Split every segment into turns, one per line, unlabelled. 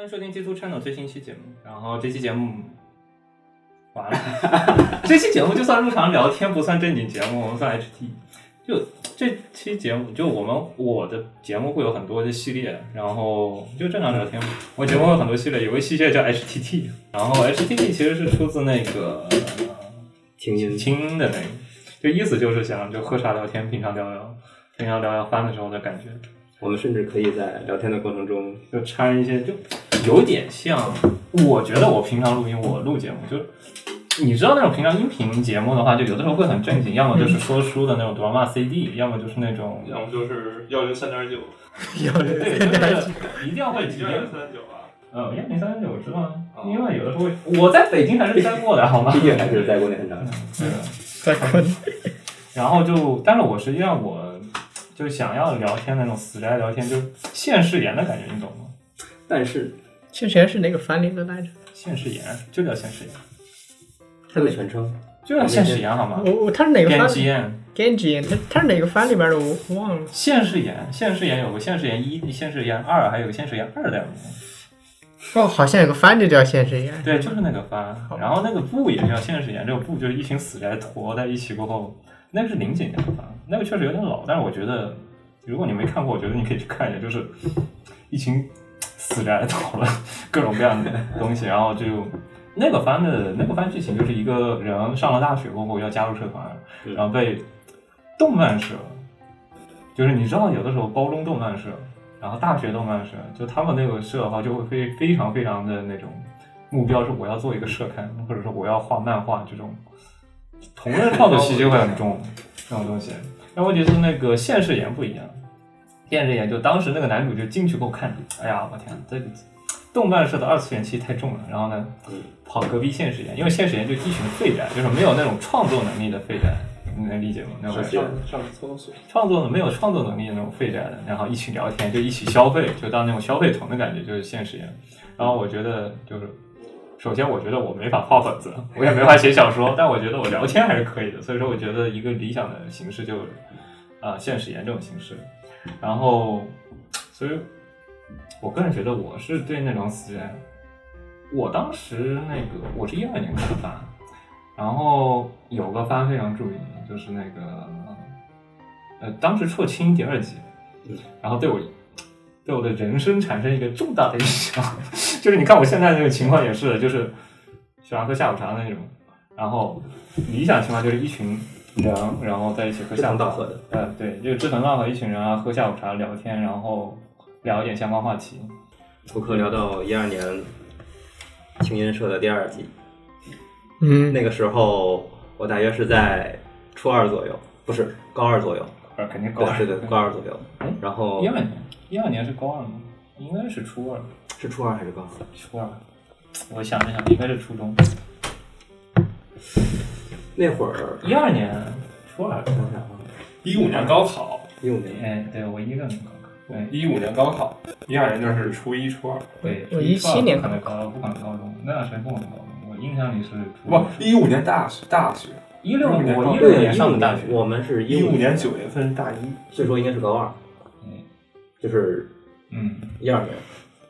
迎收听《基督 Channel》最新一期节目。然后这期节目完了， 这期节目就算日常聊天，不算正经节目，我们算 HT。就这期节目，就我们我的节目会有很多的系列，然后就正常聊天。我节目有很多系列，有个系列叫 HTT，然后 HTT 其实是出自那个
听音
听音的那个，就意思就是想就喝茶聊天，平常聊聊，平常聊聊翻的时候的感觉。
我们甚至可以在聊天的过程中，
就掺一些，就有点像。我觉得我平常录音，我录节目就，你知道那种平常音频节目的话，就有的时候会很正经，要么就是说书的那种读完骂 CD，要么就是那种，
要么就是幺零三点九，
有
对，就是一定要会
幺零三点九啊，
呃，因为零三九我知道啊，
哦
因为有的时候会我在北京还是待过的，好吗？
毕竟还是在国内很长。
对的
在昆
然后就，但是我实际上我就想要聊天那种死宅聊天，就现世言的感觉，你懂吗？
但是
之前是哪个翻译的来着？
现世言就叫现世言，
它的全称，
就叫现世言好吗？
我我他是哪个
编
翻
辑言。
？Genji，他他是哪个翻里边的？我我忘了。
现世言，现世言有个现世言一、现世言二，还有个现世言二代目。
哦，好像有个翻就叫现实言。
对，就是那个番。
好
然后那个部也叫现世言，这个部就是一群死宅坨在一起过后，那个是零几年的番，那个确实有点老，但是我觉得如果你没看过，我觉得你可以去看一下，就是一群死宅讨论各种各样的东西，然后就。那个番的那个番剧情就是一个人上了大学过后要加入社团，
嗯
然后被动漫社，就是你知道有的时候高中动漫社，然后大学动漫社，就他们那个社的话就会非非常非常的那种目标是我要做一个社刊，或者说我要画漫画这种同人创 作气息会很重这种东西。但问题是那个现实言不一样，现实言就当时那个男主就进去给我看，哎呀我天，这个动漫社的二次元气太重了，然后呢
嗯，
跑隔壁现实言，因为现实言就一群废宅，就是没有那种创作能力的废宅，你能理解吗？那种感觉
是的
上上厕所，
创作的没有创作能力的那种废宅的，然后一起聊天，就一起消费，就当那种消费虫的感觉，就是现实一样。然后我觉得就是，首先我觉得我没法画本子，我也没法写小说，但我觉得我聊天还是可以的。所以说，我觉得一个理想的形式就是，啊、现实言这种形式。然后，所以我个人觉得我是对那种死宅，我当时那个我是一二年看的番，然后有个番非常著名，就是那个呃，当时出了《青音》第二季
嗯，
然后对我对我的人生产生一个重大的影响， 就是你看我现在这个情况也是，就是喜欢喝下午茶那种，然后理想情况就是一群人，然后在一起喝下午
志同道
茶
合的，
呃，对，就是志同道合一群人啊，喝下午茶聊天，然后聊一点相关话题，
我可聊到一二年青音社的第二季，
嗯，
那个时候我大约是在初二左右，不是高二左右，
不呃是肯定高
对
二，
对对，高二左哎右
嗯。
然
哦
后
一二年，一二年是高二吗？应该是初二，
是初二还是高二？
初二。我想了想，应该是初中。
那会儿啊
一二年，初二。
一五年高考，
一五年，
哎，对，我一六年高考。对，
一五年高考，一二年就是初一初二，
对，
我17年
可
考
能高，不可能高中，那谁不可能高中？我印象里是初
不，一五年大学大学，
一六
16
年，我一六
对，
年
一
上
五
的大学
年，我们是
一
五
五年，九月份大一，
所以说应该是高二，哎
嗯
就是
嗯，
一二年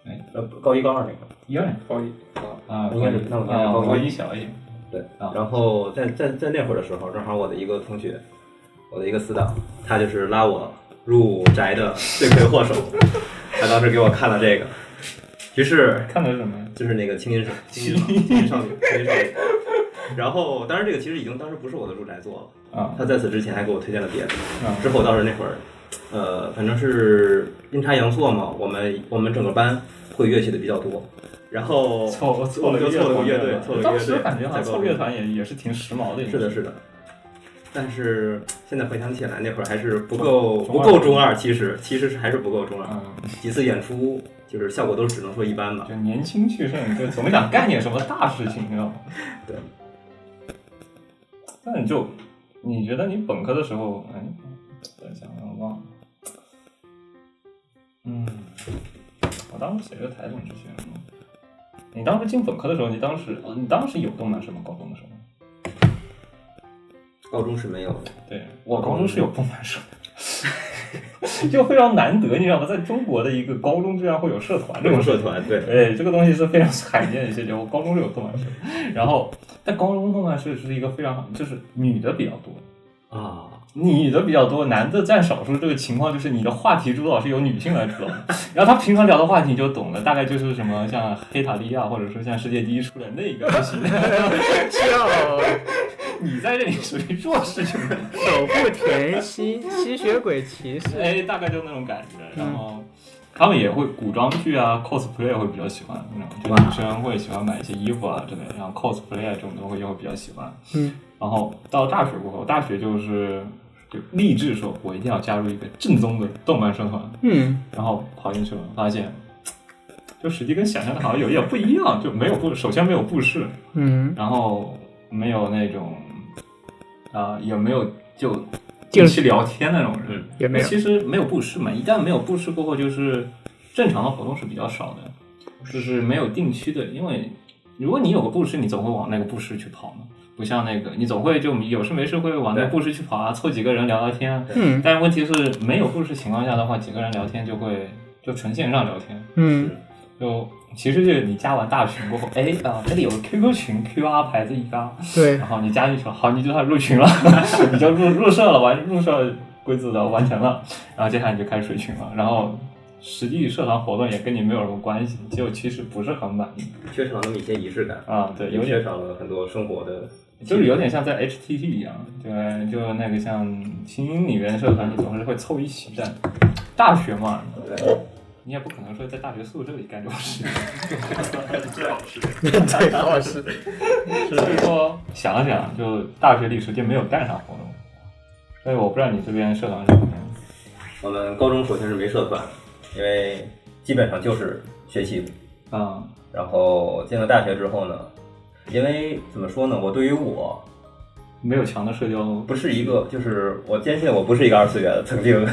哎，
呃，高一高二那个。
一二年
高一啊，
啊，
应该是那我应该是高一
高一小一，
对，
啊
然后在在在那会儿的时候，正好我的一个同学，我的一个死党，他就是拉我入宅的罪魁祸首， 他当时给我看了这个，于是
看的是什 么呀？
就是那个青年少青年少女青年少女，然后当然这个其实已经当时不是我的入宅作 了，
啊
他在此之前还给我推荐了别的，
啊
之后倒是那会儿，呃，反正是阴差阳错嘛，我们我们整个班会乐器的比较多，然后
凑凑了
就凑了个乐队
团
凑了个乐队
当时感觉好像
在高
凑
中
乐团也也是挺时髦的，
是的，是
的。
的。但是现在回想起来，那会儿还是不够
中
不
二
够中二，其实其实是还是不够中二。
嗯，
几次演出就是效果都只能说一般吧。
就年轻气盛，就总想干点什么大事情，你知道吗？
对。
那你就，你觉得你本科的时候，哎，我想想忘了，嗯，我当时写的台统是学什么？你当时进本科的时候，你当时哦你当时有动漫社吗？高中的时候？
高中是没有的，
对我高中是有动漫社的， 就非常难得，你知道吗？在中国的一个高中居然会有社团
这
啊这种
种
事
社
情。
团，对，
对，这个东西是非常罕见的现象。我高中就有动漫社，然后但高中动漫社是一个非常就是女的比较多，
啊，
女的比较多，男的占少数。这个情况就是你的话题主导是由女性来主导， 然后他平常聊的话题你就懂了，大概就是什么像黑塔利亚，或者说像世界第一初恋那个就行。 你在这里属于弱势群体。
手不停吸吸血鬼骑士，
哎，大概就那种感觉。
嗯
然后他们也会古装剧啊，cosplay 会比较喜欢，那种就女生会喜欢买一些衣服啊之类的，然后 cosplay 啊这种东西会比较喜欢。
嗯，
然后到大学过后，大学就是就立志说，我一定要加入一个正宗的动漫社团。
嗯，
然后跑进去了，发现。就实际跟想象的好像有一点不一样，就没有故，首先没有故事，
嗯，
然后没有那种，啊、也没有就
就嗯
定期聊天那种人，
也没有
其实没有布施嘛，一旦没有布施过后，就是正常的活动是比较少的，就是没有定期的，因为如果你有个布施，你总会往那个布施去跑嘛，不像那个你总会就有事没事会往那个
对
布施去跑啊，凑几个人聊聊天啊。
嗯
但是问题是没有布施情况下的话，几个人聊天就会就纯线上聊天，
嗯
就其实就是你加完大群过后，哎啊、这里有个 QQ 群，QR 牌子一发，
对
然后你加进去了，好，你就算入群了， 你就入入社了，完入社规则的完成了，然后接下来你就开始水群了，然后实际社团活动也跟你没有什么关系，就其实不是很满意
缺少那么一些仪式感，
啊，对，有
也缺
点
少了很多生活的，
就是有点像在 HTT 一样，对，就那个像新英里面社团，你总是会凑一起站，大学嘛，
对，
你也不可能说在大学宿舍里干这种事情，
对，好是，
所以说想了想，就大学里实际没有干啥活动，所以我不知道你这边社团是怎么样。
我们高中首先是没社团，因为基本上就是学习
啊、
然后进了大学之后呢，因为怎么说呢，我对于我
没有强的社交，
不是一个，就是我坚信我不是一个二次元，曾经，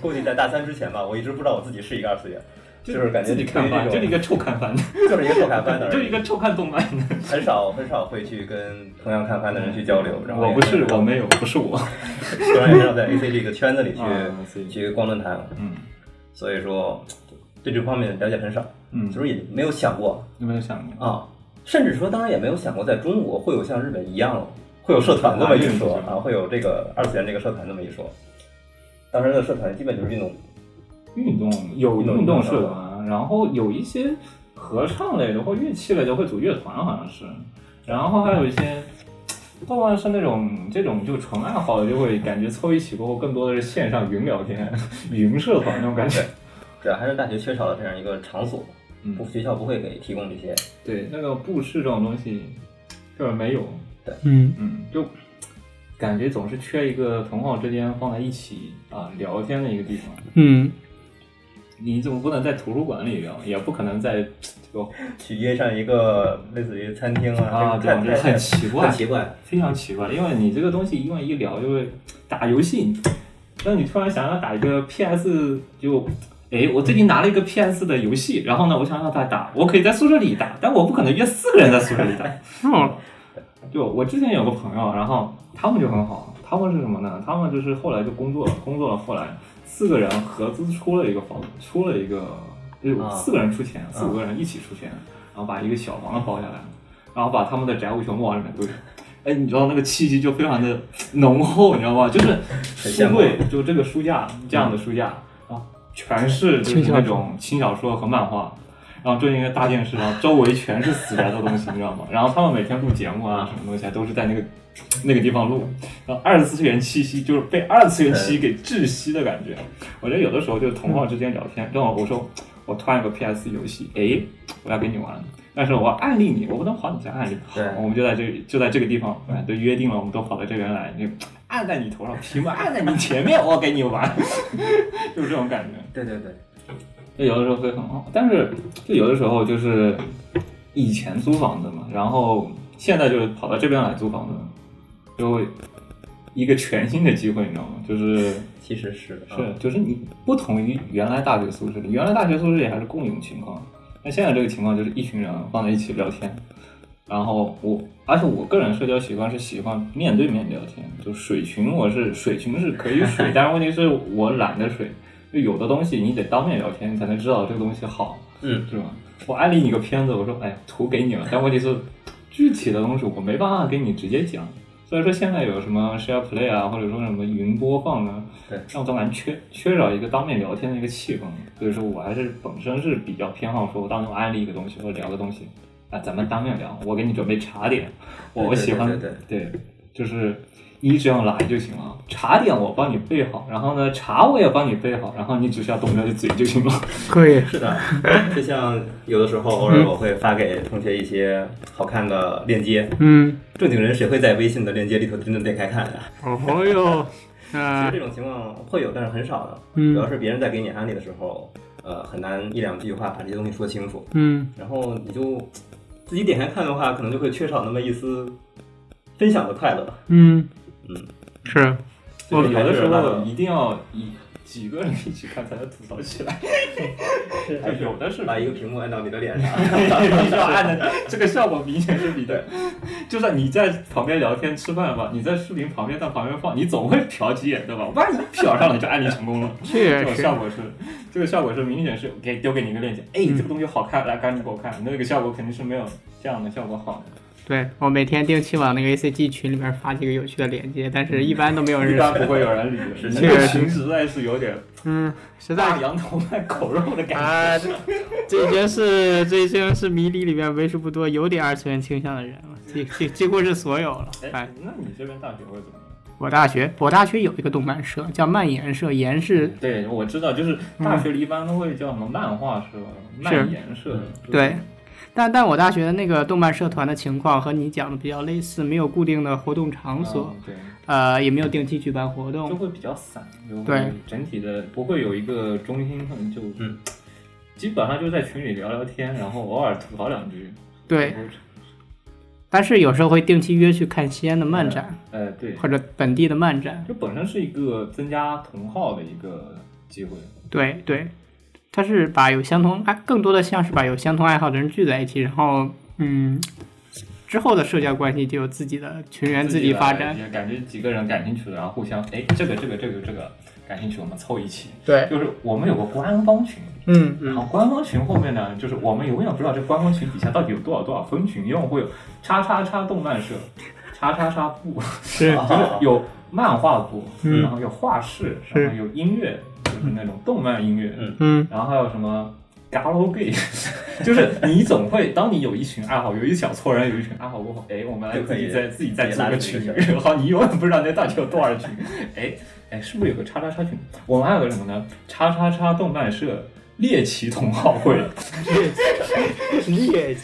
估计在大三之前吧，我一直不知道我自己是一个二次元，就是感觉
自己看番，
对
就是
于
一个臭看番，
这种就是一个臭看番的
就是一
人，
个臭看动漫的。
很少很少会去跟同样看番的人去交流。然后
嗯我不是，我
们，
没有，不是我。
虽然也是在 A C 这个圈子里去、
啊所以
去逛论坛，
嗯
所以说对这方面了解很少，
嗯，
就是也没有想过
有没有想过？
啊，甚至说，当然也没有想过在中国会有像日本一样会有社团这么一说啊，会有这个二次元这个社团这么一说。当时的社团基本就是运动，
运动有
运动
运动社团，然后有一些合唱类的或乐器类的会组乐团，好像是，然后还有一些。呃动漫是那种这种就纯爱好的，就会感觉凑一起过后，更多的是线上云聊天、 云社团那种感觉。
主要还是大学缺少了这样一个场所，
嗯
不，学校不会给提供这些。
对，那个布市这种东西就是没有，
嗯
嗯，就感觉总是缺一个同好之间放在一起啊聊天的一个地方。
嗯，
你总不能在图书馆里聊，也不可能在这个
去约上一个类似于餐厅啊，
啊，
这
对，
种
我觉
看
得
看
很奇怪
很，奇怪。
非常奇怪，因为你这个东西因为一聊就会打游戏，那你突然想要打一个 PS 就。哎，我最近拿了一个 PS 的游戏，然后呢，我想让他打，我可以在宿舍里打，但我不可能约四个人在宿舍里打，
哦，
就我之前有个朋友，然后他们就很好，他们是什么呢？他们就是后来就工作了，工作了，后来四个人合资出了一个房，出了一个，就是
啊
四个人出钱，四五个人一起出钱，然后把一个小房子包下来，然后把他们的宅物全部往里面堆。哎，你知道那个气息就非常的浓厚，你知道吗？ 就是书
羡慕
柜，就这个书架这样的书架，然后全是就
轻
是
小
那
说
种轻小说和漫画，然后这一个大电视，然后周围全是死宅的东西，你知道吗？然 后他们每天录节目啊，什么东西啊，都是在那个那个地方录，然后二次元气息就是被二次元气息给窒息的感觉。我觉得有的时候就是同好之间聊天，正好我说我突然有个 PS 游戏，诶，我要跟你玩，但是我要暗恋你，我不能跑你家暗恋，
对
我们就在这里就在这个地方，哎，都约定了，我们都跑到这边来，就按在你头上，屏幕按在你前面，我要给你玩， 就是这种感觉。
对对对，
就有的时候会很好，但是就有的时候就是以前租房子嘛，然后现在就是跑到这边来租房子，就会一个全新的机会，你知道吗？就是
其实是啊
是就是你不同于原来大学宿舍里，原来大学宿舍里还是共用情况，那现在这个情况就是一群人放在一起聊天，然后我，而且我个人社交习惯是喜欢面对面聊天，就水群我是水群是可以水，但是问题是我懒得水，就有的东西你得当面聊天，你才能知道这个东西好，
嗯，
是吧？我安利你个片子，我说哎呀图给你了，但问题是具体的东西我没办法给你直接讲，所以说现在有什么 Share Play 啊，或者说什么云播放啊，
对
让我都蛮缺缺少一个当面聊天的一个气氛，所以说我还是本身是比较偏好说，我当中安利一个东西或者聊个东西，啊，咱们当面聊，我给你准备茶点，我我
对对
喜欢
对对
就是一这样来就行了，茶点我帮你备好，然后呢茶我也帮你备好，然后你只需要懂得嘴就行了。
可以，
是的，就像有的时候偶尔我会发给同学一些好看的链接，
嗯，
正经人谁会在微信的链接里头真的点开看啊？
哦哟，
其实
那
这种情况会有，但是很少的。主要
嗯
是别人在给你安利的时候，呃，很难一两句话把这些东西说清楚，
嗯，
然后你就自己点开看的话，可能就会缺少那么一丝分享的快乐。
嗯
嗯，
是，
我
所以
哦有
还
的
是
时
拉
候
到
一定要以几个人一起看才能吐槽起 来，就有的是
把一个屏幕按到你的脸 上，
必须要按 的，这个效果明显是比的。就算你在旁边聊天吃饭吧，你在视频旁边在旁边放，你总会瞟几眼，对吧？万一瞟上了，就安利成功了。这
确
种
实
效果是，这个效果是明显是给丢给你一个链接，哎，
嗯
这个东西好看，来赶紧给我看。那个效果肯定是没有这样的效果好的，
对我每天定期往那个 ACG 群里面发几个有趣的链接，但是一般都没有
一
人
般不会有人理的。
是
你
这
这
个
个
是
群实在是有点
嗯，实
大
在
羊头卖狗肉的感觉。
啊，这这已经是这已经是迷离里面为数不多有点二次元倾向的人了，几几几乎是所有了。哎
哎，，那你这边大学会怎么样？
我大学我大学有一个动漫社叫漫研社，研是
对，我知道，就是
嗯
大学里一般都会叫什么漫画社、漫研社，就是
嗯对，但但我大学的那个动漫社团的情况和你讲的比较类似，没有固定的活动场所，
嗯对，
呃，也没有定期举办活
就
动。
会比较散，就会
对
整体的不会有一个中心，可能就
嗯
基本上就在群里聊聊天，然后偶尔吐槽两句。
对，
嗯
然后，
但是有时候会定期约去看西安的漫展
呃，对，
或者本地的漫展。
就本身是一个增加同好的一个机会。
对对，它是把有相同爱，更多的像是把有相同爱好的人聚在一起，然后嗯，之后的社交关系就有自己的群员自己发
来
展。
也感觉几个人感兴趣的，然后互相，哎，这个这个这个这个感兴趣，我们凑一起。
对，
就是我们有个官方群，
嗯
然
嗯，
后官方群后面呢，就是我们永远不知道这官方群底下到底有多少多少分群，因为我会有叉叉叉动漫社、叉叉叉部，
是
就是有漫画部，
嗯
然后有画室，
是
然后有音乐，就是那种动漫音乐，
嗯
嗯
然后还有什么 g a l o gay，就是你总会当你有一群爱好，有一小撮人有一群爱好过后，哎，我们来
就可
自
以
己再自己再组个群
自己，拉
然后你永远不知道那到底有多少群，哎哎，是不是有个叉叉叉群？我们还有个什么呢？叉叉叉动漫社。猎奇同好会，
猎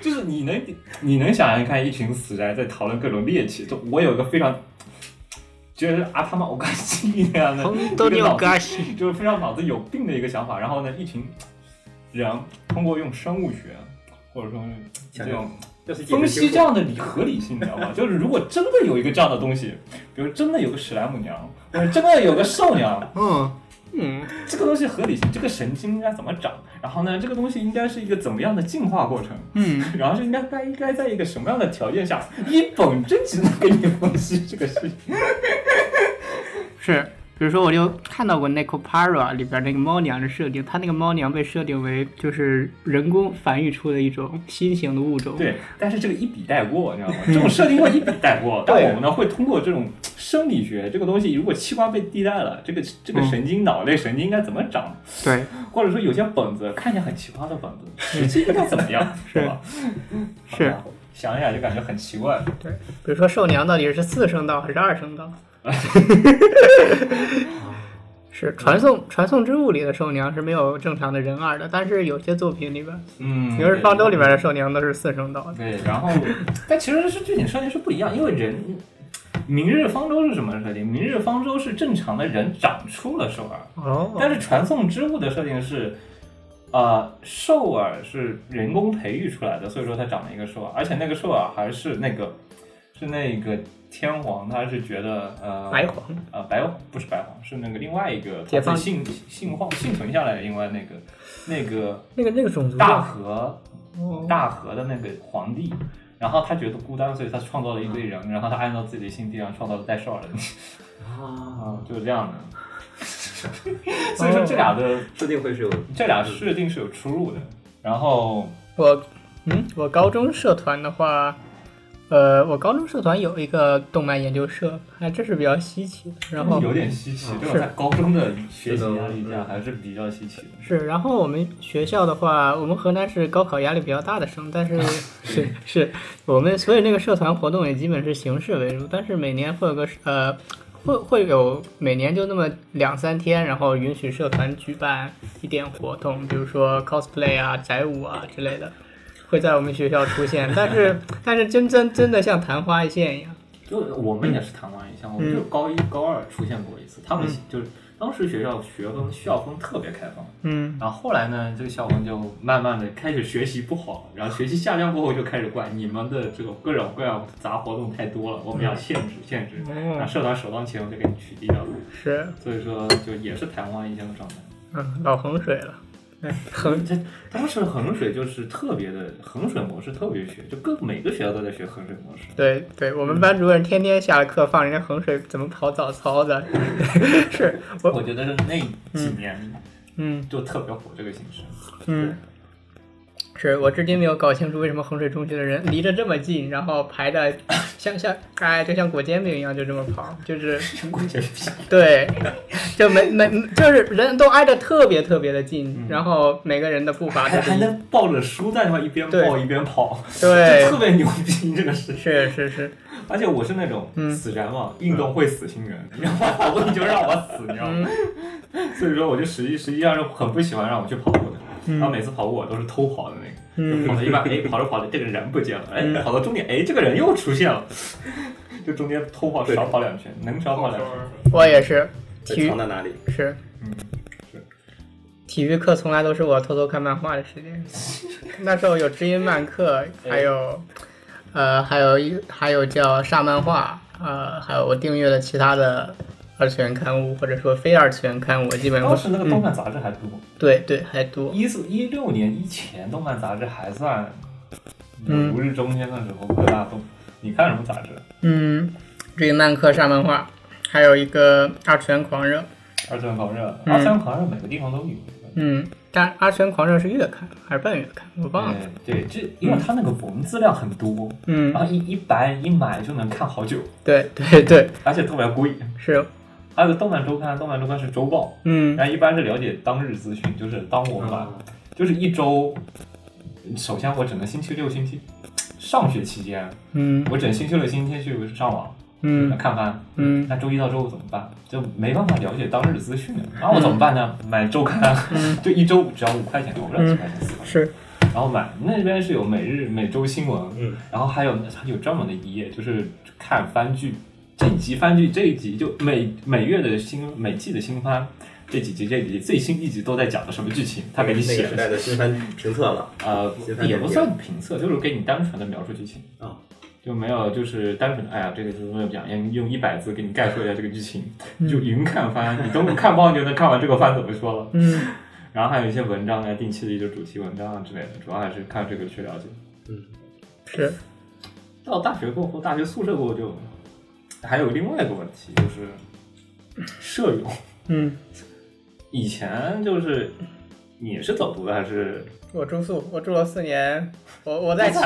就是你能你能想象看一群死宅在讨论各种猎奇，就我有一个非常觉得啊他妈我干西那样的，
都
一个脑子
关系。
就是非常脑子有病的一个想法。然后呢，一群人通过用生物学，或者说这
想要
种
就是解
分
释
析
清
这
楚
样的理合理性，你知道 吗？就是如果真的有一个这样的东西，比如真的有个史莱姆娘，或者真的有个兽娘，
嗯嗯，
这个东西合理性，这个神经应该怎么长？然后呢，这个东西应该是一个怎么样的进化过程？
嗯，
然后是应该该应该在一个什么样的条件下， 一本正经的给你分析这个事情。
是。比如说，我就看到过《n i c o Para》里边那个猫娘的设定，它那个猫娘被设定为就是人工繁育出的一种新型的物种。，
对，但是这个一笔带过，你知道 吗？这种设定会一笔带过，但我们呢会通过这种生理学这个东西，如果器官被替代了，这个这个
嗯
神经、脑内神经应该怎么长，
对
或者说有些本子看起来很奇葩的本子，实际应该怎么 样，
是
吧？
是。
好吧，想一想就感觉很奇怪。
比如说兽娘到底是四声道还是二声道？是传送传送之物里的兽娘是没有正常的人二的，但是有些作品里边，
嗯，
比如说方舟里边的兽娘都是四声道的。
对，然 后，但其实是这点设定是不一样，因为人。明日方舟是什么设定？明日方舟是正常的人长出了兽耳，
哦，
但是传送之物的设定是，呃，兽耳是人工培育出来的，所以说它长了一个兽耳，而且那个兽耳还是那个是那个天皇，他是觉得呃
白皇
呃白不是白皇，是那个另外一个
解放
他幸幸皇幸存下来的另外那个那个
那个那个种族啊
大和
哦
大和的那个皇帝，然后他觉得孤单，所以他创造了一堆人，然后他按照自己的心地上创造了带哨人，啊， 哦就是这样的。 所以说这俩的
设定会是有
这俩设定是有出入的。然后
我，嗯，我高中社团的话，呃，我高中社团有一个动漫研究社，还真是比较稀奇的。然后嗯
有点稀奇，这种
是嗯
在高中的学习压力下还是比较稀奇的。
是，然后我们学校的话，我们河南是高考压力比较大的省，但是是是我们所以那个社团活动也基本是形式为主，但是每年会有个呃。会会有每年就那么两三天，然后允许社团举办一点活动，比如说 cosplay 啊、宅舞啊之类的，会在我们学校出现。但是但是真真真的像昙花一现一样，
就我们也是昙花一现，
嗯
我们就高一高二出现过一次，他们就是当时学校学风校风特别开放，
嗯，
然后后来呢，这个校风就慢慢的开始学习不好，然后学习下降过后就开始怪你们的这个各种各样杂活动太多了，我们
嗯
要限制限制，然后
哦，
社团首当其冲就给你取缔掉了，
是，
所以说就也是昙花一现的状态。
嗯，老衡水了，哎，衡
这当时衡水就是特别的衡水模式特别学，就各每个学校都在学衡水模式。
对对，我们班主任天天下了课放人家衡水怎么跑早操的，是我
我觉得是那几年
嗯
就特别火这个形式。
嗯，是我至今没有搞清楚为什么衡水中学的人离着这么近，然后排的 像像哎就像裹煎饼一样就这么跑， 就是对，就没没就是人都挨得特别特别的近，然后每啊个人的步伐都
还
是
还
一
能抱着书在那块一边
对
抱一边跑， 就
对
特别牛逼这个事情。
是是是，
而且我是那种
嗯
死宅嘛，运动会死心人，你让我跑步你就让我死，你知道吗？
嗯
所以说我就实际实际上是很不喜欢让我去跑步的。然后每次跑步我都是偷跑的那个，
嗯
就跑到一半，哎，跑着跑着这个人不见了，哎，跑到终点，哎，这个人又出现了， 就中间偷跑少跑两圈，能少跑两圈。
我也是体育
藏在哪 里？
是，
嗯是
体育课从来都是我偷偷看漫画的时间。 那时候有知音漫课，
哎
还有，呃，还有一还有叫煞漫画，呃，还有我订阅了其他的二次元刊物，或者说非二次元刊物，我基本上
当
不
时那个动漫杂志还多，
对对还多。
一四一六年以前，动漫杂志还算有
嗯
如日中天的时候，各大动。你看什么杂志？
嗯，知音漫课、煞漫画，还有一个二次元狂热。
二次元狂热，
嗯
二次元狂热每个地方都有。
嗯，但二次元狂热是月刊还是半月刊，我忘了。
嗯，对，这因为它那个文字量很多，
嗯
然，后一一白人一买就能看好久，
对对对，
而且特别贵。
是，
还有个动漫周刊，动漫周刊是周报，
嗯
然后一般是了解当日资讯，就是当我把，
啊
就是一周。首先，我整个星期六、星期上学期间，
嗯
我整星期六、星期天去上网
嗯
看番，
嗯
那周一到周五怎么办？就没办法了解当日资讯了。然后
嗯
我怎么办呢？买周刊，就一周只要五块钱，我不知道几块钱，四块钱。
是，
然后买那边是有每日每周新闻，
嗯，
然后还有它有专门的一页，就是看番剧，这一集番剧这一集就每每月的新每季的新番，这几集这几集最新一集都在讲的什么剧情，他给你
那
写
个时
的，
代的新番评测了，
呃
新番
也
简
不
介
算评测，就是给你单纯的描述剧情
啊。
就没有，就是单纯的，哎呀，这个就是为了讲，用用一百字给你概述一下这个剧情，就云看番，你都看不到，你就能看完这个番怎么说了。
嗯。
然后还有一些文章啊，定期的一些主题文章啊之类的，主要还是靠这个去了解。
是，
到大学过后，大学宿舍过后就还有另外一个问题，就是舍友。
嗯，
以前就是你是走读的还是？
我住宿，我住了四年，我我在秦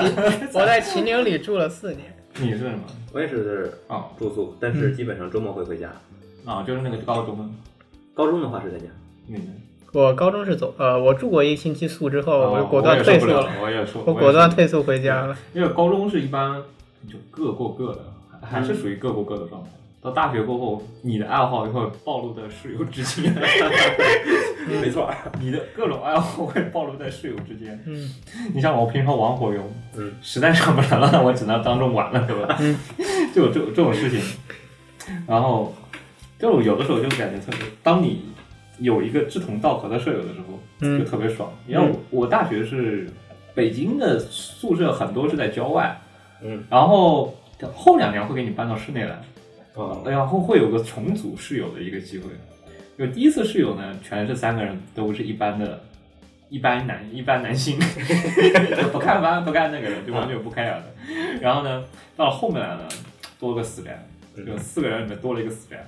我在秦岭里住了四年，
你是什么？
我也是
哦
住宿，但是基本上周末会回家。
啊，就是那个高中的
高中的话是在家，
你呢？
我高中是走，呃，我住过一星期宿之后，
哦
就果断
我也
退
受
宿
不了了，我也说，
我
也
果断
受
退宿回家
不
了。
了，因为高中是一般就各过各的，还是属于各过各的状态。到大学过后，你的爱好就会暴露在室友之间，
没错儿。
你的各种爱好会暴露在室友之间。
嗯，
你像我平常玩火游，
嗯，
实在上不来了，我只能当众玩了，对吧？
嗯，
就有这这种事情。然后，就有的时候就感觉特别，当你有一个志同道合的舍友的时候，
嗯
就特别爽。因为我,、我大学是北京的宿舍，很多是在郊外，
嗯，
然后后两年会给你搬到室内来，
哦，
哎然后会有个重组室友的一个机会。就第一次室友呢，全是三个人都是一般的一般男一般男性， 就不看番不看那个的，就完全不开眼的。然后呢，到了后面来呢，多了个死宅，就四个人里面多了一个死宅。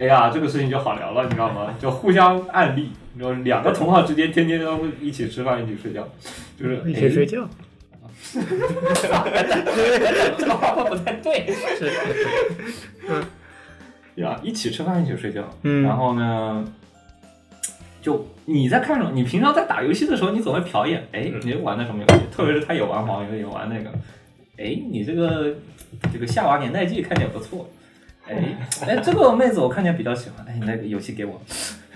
哎呀，这个事情就好聊了，你知道吗？就互相案例，你知道两个同行之间天天都一起吃饭，一起睡觉，就是
一起睡。
哎
觉，
这个话不太对。
是
对啊，一起吃饭，一起睡觉。
嗯
然后呢，就你在看什么？你平常在打游戏的时候，你总会瞟一眼，哎，你玩的什么游戏？特别是他也玩黄油，也玩那个，哎，你这个这个夏娃年代记看起来不错，哎哎，这个妹子我看起来比较喜欢，哎，你那个游戏给我，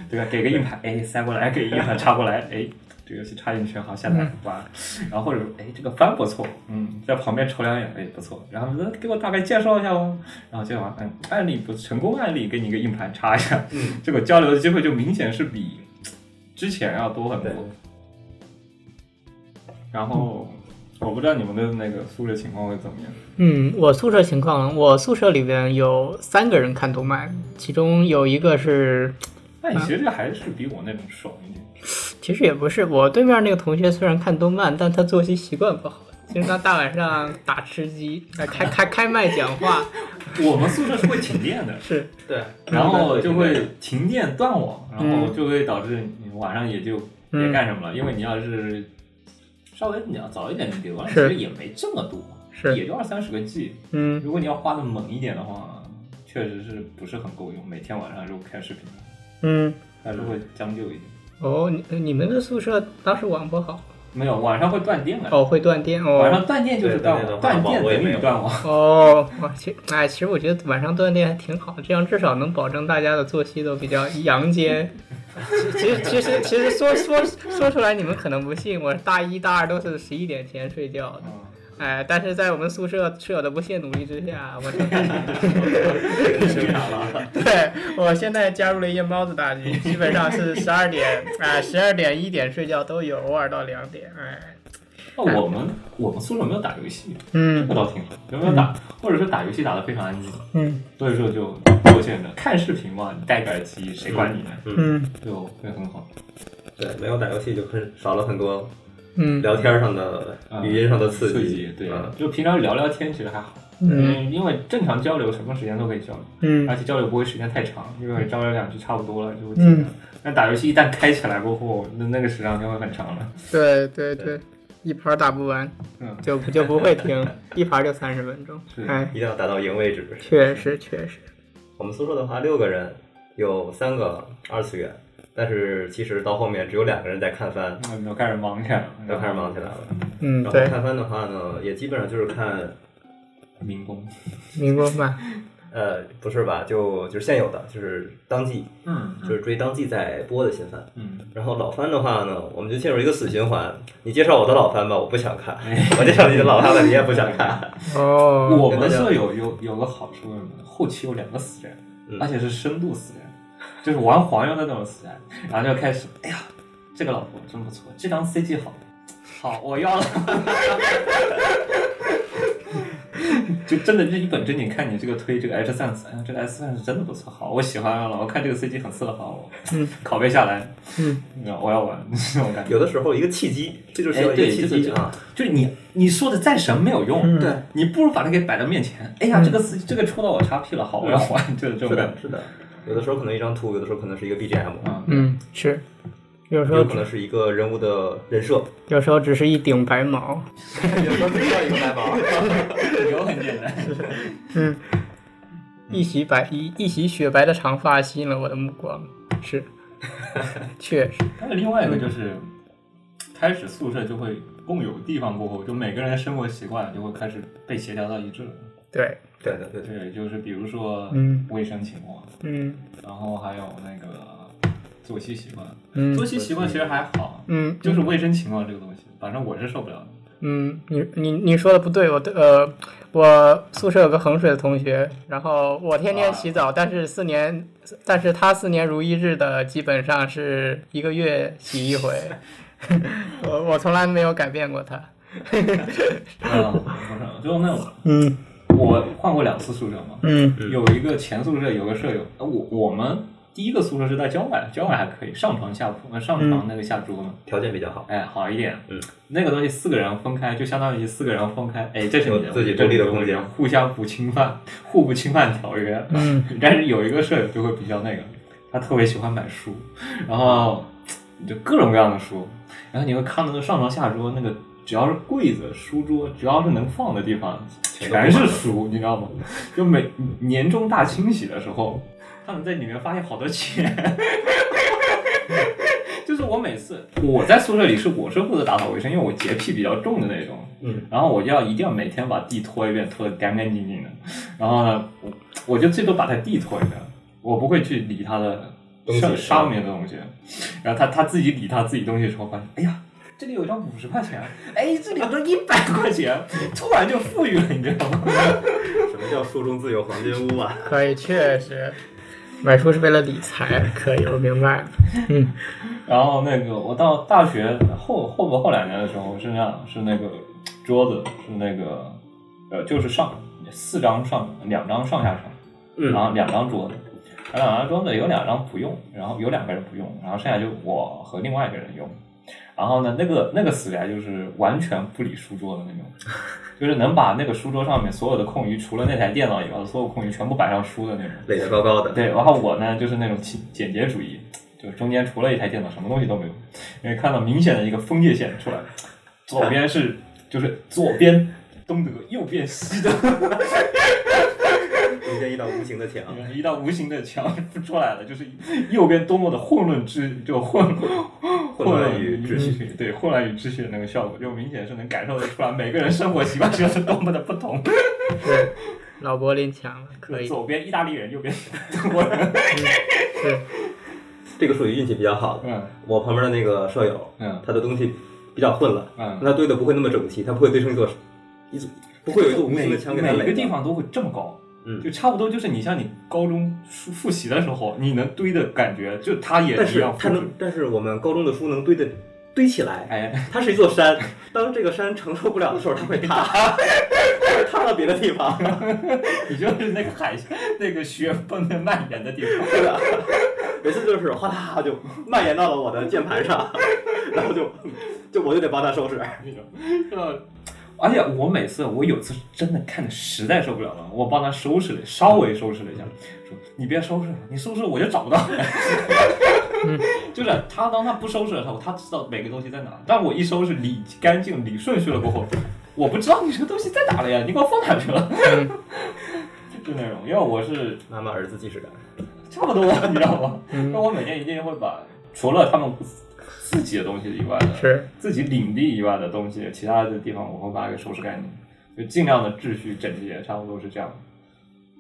对吧？给个硬盘，哎，塞过来，给硬盘插过来，哎。这个游戏插进去，好下载玩，然后或者哎，这个番不错，嗯，在旁边瞅两眼，哎，不错，然后说给我大概介绍一下哦，然后就完，嗯，案例不成功案例给你一个硬盘插一下， 这个交流的机会就明显是比之前要多很多
对。
然后我不知道你们的那个宿舍情况会怎么样，
嗯，我宿舍情况，我宿舍里边有三个人看动漫，其中有一个是，
但其实还是比我那种爽一点。
其实也不是，我对面那个同学虽然看动漫，但他作息习惯不好，经常大晚上打吃鸡，呃开开开麦讲话，
我们宿舍是会停电的，
是
对，
然后就会停电断网，然后就会导致你晚上也就别干什么了，因为你要是稍微你要早一点浏览，其
是
实也没这么多，
是
也就二三十个 G。
嗯
如果你要花的猛一点的话，确实是不是很够用，每天晚上就开视频，
嗯，
还是会将就一点。
哦，你你们的宿舍当时网不好，
没有，晚上会断电的。
哦会断电
晚
哦
上断电就是断网，
对
断
断
电等
电的话
于断 网。
哦，哇，其实哎其实我觉得晚上断电还挺好，这样至少能保证大家的作息都比较阳间。其 其实其实其实说说说出来你们可能不信，我大一大二都是十一点前睡觉的。哎，但是在我们宿舍舍友的不懈努力之下，我
生产了，
对我现在加入了夜猫子大军，基本上是十二点，哎，十二点一点睡觉都有，偶尔到两点，哎，
那我们我们宿舍没有打游戏，这
嗯
个倒挺好，有没有打，或者说打游戏打得非常安静，
嗯
所以说就受限着看视频嘛，你戴个耳机谁管你呢？
嗯
就会很好。
对，没有打游戏就很少了很多
嗯
聊天上的、
嗯
语音上的啊刺
刺激对
嗯，
就平常聊聊天其实还好，
嗯
嗯，因为正常交流什么时间都可以交流，
嗯
而且交流不会时间太长，因为交流两句差不多了就会停了。但打游戏一旦开起来过后，那那个时长就会很长了。
对对对，一盘儿打不完
嗯，
就就不会停，一盘儿就三十分钟
是，
哎，
一定要打到赢为止。
确实确实，
我们宿舍的话，六个人有三个二次元，但是其实到后面只有两个人在看番，
嗯，都开始忙起来了，
都开始忙起来了。
嗯
然后
对，
看番的话呢，也基本上就是看，
民工。
民工吧，
呃，不是吧？就就是现有的，就是当季，
嗯
就是追当季在播的新番。
嗯，
然后老番的话呢，我们就进入一个死循环。你介绍我的老番吧，我不想看；
哎
我介绍你的老 番吧，你也不想看。
哦，
我们舍友有有个好处是什么？后期有两个死人，
嗯
而且是深度死人，就是玩黄油的那种死人，然后就开始，哎呀，这个老婆真不错，这张 CG 好，好，我要了。 就真的是一本正经看你这个推这个 H 三十，哎呀，这个 S 三十真的不错，好，我喜欢了，我看这个 CG 很色，好，我
嗯
拷贝下来，
嗯
你知道，我要玩 这种感觉。
有的时候一个契机，这就是需要
哎
一个
对
契
这
机
就
啊。
就是你你说的再神没有用，
嗯
对你不如把它给摆到面前。哎呀，这个司这个戳到我 x P 了，好，我要还，就是这
是
种感
的
觉，。
是的。有的时候可能一张图，有的时候可能是一个 BGM，
嗯，
嗯是，有时
有
候
可能是一个人物的人设，
有时候只是一顶白毛。
有时候只需要一个白毛。
理由很简单。
嗯，一袭白一一袭雪白的长发吸引了我的目光，是，确实，
还有另外一个就是，开始宿舍就会共有地方过后，就每个人生活习惯就会开始被协调到一致了。
对，
对对对，
对，就是比如说
嗯
卫生情况，
嗯
然后还有那个作息习惯。
嗯
作息习惯其实还好，
嗯，
就是卫生情况这个东西，反正我是受不了的。
嗯，你你你说的不对，我对呃，我宿舍有个衡水的同学，然后我天天洗澡，但是四年，但是他四年如一日的，基本上是一个月洗一 回，我我从来没有改变过他，
嗯，不是，就是那种。
嗯
我换过两次宿舍嘛，
嗯
有一个前宿舍有个舍友，呃我我们第一个宿舍是在郊外，郊外还可以，上床下铺，呃上床那个下铺嘛，
条件比较好，
哎，好一点。
嗯，
那个东西四个人分开，就相当于四个人分开，哎，这是你的
有自己独立的空间
这是你互相不侵犯， 互不侵犯条约。
嗯，
但是有一个舍友就会比较那个，他特别喜欢买书，然后就各种各样的书，然后你会看到那上床下桌那个，只要是柜子、书桌，只要是能放的地方，全是书，你知道吗？就每年终大清洗的时候，他们在里面发现好多钱。 就是我每次我在宿舍里是我是负责打扫卫生，因为我洁癖比较重的那种，
嗯，
然后我要一定要每天把地拖一遍，拖得干干净净的。然后呢，我我就最多把他地拖一遍，我不会去理他的
东西
上上面的东西。然后他他自己理他自己东西的时候，发现，哎呀，这里有张五十块钱，哎，这里有张一百块钱，突然就富裕了，你知道吗？
什么叫书中自有黄金屋啊？
可以，确实，买书是为了理财，可以，我明白了。嗯，
然后那个我到大学后后后两年的时候是那样，是那个桌子是那个呃就是上四张上两张上下床，
嗯
然后两张桌子，然后两张桌子有两张不用，然后有两个人不用，然后剩下就我和另外一个人用。然后呢，那个那个死宅就是完全不理书桌的那种， 就是能把那个书桌上面所有的空余，除了那台电脑以外，所有空余全部摆上书的那种。
垒得高高的，
对，然后我呢就是那种简简洁主义，就是中间除了一台电脑，什么东西都没有。因为看到明显的一个分界线出来，左边是就是左边东德，右边西德，
中间一道无形的墙，
一道无形的墙出来了，就是右边多么的混乱之就混
混乱与
秩序，对混乱与秩序的那个效果，就明显是能感受得出来，每个人生活习惯是多么的不同。
是老柏林墙了，可以，
左边意大利人，右边 中国人，
是
这个属于运气比较好的。
嗯
我旁边的那个舍友，
嗯
他的东西比较混乱，
嗯。
那堆的不会那么整齐，他不会堆成一座一组，不会有一座无
每
形的墙给他垒
每
着。
个地方都会这么高，
嗯
就差不多就是你像你高中复复习的时候，你能堆的感觉，就它也
但
一
是
样复
它
制
能。，但是我们高中的书能堆的堆起来，
哎，
它是一座山。当这个山承受不了的时候，它会塌，它会塌到别的地方，
你就是那个海，那个雪崩的蔓延的地方。
对吧？每次就是哗啦就蔓延到了我的键盘上，然后就就我就得帮他收拾。
呃，而且我每次我有次真的看的实在受不了了，我帮他收拾了，稍微收拾了一下，说你别收拾了，你收拾我就找不 到。
嗯
就是他当他不收拾的时候，他知道每个东西在哪，但我一收拾理干净、理顺序了过后，我不知道你这个东西在哪了呀，你给我放哪去了？
嗯
就那种，因为我是
妈妈儿子既视感，
差不多，你知道吗？那
嗯
我每天一定会把除了他们自己的东西以外的，
是
自己领地以外的东西，其他的地方我会把它给收拾干净，就尽量的秩序整洁，差不多是这样。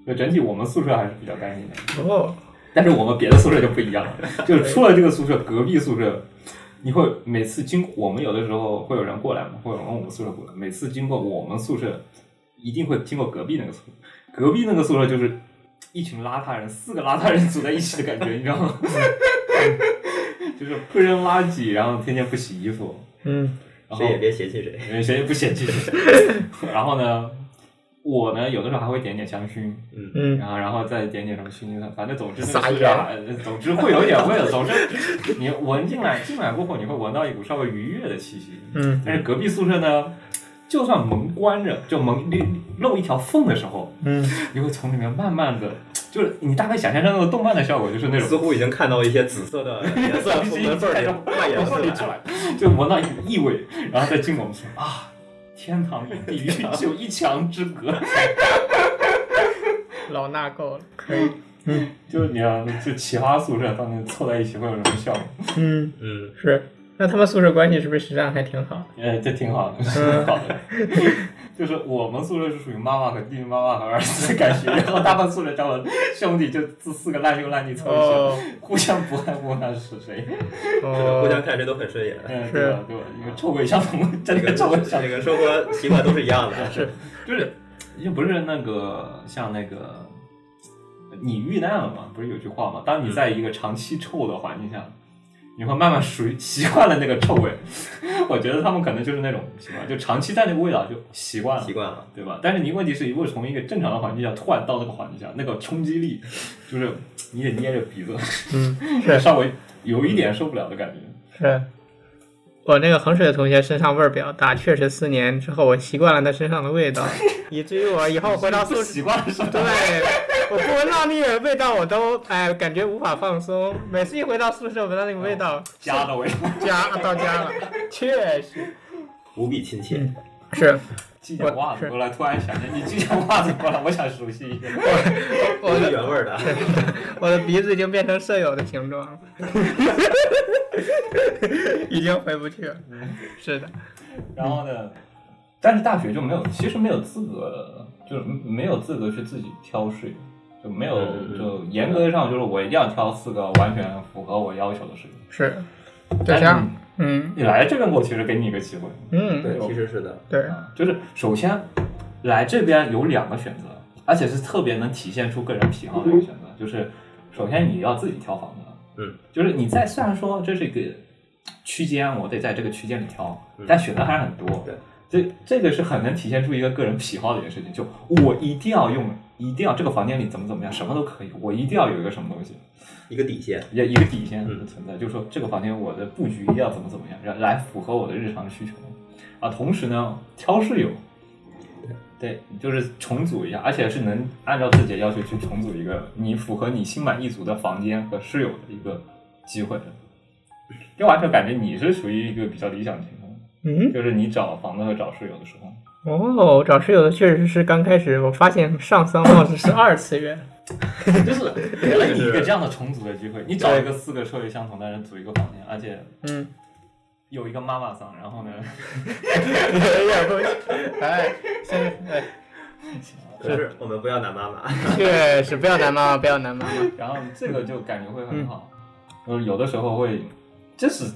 就整体我们宿舍还是比较干净的，
哦，
但是我们别的宿舍就不一样 了，就是出了这个宿舍，隔壁宿舍，你会每次经我们有的时候会有人过来嘛，会有人问我们宿舍过来，每次经过我们宿舍，一定会经过隔壁那个宿舍，隔壁那个宿舍就是一群邋遢人，四个邋遢人组在一起的感觉，你知道吗？ 就是不扔垃圾，然后天天不洗衣服，
嗯
然后
谁也别嫌弃谁。
因为谁也不嫌弃谁。 然后呢，我呢有的时候还会点点香薰，
嗯，
嗯
然后然后再点点什么薰衣草，反正总之那
撒
个是啊，呃总之会有一点味 道。总之你闻进来，进来过后你会闻到一股稍微愉悦的气息。
嗯
但是隔壁宿舍呢，就算门关着，就门漏漏一条缝的时候，
嗯，
你会从里面慢慢的，就是你大概想象那个动漫的效果，就是那种
似乎已经看到一些紫色的颜色从门缝 里蔓延出
里
来
出。来， 就闻到一股异味，然后再进我们宿舍啊，天堂与地狱只有一墙之隔，
老纳够了，可以，
就是你要就奇葩宿舍，他们凑在一起会有什么效果？
嗯
嗯，
是。那他们宿舍关系是不是实际上还挺好？
呃，这挺好的，挺好的。 就是我们宿舍是属于妈妈和弟弟、妈妈和儿子的感觉，然后他们宿舍叫我兄弟，就这四个烂兄烂弟凑一起，
哦
互相不爱不爱是谁？
互
哦
相，看谁都很顺眼。
嗯，
是
对吧？对吧？因为臭味相同，
这
真
个
的臭味相
这个生活习惯都是一样的。
是
就是又不是那个像那个
嗯
你遇难了嘛，不是有句话嘛？当你在一个长期臭的环境下，你会慢慢属于习惯了那个臭味。 我觉得他们可能就是那种什么，就长期在那个味道就习惯了
习，惯了。
对吧？但是你问题是，如果从一个正常的环境下突然到那个环境下，那个冲击力就是你得捏着鼻子，
嗯，是嗯
稍微有一点受不了的感觉。
是。我那个衡水的同学身上味儿比较大，确实四年之后我习惯了他身上的味道， 以至于我以后回到宿
不
舍，
习惯是吧？
对，我不闻到那个味道我都哎感觉无法放松。每次一回到宿舍闻到那个味道，
家的味道，
家到家了，确实
无比亲切。
嗯是。
系件袜子过来，突然想着你系件袜子过来，我想熟悉一点。
都是原味儿的，
我的鼻子已经变成舍友的形状 了，已经回不去了。是的，
然后呢，嗯但是大学就没有，其实没有资格，就是没有资格去自己挑水，就没有
嗯嗯嗯
就严格上就是我一定要挑四个完全符合我要求的事情。
是，就
但
这
是
样。嗯
你来这边，我其实给你一个机会，
嗯，
对，其实是的，
对，
啊就是首先来这边有两个选择，而且是特别能体现出个人喜好的一个选择，就是首先你要自己挑房子，
嗯，
就是你在虽然说这是一个区间，我得在这个区间里挑
嗯，
但选择还是很多，
对，
这这个是很能体现出一个个人喜好的一件事情，就我一定要用。一定要这个房间里怎么怎么样，什么都可以。我一定要有一个什么东西，
一个底线。
也一个底线
嗯
存在，就是说这个房间我的布局一定要怎么怎么样，然来符合我的日常需求。啊，同时呢，挑室友，对，就是重组一下，而且是能按照自己的要求去重组一个你符合你心满意足的房间和室友的一个机会的。就完全感觉你是属于一个比较理想情况，
嗯，
就是你找房子和找室友的时候，
哦，我找室友的确实是刚开始，我发现上桑帽子是二次元。
就是给了你一个这样的重组的机会，你找一个四个臭味相同的人组一个房间，而且
嗯，
有一个妈妈桑，然后呢，
有点东西，哎，真哎，
可是我们不要拿妈妈，
确实不要男妈妈，不要男妈妈。
然后这个就感觉会很好，就是有的时候会，这是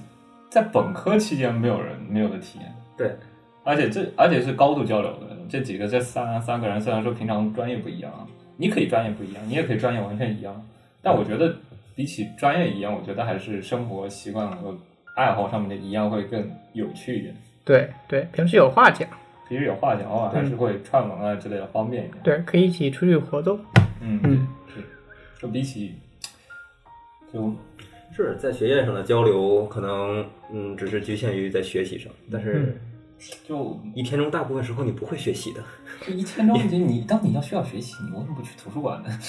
在本科期间没有人没有的体验，
对，
而且这而且是高度交流的，这几个这三三个人虽然说平常专业不一样，啊，你可以专业不一样，你也可以专业完全一样，但我觉得比起专业一样，我觉得还是生活习惯和爱好上面的一样会更有趣一点，
对对，平时有话讲，
平时有话讲，偶尔还是会串门啊之类的方便一点，
对，可以一起出去活动。
嗯
嗯，
是，就比起就。
是在学业上的交流，可能嗯，只是局限于在学习上，但
嗯
是
就
一天中大部分时候你不会学习的。
这一天中，你你当你要需要学习，你为什么不去图书馆呢？
嗯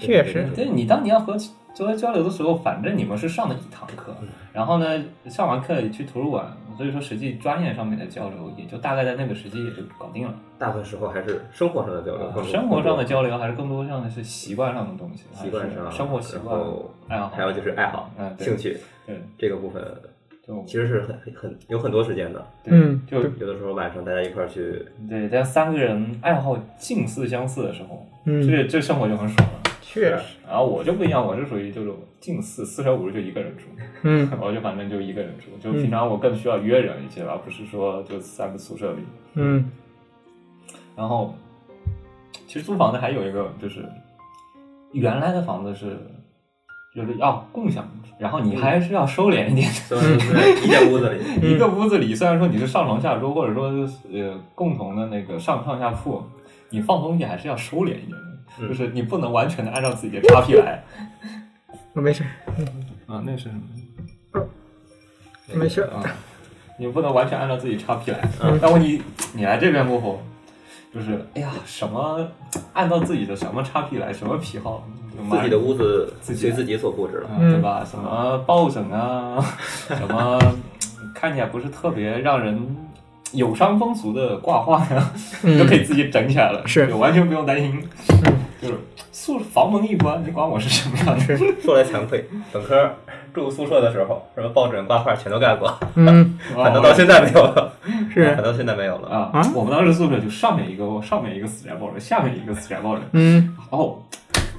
确实，
对你当你要和交交流的时候，反正你们是上了一堂课，
嗯
然后呢，上完课也去图书馆，所以说实际专业上面的交流也就大概在那个时期也就搞定了。
大部分时候还是生活上的交流，更多
啊生活上的交流还是更多上的是习惯上的东西，
习惯上
还是生活习惯
然后、
爱好，
还有就是爱好、
嗯，对
兴，趣
对，
这个部分，
就
其实是很很很有很多时间的。
对
嗯
就
有的时候晚上大家一块儿去，
对，在三个人爱好近似相似的时候，
嗯，
这这生活就很爽了。
确实，
然后我就不一样，我是属于这种近似四舍五入就一个人住，
嗯
我就反正就一个人住，就平常我更需要约人一些，而不是说就三个宿舍里。
嗯
然后，其实租房子还有一个就是，原来的房子是就是要共享，然后你还是要收敛一点。
所以就是一间屋子里，
一个屋子里虽然说你是上床下桌，或者说呃共同的那个上上下铺，你放东西还是要收敛一点的，
嗯
就是你不能完全的按照自己的 XP 来。
我没事，
啊，那是什么？
没事儿。
啊，你不能完全按照自己 XP 来。
嗯
但问题你来这边过后，就是哎呀，什么按照自己的什么 XP 来，什么癖好，就妈
自己的屋子
自己
随自己所布置了。
嗯，对吧？什么抱枕啊，什么看起来不是特别让人有伤风俗的挂画呀、
嗯
都可以自己整起来了，
是
就完全不用担心。 就是宿房门一关，你管嗯我是什么样的人？
说来惭愧，本科住宿舍的时候，什么抱枕、挂画全都干过，
哦
嗯，
反倒到现在没有 了，
是
反，倒现在没有了。
啊
啊，
我们当时宿舍就上面一个上面一个死宅抱枕，下面一个死宅抱枕，
嗯
哦，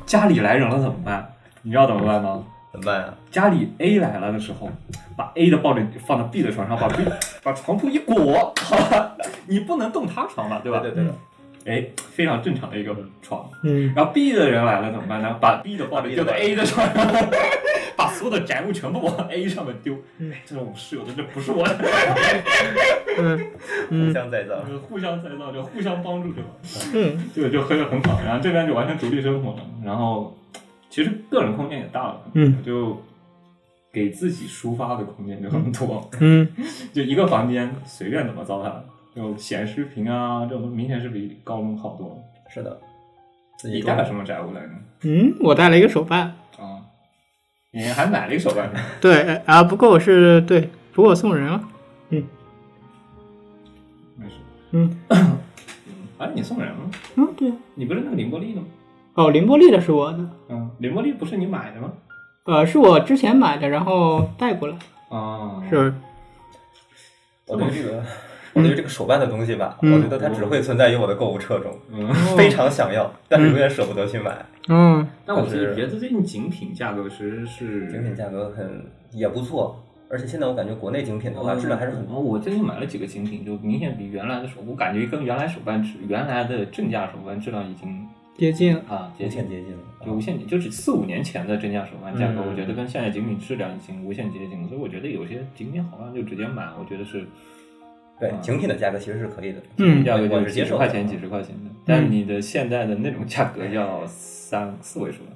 家里来人了怎么办？你知道怎么办吗？
怎么办啊呀？
家里 A 来了的时候，把 A 的抱枕放到 B 的床上，把 B 把床铺一裹，好吧，你不能动他床吧，对吧？
对对对，
哎，非常正常的一个床。
嗯，
然后 B 的人来了怎么办呢？把 B 的抱枕丢到 A 的床上， 把所有的宅物全部往 A 上面丢。哎这种室友真的不是我的， 嗯
互相再造。
互相再造就互相帮助就完。
嗯
对，就很很好。然后这边就完全独立生活了，然后其实个人空间也大了，
嗯，
就给自己抒发的空间就很多，
嗯
就一个房间随便怎么糟蹋，就显示屏啊这种东西明显是比高中好多了。
是的，自
你
己
带了什么宅物来着？
嗯，我带了一个手办，
啊，你还买了一个手办，
对啊，不过我是对，不过我送人了，
没事。
嗯
哎，你送人了？
嗯，对，
你不是那个凌波丽的吗？
哦，凌波丽的是我的，
嗯，凌波丽不是你买的吗？
呃，是我之前买的，然后带过来，
啊，
是，
我对这
嗯
个， 我对这个手办的东西吧，
嗯
我觉得它只会存在于我的购物车中，
嗯，
非常想要，但是永远舍不得去买。
嗯
但我自己觉得最近精品价格其实是
精品价格很也不错，而且现在我感觉国内精品的话
哦
质量还是很
哦，我最近买了几个精品，就明显比原来的手，我感觉跟原来手办质，原来的正价手办质量已经
接近了，
啊接
无
近
限，接近啊了。
就无限，就是四五年前的正价手办价格，
嗯
我觉得跟现在精品质量已经无限接近了，所以我觉得有些精品好像就直接买，我觉得是
对
嗯
精品的价格其实是可以的，
嗯
价格
我
就是是
接
几
受
十
的啊嗯
块钱、几十块钱的，但你的现在的那种价格要三四位数了，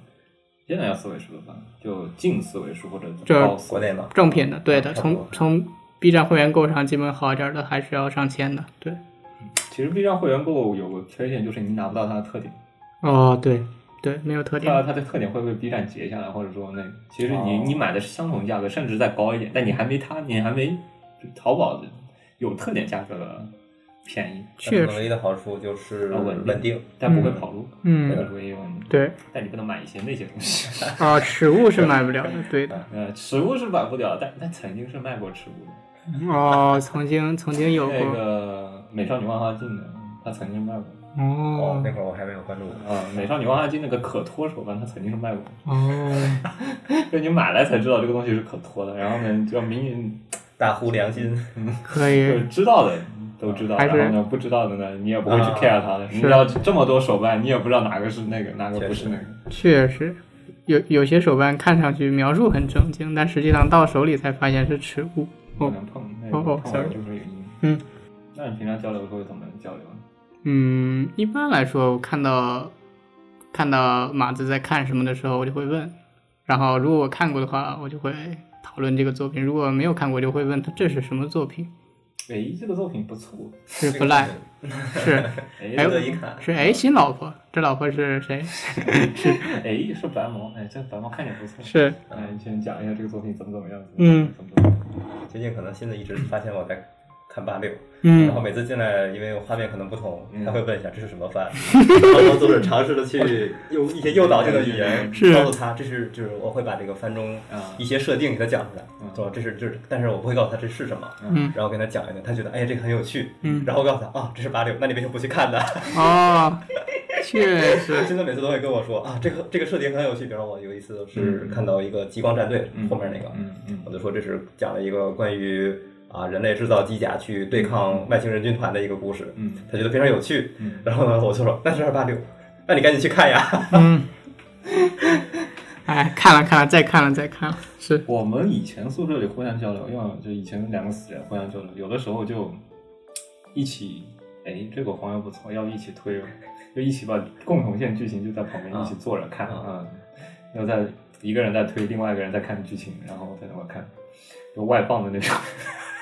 现在要四位数了吧？就近四位数或者
这
高四
国
位
内
数。
嘛，
正品的，对的，
差不
从
多
从 B 站会员购上，基本好一点的还是要上千的，对，
其实 B 站会员购有个缺陷，就是你拿不到它的特点。
哦，对对，啊没有特
看到
点，
它的特点会被 B 站截下来，或者说那个，其实你、
哦
你买的是相同价格，甚至再高一点，但你还没它，你还没淘宝的有特点价格的便宜，
确
但是
实，
唯一的好处就是
啊稳定
稳定，
但不会跑路，这个
嗯，
是唯一的问题。
对，
但你不能买一些那些东西，
啊，食物是买不了的，对的，
呃，食物是买不了，但但曾经是卖过食物的，
哦，曾经曾经有
那
过，
个《美少女万花镜》的，它曾经卖过。
哦
哦，
那会儿我还没有关注过。
啊，《美少女万花镜》那个可脱手办，它曾经是卖过的，
哦，
就你买来才知道这个东西是可脱的，然后呢，就明
大呼良心，
可
就
以
是，知道的都知道，
还
然
是
后呢不知道的呢，你也不会去
啊
care 它的。你
是
知道这么多手办，你也不知道哪个是那个，哪个
确
不是
实
那个。
确实。有有些手办看上去描述很正经，但实际上到手里才发现是耻物。
不能碰，那
哦
个
哦
碰了
sorry
就是有阴影。
嗯。
那你平常交流会怎么交流？
嗯，一般来说，我看到看到马子在看什么的时候，我就会问。然后，如果我看过的话，我就会讨论这个作品；如果没有看过，就会问他这是什么作品，
哎，这个作品不错，
是不赖， 是
哎，
哎
值得一看。
是哎新老婆，这老婆是谁？
哎是白毛，哎这白毛看着不错。。
是
哎，你先讲一下这个作品怎么怎么样？
嗯
怎么怎么样？
最近可能新的一直发现我在看八六，然后
嗯
每次进来，因为画面可能不同
嗯，
他会问一下这是什么 番，然后作者尝试的去用一些诱导性的语 言
是
告诉他，这是就是我会把这个番中
啊
一些设定给他讲出来
嗯，
说这是这是，但是我不会告诉他这是什么，
嗯
然后跟他讲一讲，他觉得哎呀这个很有趣，
嗯
然后告诉他啊这是八六，那你为什么不去看呢？
哦，确实
真的每次都会跟我说啊这个这个设定很有趣，比如说我有一次是
嗯
看到一个极光战队
嗯
后面那个，
嗯嗯
我就说这是讲了一个关于啊人类制造机甲去对抗外星人军团的一个故事，
嗯
他觉得非常有趣。
嗯，
然后呢，我就说那是二八六，那你赶紧去看呀。
嗯，哎，看了看了，再看了再看了，是
我们以前宿舍里互相交流，因为就以前两个死人互相交流，有的时候就一起，哎，这个黄油不错，要不一起推，就一起把共同线剧情就在旁边
啊
一起坐着看，
啊
嗯，要在一个人在推，另外一个人在看剧情，然后在那块看，就外放的那种。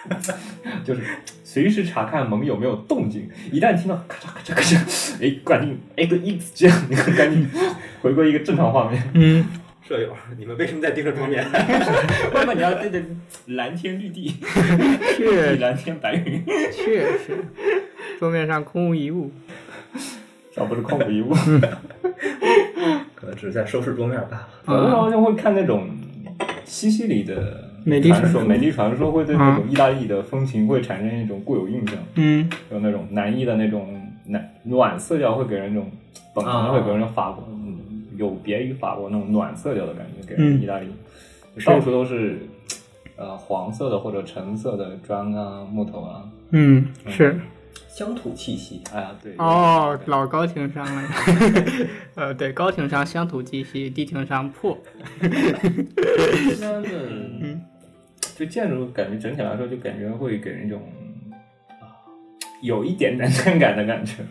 就是随时查看盟友没有动静，一旦听到咔嚓咔嚓咔嚓，哎，赶紧哎个一这样，你赶紧回归一个正常画面。
嗯
舍友，你们为什么在盯着桌面？
外面你要对着蓝天绿地，
确
蓝天白云，
确实，桌面上空无一物。
要不是空无一 物。
嗯
可能只是在收拾桌面罢了。
有的时候就会看那种西西里的
美丽
传
传
说，
说
美丽传说会对那种意大利的风情会产生一种固有印象，
嗯
有那种南意的那种暖暖色调会给人一种，本来会给人一种法国，嗯有别于法国那种暖色调的感觉，给人
嗯
意大利到处都是。呃，黄色的或者橙色的砖啊、木头啊，
嗯，是。
乡土气息。
啊，对，
哦，老高情商 了，呃，对，高情商乡土气息，低情商破。
西安的嗯就建筑感觉整体来说，就感觉会给人一种啊有一点南山感的感觉。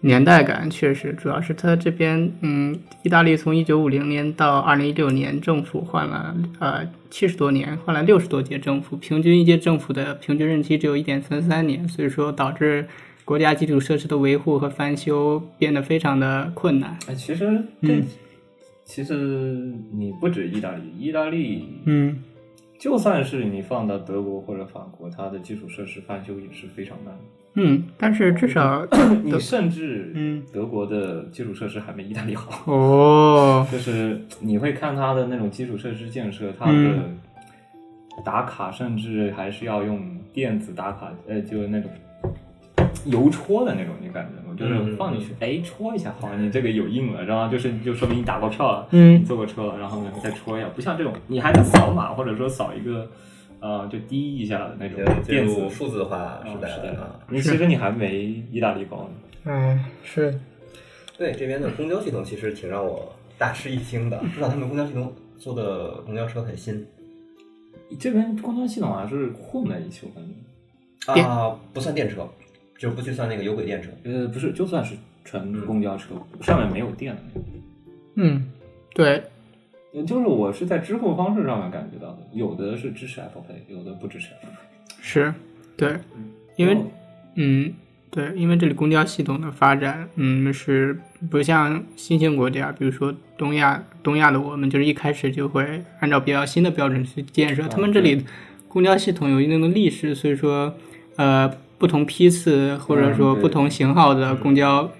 年代感确实，主要是它这边，嗯，意大利从一九五零年到二零一六年，政府换了呃七十多年，换了六十多届政府，平均一届政府的平均任期只有一点三三年，所以说导致国家基础设施的维护和翻修变得非常的困难。
哎，其实
嗯
这、其实你不止意大利，意大利
嗯，
就算是你放到德国或者法国，它的基础设施翻修也是非常难。
嗯，但是至 少，
你甚至
嗯
德国的基础设施还没意大利好。
哦，
就是你会看它的那种基础设施建设，它的
嗯
打卡甚至还是要用电子打卡，呃，就是那种邮戳的那种，你感觉吗？就是放进去，
嗯
哎，戳一下，好，你这个有印了，然后就是就说明你打过票了，
嗯
你坐过车了，然后呢再戳一下，不像这种，你还得扫码或者说扫一个，呃，就滴一下的那种
进
电子
入。数字化时
嗯
代
是
了
的
啊，，
你其实你还没意大利高呢。
哎，是，
对这边的公交系统其实挺让我大吃一惊的，不知道他们公交系统做的公交车很新
这边公交系统还是混在一起，我感觉。
电
啊，不算电车，就不去算那个有轨电车。
呃，不是，就算是纯
嗯
公交车，上面没有电的那种。
嗯，对，
呃就是我是在支付方式上面感觉到的，有的是支持 Apple Pay，有的不支持 Apple Pay。
是，对，因
哦
为嗯，对，因为这里公交系统的发展，嗯，是不像新兴国家，比如说东亚，东亚的我们就是一开始就会按照比较新的标准去建设。他们这
哦
里公交系统有一定的历史，所以说，呃，不同批次或者
嗯
说不
对
同型号的公交、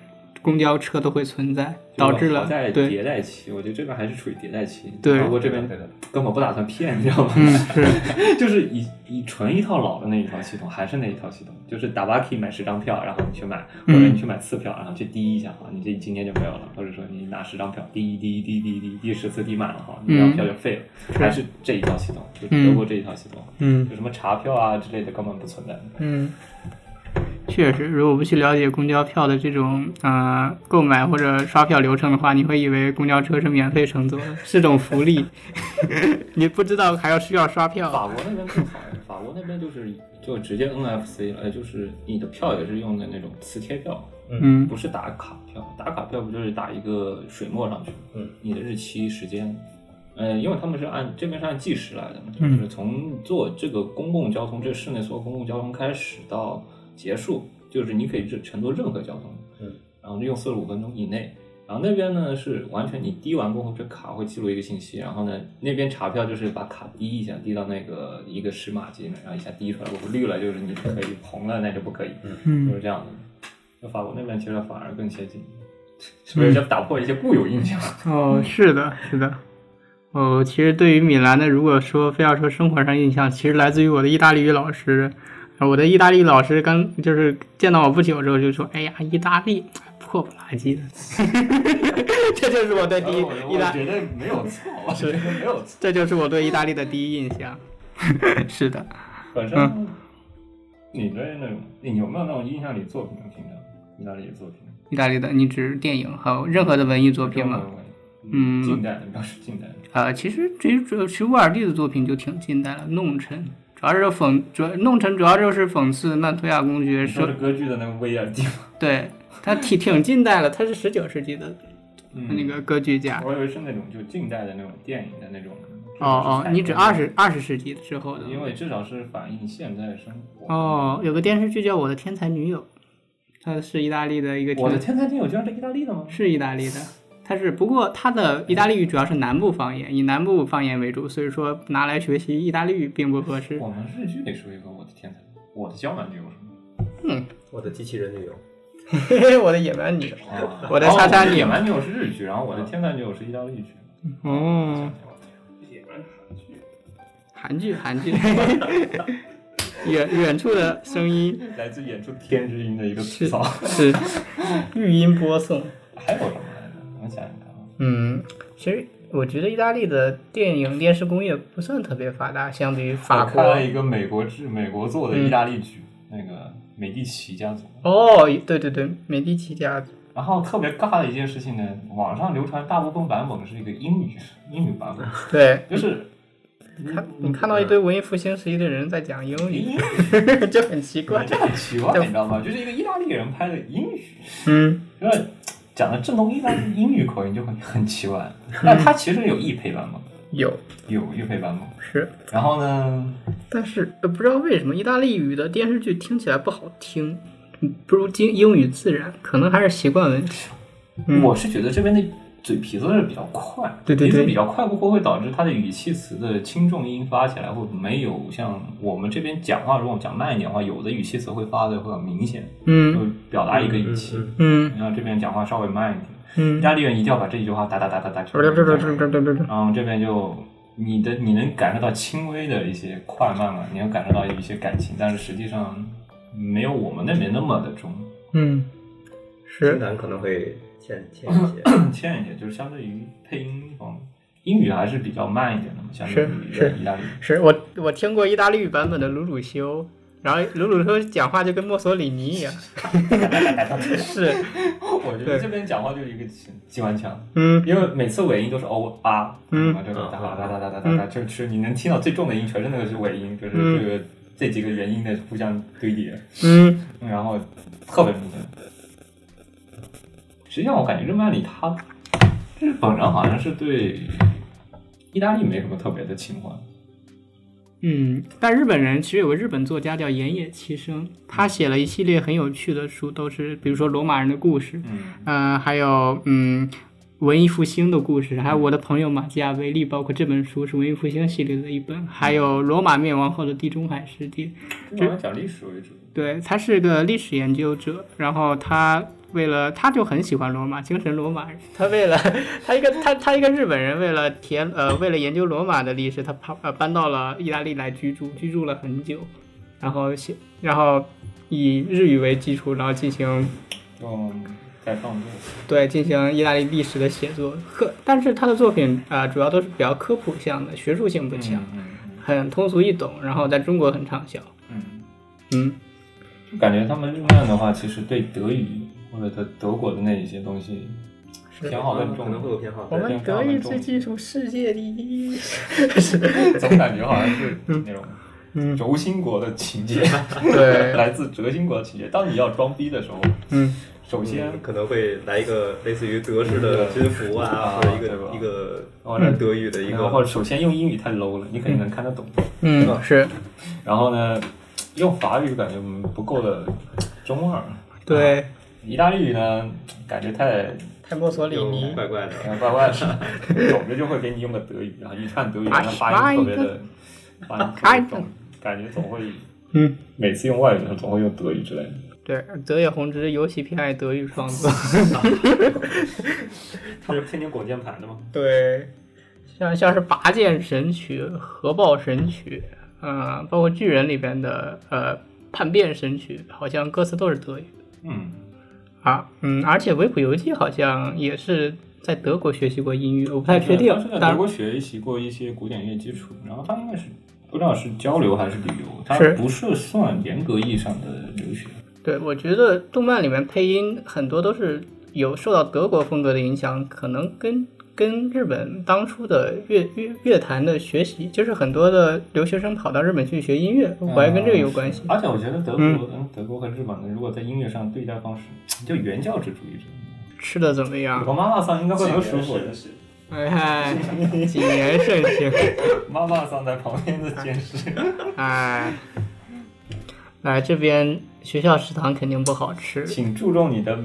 公交车都会存在，导致了
在
对，
迭代期，我觉得这边还是处于迭代期。
对
德国这边
对的
根本不打算骗，你知道吗？
嗯， 是，
就是以以纯一套老的那一套系统，还是那一套系统，就是打 b 可以买十张票，然后你去买，或者你去买次票，然后去滴一下啊，你这今天就没有了，或者说你拿十张票滴一滴一滴滴一滴滴十次滴满了哈，你这张票就废了，还是这一套系统，就是德国这一套系统。
嗯
就什么查票啊之类的根本不存在。
嗯。确实，如果不去了解公交票的这种呃购买或者刷票流程的话，你会以为公交车是免费乘坐的，是种福利。 你不知道还要需要刷票。
法国那边更好一点，法国那边就是就直接 NFC 了，呃就是你的票也是用的那种磁贴票，
嗯
不是打卡票。打卡票不就是打一个水墨上去，
嗯，
你的日期、时间，呃，因为他们是按这边是按计时来的嘛，就
嗯
是从坐这个公共交通，这室内所有公共交通开始到结束，就是你可以是乘坐任何交通，
嗯，
然后就用四十五分钟以内。然后那边呢是完全你滴完过后，这卡会记录一个信息，然后呢那边查票就是把卡滴一下，滴到那个一个识码机里面，然后一下滴出来，过后绿了就是你可以，红了那就不可以，就
嗯
是这样的。那法国那边其实反而更先进，是不
嗯
是要打破一些固有印象？
哦，是的，是的。哦，其实对于米兰呢，如果说非要说生活上印象，其实来自于我的意大利语老师。呃我的意大利老师刚就是见到我不久之后就说：“哎呀，意大利破不拉几的。” 这就是呃我对第一意大
觉得没有错，我觉得没有错。
这就是我对意大利的第一印象。 是的，
本
嗯
身你对那种你有没有那种印象里作品能听到意大利的作品？
意大利的，你指电影还有任何的文艺作品
中
吗？
文为
嗯
近代的，应该是近代的。
呃，其实这主其实瓦尔第的作品就挺近代了，《弄臣》主要是讽主要《弄臣》主要就是讽刺曼图亚公爵
你说
说
的，歌剧的那个威尔第吗？
对他挺挺近代了，他是十九世纪的 那
嗯，
个歌剧家。
我以为是那种就近代的那种电影的那种。
哦哦，你指二
十？
十二十世纪之后的？
因为至少是反映现在生活。，
哦，有个电视剧叫《我的天才女友》，它是意大利的一个
我的天才女友居然是意大利的吗？
是意大利的，它是不过它的意大利语主要是南部方言，以南部方言为主，所以说拿来学习意大利语并不合适。
我们日剧里说一个我的天才，我的娇蛮女友是吗？
我的机器人女友，
我的野蛮女，
哦
我的叉叉女友
野蛮女友是日剧，然后我的天才女友是意大利剧。
哦，
野蛮韩剧，
韩剧韩剧，远远处的声音
来自远处天之音的一个吐槽。
是语音播送。
还有什么来着？我想一想啊，
嗯，其实我觉得意大利的电影电视工业不算特别发达，相比于法
我看
国嗯
了一个美国制美国做的意大利剧，那个美第奇家族。
哦，对对对，美第奇家族。
然后特别尬的一件事情呢，网上流传大部分版本是一个英语英语版 本，
对，
就是
看你看到一堆文艺复兴时期的人在讲英语，
英语，
就很奇怪。
这很奇怪，
就
你知道吗？就是一个意大利人拍的英语，
嗯，
就是讲的正宗意大利英语口音就很很奇怪。那它其实有译配版本，
有
有译配版本。
是，
然后呢，
但是呃，不知道为什么意大利语的电视剧听起来不好听，嗯不如英英语自然，可能还是习惯问题。嗯
我是觉得这边的嘴皮子是比较快，
对对对
鼻子比较快，会不会导致它的语气词的轻重音发起来会没有像我们这边讲话，如果讲慢一点的话，有的语气词会发的会很明显，会
嗯
表达一个语气。
嗯
嗯
然后这边讲话稍微慢一点，
嗯
意，大利人一定要把这一句话哒哒哒哒哒
对对对对对对对对，
然后这边就你的你能感受到轻微的一些快慢嘛，你能感受到一些感情，但是实际上没有我们那边那么的重，
嗯，
情
是，
感可能会欠欠一些。
很 欠一点，就是相对于配音方面，英语还是比较慢一点的嘛，相对于
是
意大利。
是我我听过意大利语版本的鲁鲁修，然后鲁鲁修讲话就跟墨索里尼 一样，是，
我觉得
对
这边讲话就是一个机机关枪，
嗯
因为每次尾音都是哦啊，
嗯
然后这个哒哒哒哒哒哒哒哒，就是你能听到最重的音全是那个是尾音，就是
嗯
这个这几个元音的互相堆叠。
嗯
嗯然后特别明显。实际上，我感觉日漫里他日本人好像是对意大利没什么特别的情怀。
嗯，但日本人其实有个日本作家叫岩野七生，他写了一系列很有趣的书，都是比如说罗马人的故事，
嗯，
呃，还有嗯文艺复兴的故事，还有我的朋友马基亚维利，包括这本书是文艺复兴系列的一本，还有罗马灭亡后的地中海世界，
基本上讲历史为主。
对他是个历史研究者，然后他为了他就很喜欢罗马，精神罗马人。他为了他一个他他一个日本人，为了填呃为了研究罗马的历史，他跑呃搬到了意大利来居住，居住了很久，然后写然后以日语为基础，然后进行
嗯，在放纵。
对进行意大利历史的写作。科但是他的作品啊、呃主要都是比较科普向的，学术性不强，
嗯
很通俗易懂，然后在中国很畅销。
嗯，
嗯
就感觉他们日漫的话，其实对德语或者德德国的那一些东西
是
偏好很
可
重
能会有偏好。
我
对
们德语最近什么世界第 一？
总感觉好像 是那种
嗯，
轴心国的情节，
对，
来自轴心国的情节。当你要装逼的时候，
嗯，
首先
嗯可能会来一个类似于德式的军服啊，
嗯
或者一
对吧
个一个
或者
德语的一
然
个
后首先用英语太 low 了，你肯定能看得懂。
嗯，是
然后呢，用法语感觉不够的中二。啊
对，
意大利语呢，感觉太
泰墨索里
有
尼，
怪怪的。
怪怪呃的，总之就会给你用个德语，然后一看德语，
哎
那发音特别的，发音特别重，感觉总会
嗯，
每次用外语的时候总会用德语之类的。
对，泽野弘之尤其偏爱德语创作，
他们天天滚键盘的吗？
对，像像是《拔剑神曲》《核爆神曲》，嗯，包括《巨人》里边的呃《叛变神曲》，好像歌词都是德语
嗯，
啊，嗯，而且《维普游记》好像也是在德国学习过音乐，我不太确定
他是，在
但
德国学习过一些古典乐基础，然后他应该是不知道是交流还是旅游，他
是
不是算严格意义上的留学。
对，我觉得动漫里面配音很多都是有受到德国风格的影响，可能跟跟日本当初的乐乐乐坛的学习，就是很多的留学生跑到日本去学音乐，我怀疑跟这个有关系。
而且我觉得德国、
嗯
嗯、德国和日本呢，如果在音乐上对待方式，就原教旨主义者，
吃的怎么样？
我妈妈桑应该会很舒服的。
哎嗨，谨言慎行，
妈妈桑在旁边的监
啊
视，
哎，来这边学校食堂肯定不好 吃。
请注重你的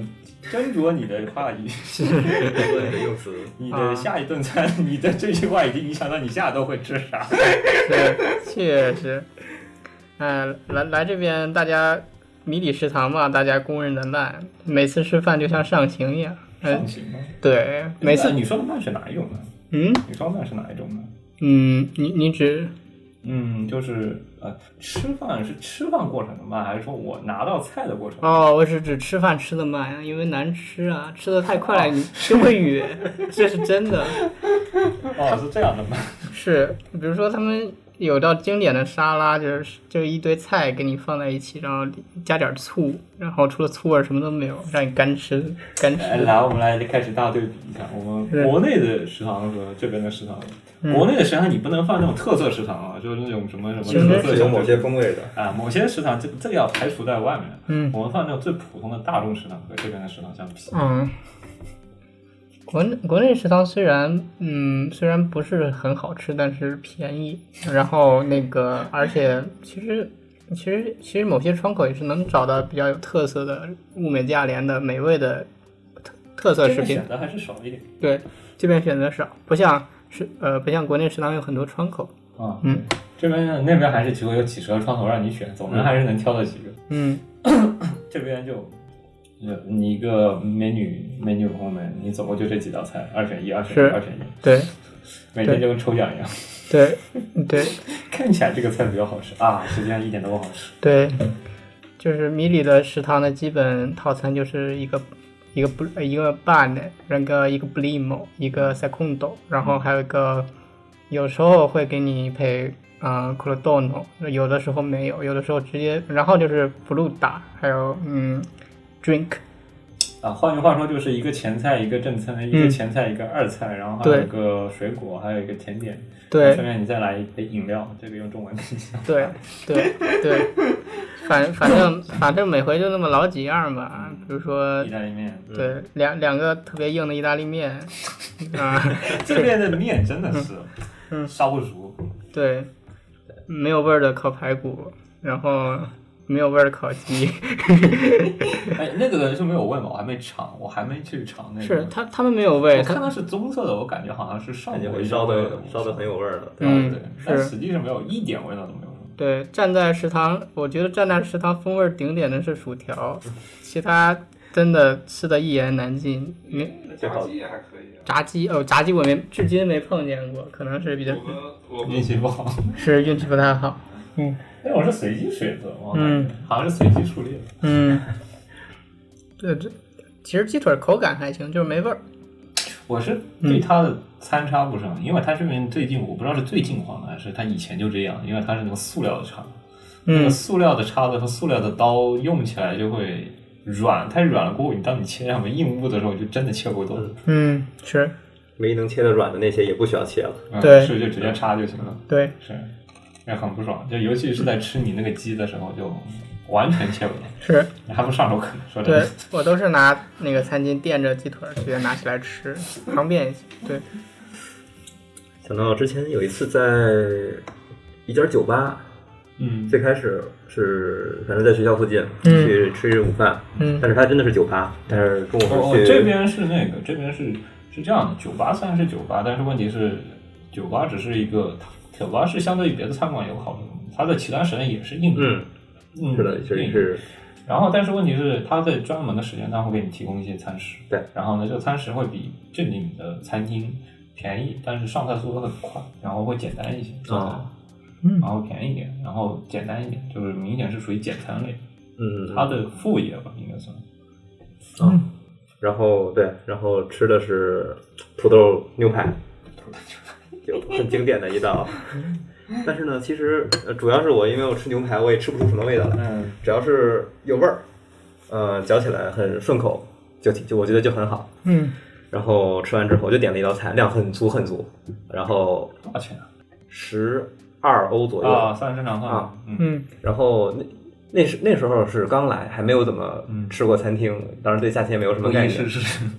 斟酌你的话 语，
对的用词，
你的下一顿餐， 你的这句话已经影响到你下一顿会吃 啥。
对，确实。嗯、来来这边，大家迷你食堂嘛，大家公认的烂，每次吃饭就像上刑一样。嗯、
上行吗？
对，每次，
你说的慢是哪一种呢？
嗯
你说的慢是哪一种呢？
嗯，你你指，
嗯，就是呃，吃饭是吃饭过程的慢，还是说我拿到菜的过
啊
程？
哦，我是指吃饭吃的慢啊，因为难吃啊， 吃的太快了，你就会哕，这是真的。
哦，是这样的慢。
是，比如说他们有道经典的沙拉，就是就是一堆菜给你放在一起，然后加点醋，然后除了醋味儿什么都没有，让你干吃干吃。
哎来，我们来开始大对比一下，我们
对
国内的食堂和这边的食堂。
嗯
国内的食堂你不能放那种特色食堂啊，就是那种什么什么
其实
特色小
是有
吃
某些风味的。
啊，某些食堂这这个要排除在外面。
嗯
我们放那种最普通的大众食堂和这边的食堂相比，
嗯，国内国内食堂虽然嗯虽然不是很好吃，但是便宜，然后那个而且其实。其实，其实某些窗口也是能找到比较有特色的、物美价廉的、美味的特特色
这
食
边
品
选。择还是少一点。
对，这边选择少，不像是呃，不像国内食堂有很多窗口。
啊，
嗯，
这边呢那边还是几个有几十个窗口让你选，总之还是能挑到几个。
嗯
这边就，呃你一个美女美女朋友们，你总共就这几道菜，二选一，二选一，
是
二选一，，
对
每天就跟抽奖一样。
对对
看起来这个菜比较好吃啊，实际上一点都不好吃。
对，就是米里的食堂的基本套餐就是一个一个不一个 ban，然后一个 blimo，一个 secondo，然后还有一个有时候会给你配。嗯 c r o d o n o 有的时候没有，有的时候直接，然后就是 blue 打，还有嗯，drink，
啊，换句话说，就是一个前菜，一个正餐，一个前菜，一个二菜，然后还有
嗯对
一个水果，还有一个甜点。
对呃
顺，便你再来一杯饮料，这个用中文跟你讲。
对对对，反反正反正每回就那么老几样吧，比如说
意大利面，
对两两个特别硬的意大利面，啊、
这边的面真的是，
嗯
烧不熟。
对，没有味儿的烤排骨，然后没有味儿的烤鸡，
哎，那个人是没有问嘛，我还没尝，我还没去尝那个。
是他他们没有味，
我看
他
它是棕色的，我感觉好像是上
感觉
过
会
一
烧
道
的烧的很有味儿的。
对对对
嗯，
但
是
实际上没有一点味道都没有。
对站在食堂，我觉得站在食堂风味儿顶点的是薯条，其他真的吃的一言难尽。没
炸鸡也还可以啊。
炸鸡哦，炸鸡我没至今没碰见过，可能是比较
我们呃我
运
们
气不好，
是运气不太好。嗯。
那种是随机选择嘛，
嗯，
好像是随机出列。
嗯，对，这其实鸡腿口感还行，就是没味儿。
我是
嗯
对它的参差不上，因为它这边最近我不知道是最近换的还是它以前就这样，因为它是那个塑料的叉，
嗯
那个
嗯
塑料的叉子和塑料的刀用起来就会软，太软了过后，你当你切上面硬物的时候，就真的切不动，
嗯
嗯，是
唯一能切的软的那些也不需要切了。
嗯
对
是就直接插就行了，
对，
是，也很不爽，就尤其
嗯
是在吃你那个鸡的时候，就完全切不动，
是
你 还不上手啃，说真
对
的，
我都是拿那个餐巾垫着鸡腿儿直接拿起来吃，方便一些。对，
想到之前有一次在一家酒吧，
嗯，
最开始是反正在学校附近
嗯
去吃午饭，
嗯
但是它真的是酒吧，但是中
哦
午
哦，
是去
这边是那个，这边是是这样的，酒吧虽然是酒吧，但是问题是，酒吧只是一个，酒吧是相对于别的餐馆有好处，它在其他时间也是硬的，
嗯，
嗯，
是的，确
硬
实
的
是
然后，但是问题是，它在专门的时间段会给你提供一些餐食。
对。
然后呢，这个餐食会比正经的餐厅便宜，但是上菜速度会很快，然后会简单一些，
哦
嗯
然后便宜一点，然后简单一点，就是明显是属于简餐类，
嗯，
它的副业吧，应该算。
嗯，然后对，然后吃的是土豆牛排，就很经典的一 道。但是呢，其实呃主要是我因为我吃牛排，我也吃不出什么味道来，
嗯，
只要是有味儿，呃，嚼起来很顺口，就挺就我觉得就很好。
嗯，
然后吃完之后，我就点了一道菜，量很足很足，然后
多少钱啊？
十二欧左右。
啊，算正常算
啊。
嗯
嗯
然后那那时那时候是刚来，还没有怎么
嗯
吃过餐厅，当时对价钱也没有什么
不
概
一
念。
是是，
嗯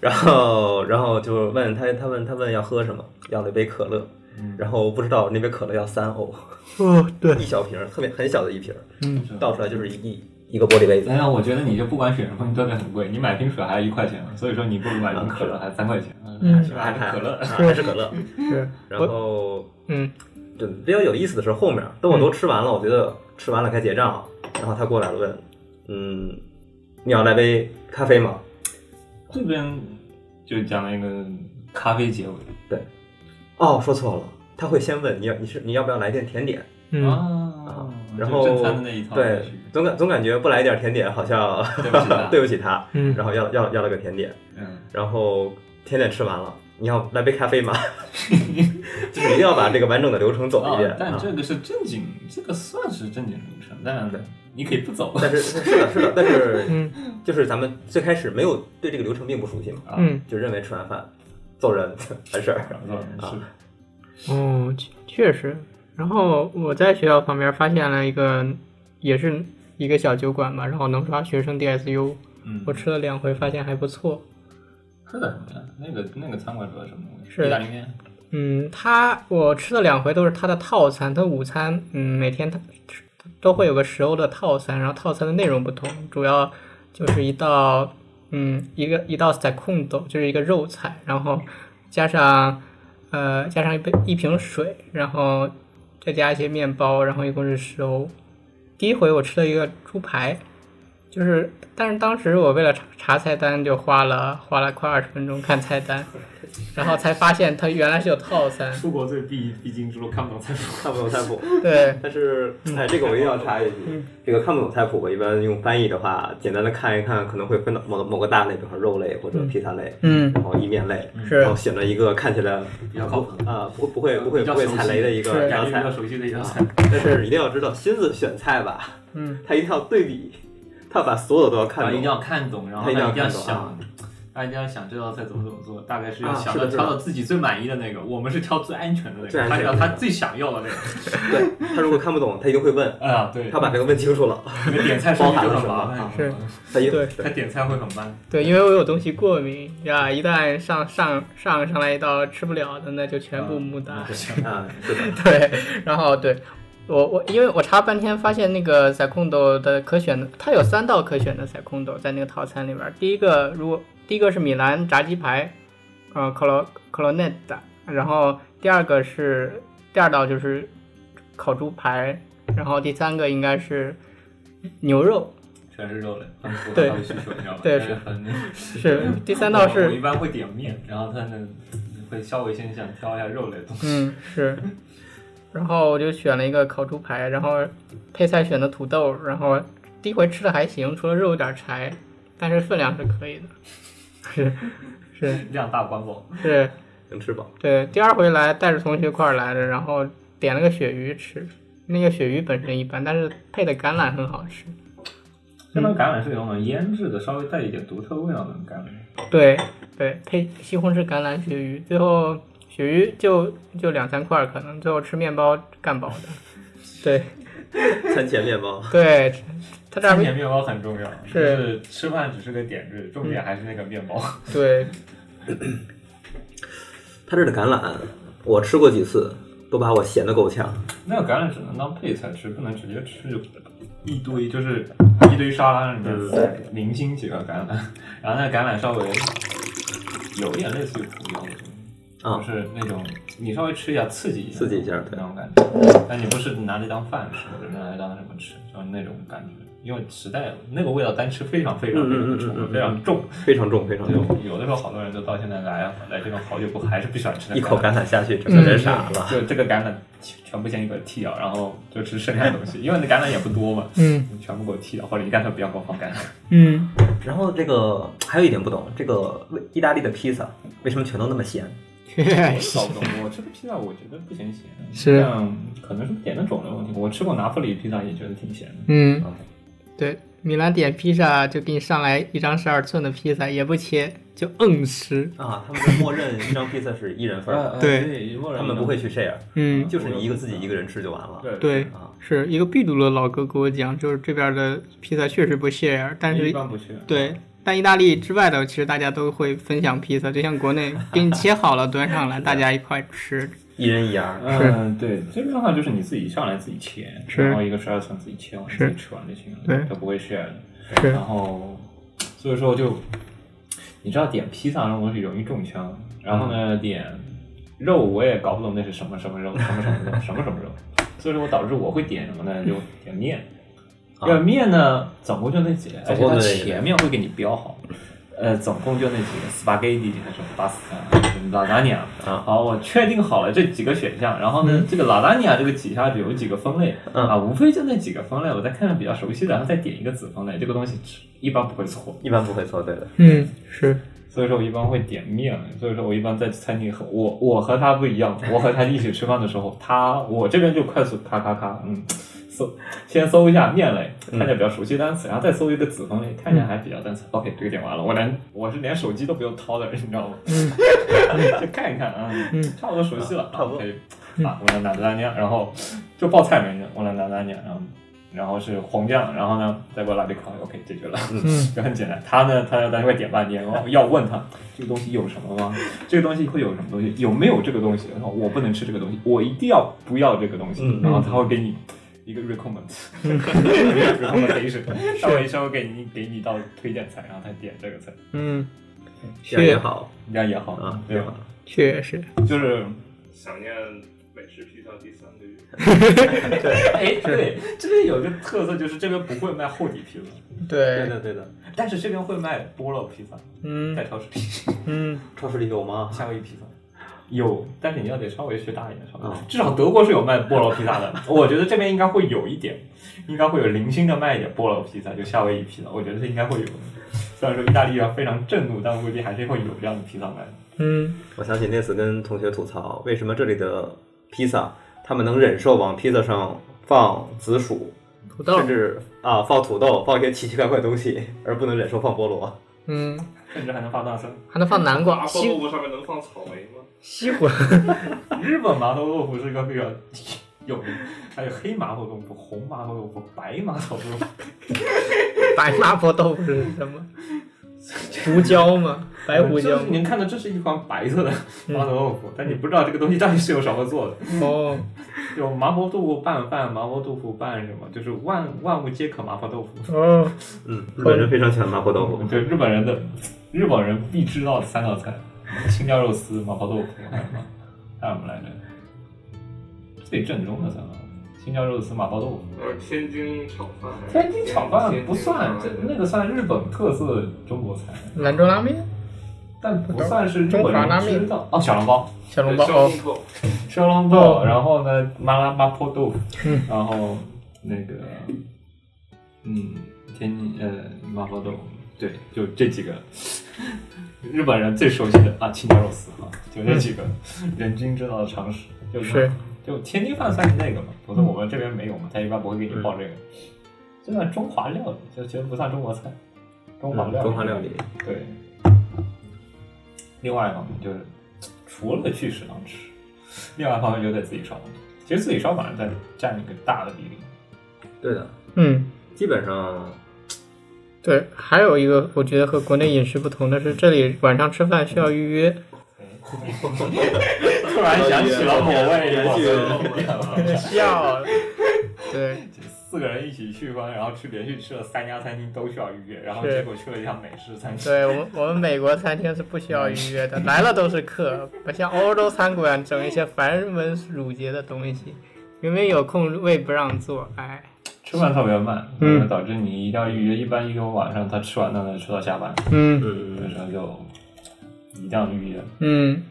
然后，然后就问他，他问他问要喝什么，要了一杯可乐，
嗯
然后不知道那杯可乐要三欧，
哦对，
一小瓶儿，特别很小的一瓶儿，
嗯
倒出来就是一一一个玻璃杯子。
哎呀，我觉得你就不管选什么，你都得很贵。你买瓶水还一块钱，所以说你不如买瓶可乐还三块钱，
嗯
是吧？还是可乐
啊，还是可乐。
是
然后，
嗯
对，比较有意思的是后面，等我都吃完了，我觉得吃完了该结账了，然后他过来了问，嗯，你要来杯咖啡吗？
这边就讲了一个咖啡结尾
哦，说错了，他会先问你要你是你要不要来点甜点？
嗯，
啊
然后
就正餐的那一套
对
去，
总感总感觉不来点甜点好像
对啊不起大家
对不起他，
嗯
然后要要要了个甜点。
嗯，
然后甜点吃完了，你要来杯咖啡吗？就是定要把这个完整的流程走一遍
啊。但
啊
这个是正经，这个算是正经流程，但
对
你可以不走。
但是是的，是的，但是
嗯
就是咱们最开始没有对这个流程并不熟悉嘛，
啊，
嗯，
就认为吃完饭揍人 完事儿。
然后是
哦，确确实。然后我在学校旁边发现了一个，也是一个小酒馆嘛，然后能刷学生 DSU，
嗯，
我吃了两回，发现还不错。
吃的什么呀？那个那个餐馆主要什么东西？
是
意大利面。
嗯，他我吃了两回都是他的套餐，他午餐，嗯，每天他都会有个十欧的套餐，然后套餐的内容不同，主要就是一道，嗯，一个一道 s e c o n d o 就是一个肉菜，然后加上呃加上一杯一瓶水，然后再加一些面包，然后一共是十欧。第一回我吃了一个猪排，就是但是当时我为了查查菜单就花了花了快二十分钟看菜单。然后才发现它原来是有套餐。
出国最必必经之路，看不懂菜谱。
看不懂菜谱，
对，
但是哎，这个我一定要插一
嗯
句，这个看不懂菜谱，我一般用翻译的话，简单的看一看，可能会分到某某个大类，比如说肉类或者披萨类，
嗯
然后意面类，
是
然后选了一个看起来
比较靠谱
啊，不不会不会
呃比较
不会
熟
踩
悉
雷的一个
是
一道
感觉比
菜
较，熟悉的一道 菜
啊。但是一定要知道心思选菜吧，
嗯，
他一定要对比，他把所有的都要
然后
看
啊一定
懂。
要看懂，然后
他一定
他
要
一定要
看懂啊
想，他一定要想这道菜怎么怎么做，大概是要
啊
想
是
到
的是的
挑到自己最满意的那个。我们是挑最安全的那
最
个，
安
他
全的
挑他最想要的那个。
对他如果看不懂，他一定会 问，
啊，对，
他把这个问清楚了，
可能点菜顺序就很麻烦，
包
含了什么
他一
对
他点菜会很慢。
对，因为我有东西过敏呀，一旦上上上上来一道吃不了的，那就全部木
啊
达。
啊，是的，
对，然后对我我因为我查半天发现那个 s e c o n d o 的可选的，它有三道可选的 s e c o n d o 在那个套餐里边儿。第一个如果第一个是米兰炸鸡排，呃 c o l o c o l o n e t a 然后第二个是第二道就是烤猪排，然后第三个应该是牛肉，
全是肉类，很符合
对
他的需 求，你知道吧？
对
就是很。
是第 三道
我我
是
一般会点面，然后他呢会稍微先想挑一下肉类的东西。
嗯，是。然后我就选了一个烤猪排，然后配菜选的土豆，然后第一回吃的还行，除了肉有点柴，但是分量是可以的。是是
量大管饱，
是，
能吃饱。
对。第二回来带着同学一块儿来的，然后点了个鳕鱼吃，那个鳕鱼本身一般，但是配的橄榄很好吃。
这道橄榄是有那种腌制的，稍微带一点独特味道的橄榄。
对对，配西红柿橄榄鳕鱼，最后鳕鱼就就两三块儿，可能最后吃面包干饱的。对
餐前面包，
对，他这儿
餐前面包很重要，就是是吃饭只是个点缀，重点还是那个面包。
对
他这儿的橄榄，我吃过几次，都把我咸的够呛。
那个橄榄只能当配菜吃，不能直接吃一堆，就是一堆沙拉里面零星几个橄榄， 然后那个橄榄稍微有点类似于葡萄，
啊
就是那种你稍微吃一下刺激一下，
刺激一下对
那种感觉。但你不是拿这当饭吃，或者拿这当什么吃，就是那种感觉。因为实在那个味道单吃非常非常非常
嗯嗯嗯嗯
重，
嗯
非常重。
非常重，非常重，
就有的时候好多人都到现在来啊来这种好久不还是不喜欢吃那
一
个
口
橄榄
橄榄下去，整个人傻了。
就这个橄榄全部先给我剔掉，然后就吃剩下的东西，因为那橄榄也不多嘛，
嗯
你全部给我剔掉，或者你干脆不要给我放橄榄。
嗯，
然后这个还有一点不懂，这个为意大利的披萨为什么全都那么咸？
我搞不懂，我吃的披萨我觉得不嫌咸，
哎是
像可能是点的种类问题。我吃过拿破里披萨也觉得挺咸的，
嗯
嗯，
对，米兰点披萨就给你上来一张十二寸的披萨，也不切，就硬吃。
啊，他们是默认一张披萨是一人 份儿的，嗯
对
对，默认
他们不会去 share，
嗯，
就是一个自己一个人吃就完了。
对
对
啊，
是一个秘鲁的老哥给我讲，就是这边的披萨确实不 share，但
一
是
般不去。
对，但意大利之外的其实大家都会分享披萨，就像国 内给你切好了端上来，大家一块吃。
一人一样。
嗯，对，这边的话就是你自己上来自己切，
是
然后一个十二寸自己切完
是
自己吃完就行了，
对
它不会 share 的。
是
然后所以说就你知道点披萨那种东西容易中枪，然后
嗯
呢点肉我也搞不懂那是什么什么肉，什么什么肉，什么什么肉，所以说我导致我会点什么呢？就点面，
啊
因为面呢总共就那几类，而
总
且
共
它
就那几类
前面会给你标好。呃，总共就那几个 spaghetti 还是 pasta 拉达尼亚
啊
好，我确定好了这几个选项，然后呢，这个拉达尼亚这个底下有几个分类
嗯
啊，无非就那几个分类，我再看看比较熟悉的，然后再点一个子分类，这个东西一般不会错。
一般不会错对的，
嗯，是
所以说我一般会点面，所以说我一般在餐厅和我我和他不一样，我和他一起吃饭的时候，他我这边就快速咔咔咔，嗯，搜先搜一下面类，看见比较熟悉单词，然后再搜一个子分类，看见还比较单词，OK，这个点完了，我连我是连手机都不用掏的人，你知道吗？ 就看一看啊，差不多熟悉了，
嗯差不多
可以啊，我来拿拿捏，然后就报菜名字，我来拿拿捏，然后然后是红酱，然后呢再给我来杯烤肉，OK 解决了，
嗯
就很简单。他呢，他要在那块点半天， 然后要问他这个东西有什么吗？这个东西会有什么东西？有没有这个东西？然后我不能吃这个东西，我一定要不要这个东西。
嗯
然后他会给你一个 recommend，recommendation，稍微稍微给你给你一道推荐菜，然后他点这个菜，
嗯，
这样也
确
好
这样也好
啊，
对
也
吧
好？。
确实，
就是
想念美食频道第三个月，
哎，对，这边有一个特色就是这边不会卖厚底披萨，
对
对，
的对的，
但是这边会卖菠萝披萨，在
嗯
超市里，
嗯
超市里有吗？
夏威夷披萨。有，但是你要得稍微学大一点，
嗯
稍微、
啊
至少德国是有卖菠萝披萨的，我觉得这边应该会有一点，应该会有零星的卖一点菠萝披萨，就夏威夷披萨，我觉得这应该会有。虽然说意大利啊人非常震怒，但我估计还是会有这样的披萨卖的。
嗯，
我想起那次跟同学吐槽，为什么这里的披萨他们能忍受往披萨上放紫薯，
土豆
甚，至啊放土豆，放一些奇奇怪怪的东西，而不能忍受放菠萝。
嗯，
甚至还能发大声。
还能放南瓜，
麻婆
西
豆腐上面能放草莓吗？
西瓜，
日本麻婆豆腐是一个比较有名，还有黑麻婆豆腐、红麻婆豆腐、白麻婆豆腐。
白麻婆豆腐是什么？胡椒吗？白胡椒
就
嗯
是
吗？
您看到这是一款白色的麻婆豆腐，但你不知道这个东西到底是由什么做的。
哦，
有麻婆豆腐拌饭，麻婆豆腐拌什么，就是万万物皆可麻婆豆腐。
哦，
嗯，日本人非常喜欢麻婆豆腐。
对日本人的日本人必知道的三道菜：青椒肉丝、麻婆豆腐，还有什么？还有什么来着？最正宗的三道：青椒肉丝、麻婆豆腐。
呃，天津炒饭，
天津炒饭不算，这
天津啊
那个算日本特色中国菜，
兰州拉面，
但不算是日本人知道。哦，小笼包，
小笼
对
包，
烧
哦
龙，口，
小笼包，然后呢，麻辣麻婆豆腐，然后那个，嗯，天津呃麻婆豆腐，对，就这几个。 日本人最熟悉的啊，青椒肉丝啊，就这几个人均知道的常识，就是就天津饭算是那个嘛，否则我们这边没有嘛，他一般不会给你报这个。这算中华料理，就其实不算中国菜，嗯中华料理。
嗯中华料理，
对。另外一方面就是，除了去食堂吃，另外一方面就在自己烧饭。其实自己烧反而占占一个大的比例。
对的，
嗯。
基本上
对，还有一个我觉得和国内饮食不同的是，这里晚上吃饭需要预约，
突然想起了某位
原
我
剧
们
需要。 对，
四个人一起去嘛，然后去连续吃了三家餐厅都需要预约，然后
是
结果去了一家美食餐厅。
对我们我们美国餐厅是不需要预约的，来了都是客，不像欧洲餐馆整一些繁文缛节的东西，明明有空位不让坐，哎，
吃饭特别慢，
嗯
呃导致你一定要预约。一般一个晚上他吃完他能吃到下班，
嗯
所以
嗯，
说就一定要预约。
嗯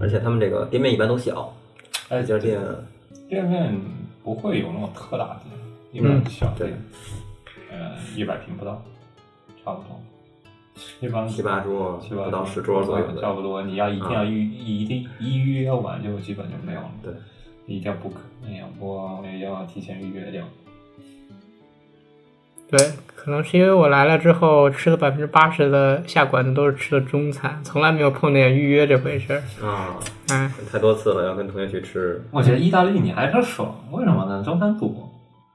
而且他们这个店面一般都小，
哎，
这家店
店面不会有那种特大店，一
嗯
般小店，呃，一百平不到，差不多，一般
七八桌
七八嗯
不到十桌左右
差
的，啊
不多。你要一定要预，一定一预约完就基本就没有了，
对，
一定要 book，你要不也要提前预约掉。
对，可能是因为我来了之后吃的百分之八十的下馆子都是吃的中餐，从来没有碰见预约这回事儿，
啊，
哎，
太多次了，要跟同学去吃，
我觉得意大利你还是爽，为什么呢？中餐多，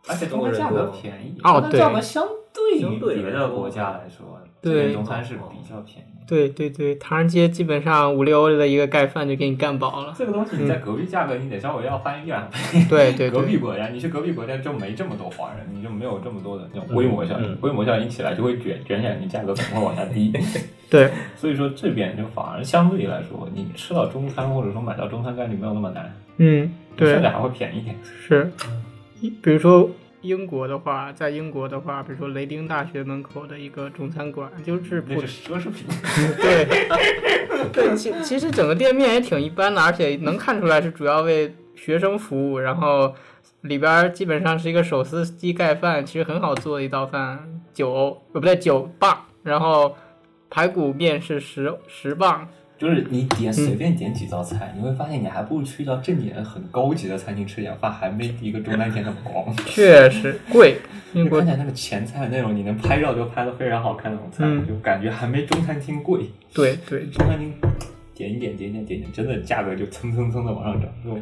而且中餐价格便宜，
中
中
国人多哦
餐
对
价格相对
相对
于别
来
的国家来说，
对
这边中餐是比较便宜的。
对对对，唐人街基本上五六欧的一个盖饭就给你干饱 了。
这个东西你在隔壁价格，你得稍微要翻一两倍。
对对
隔壁
对，
国家，你去隔壁国家就没这么多华人，你就没有这么多的那种规模效应。
嗯
规模效应起来就会卷卷起来，你价格可能会往下低。
对
所以说这边就反而相对来说，你吃到中餐或者说买到中餐概率没有那么难，
嗯
甚
对
至还会便宜一点。
是。一比如说英国的话，在英国的话，比如说雷丁大学门口的一个中餐馆，就是
那
普
是奢侈品。
对 对，其其实整个店面也挺一般的，而且能看出来是主要为学生服务，然后里边儿基本上是一个手撕鸡盖饭，其实很好做的一道饭，九欧呃不对九磅，然后排骨面是十十磅，
就是你
嗯
点随便点几道菜，你会发现你还不如去到正点很高级的餐厅吃点饭，还没一个中餐厅那么高。
嗯 确实贵。英
就
国
看起来那个前菜那种，你能拍照就拍的非常好看那种菜，
嗯
就感觉还没中餐厅贵。
对对，
中餐厅点一点点一点点一点，真的价格就蹭蹭蹭的往上涨。就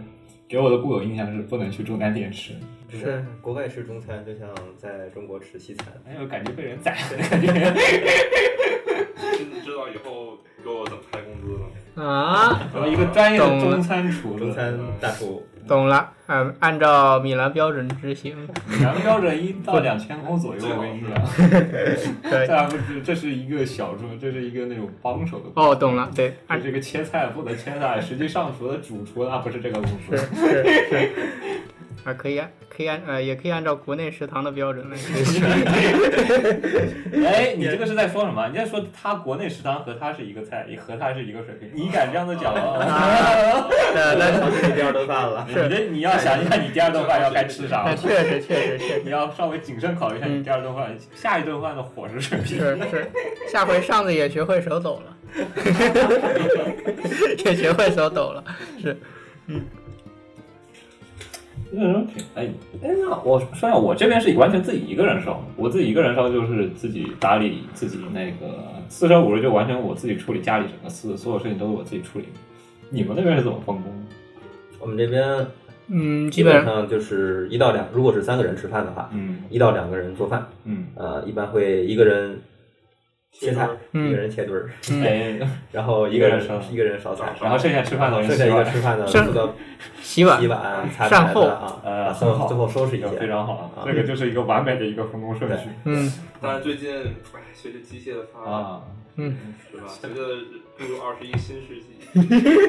给我的固有印象是不能去中餐店吃，
是国外吃中餐，就像在中国吃西餐。
哎呦感觉被人宰了的感觉。
知知道以后给我怎么开工资了？
啊，
我一个专业的
懂了
中餐厨
中
子，
餐大厨
懂了，嗯，按照米兰标准执行，
然后标准一到两千欧左右，我跟你讲，
对
这，还不是这是一个小中，这是一个那种帮手的。
哦，懂了，对，按
这个切菜负责切菜，实际上厨的主厨那不是这个功夫
是。是是，啊，可以按可以按呃，也可以按照国内食堂的标准来。
哎，你这个是在说什么？你在说他国内食堂和他是一个菜，也和他是一个水平？你敢这样子讲 吗？
啊
那那
吃第二顿饭了。
你这你要想一下，你第二顿饭要该吃啥
那？ 确实确实确
你要稍微谨慎考虑一下你第二顿饭、下一顿饭的伙食水
实
平。
是是，下回上次也学会手抖了， 也学会手抖了，是
嗯，哎，哎，那我说一下，我这边是完全自己一个人烧，我自己一个人烧就是自己打理自己那个四舍五入，就完全我自己处理家里整个事，所有事情都是我自己处理。你们那边是怎么分工？
我们这边
嗯，
基
基本上
上就是一到两，如果是三个人吃饭的话，
嗯
一到两个人做饭。
嗯，
呃，一般会一个人切菜，
嗯
一个人切墩儿，
哎，
然后一
一个
个
人
人
烧
一个人烧菜，
然后剩下吃饭的人
剩下一个
洗碗
吃饭的
剩
负责
洗碗
洗碗、擦
善
盘
后
子啊，
呃，
然
很
后
好，
最后收拾一下。
非常好，
啊
这 个就是一个完美的一个分工顺序
嗯
但是最近，哎，随着机械的发展，
啊。
嗯，
是吧？随着步入二十一新世 纪，
入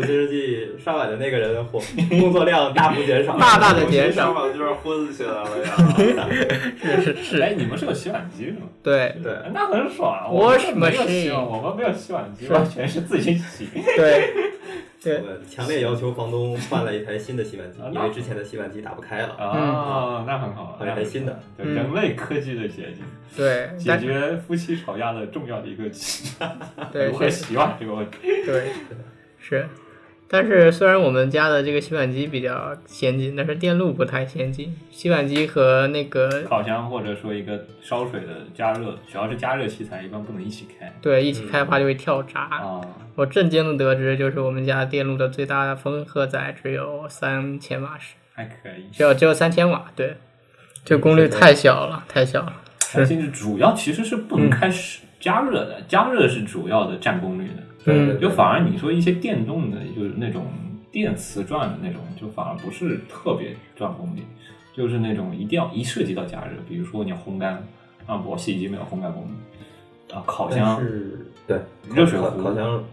入新世纪上晚的那个人的 活工作量大幅减少，
大大的减
上
少，
网有点混起来了呀。
是是是，
哎，你们是有洗碗机是吗？
对
对
哎那很爽。
我
们
是
没有
不是
洗碗，我们没有洗碗机，
是
完全是自己洗。
对
我
对，
们强烈要求房东换了一台新的洗碗机
啊，
因为之前的洗碗机打不开了。
啊，那很好，
而且还新的，
对
嗯
人类科技的结晶，
对，
解
但
决夫妻吵架的重要的一个技能，
对
如何洗碗这个问题。
对，是。但是虽然我们家的这个洗碗机比较先进，但是电路不太先进。洗碗机和那个
烤箱或者说一个烧水的加热，只要是加热器材，一般不能一起开
对一起开的话就会跳闸。
啊。
我震惊的得知，就是我们家电路的最大负荷载只有三千瓦时，
还可以，
只有只有三千瓦，对，这功率太小了，太小了。
而且是主要其实是不能开始加热的，加热是主要的占功率的。
嗯
就反而你说一些电动的，就是那种电磁转的那种，就反而不是特别转功率，就是那种一定要一涉及到加热，比如说你要烘干，啊，我洗衣机没有烘干功能，啊，烤
但
箱
是对
热水
烤
壶
烤箱，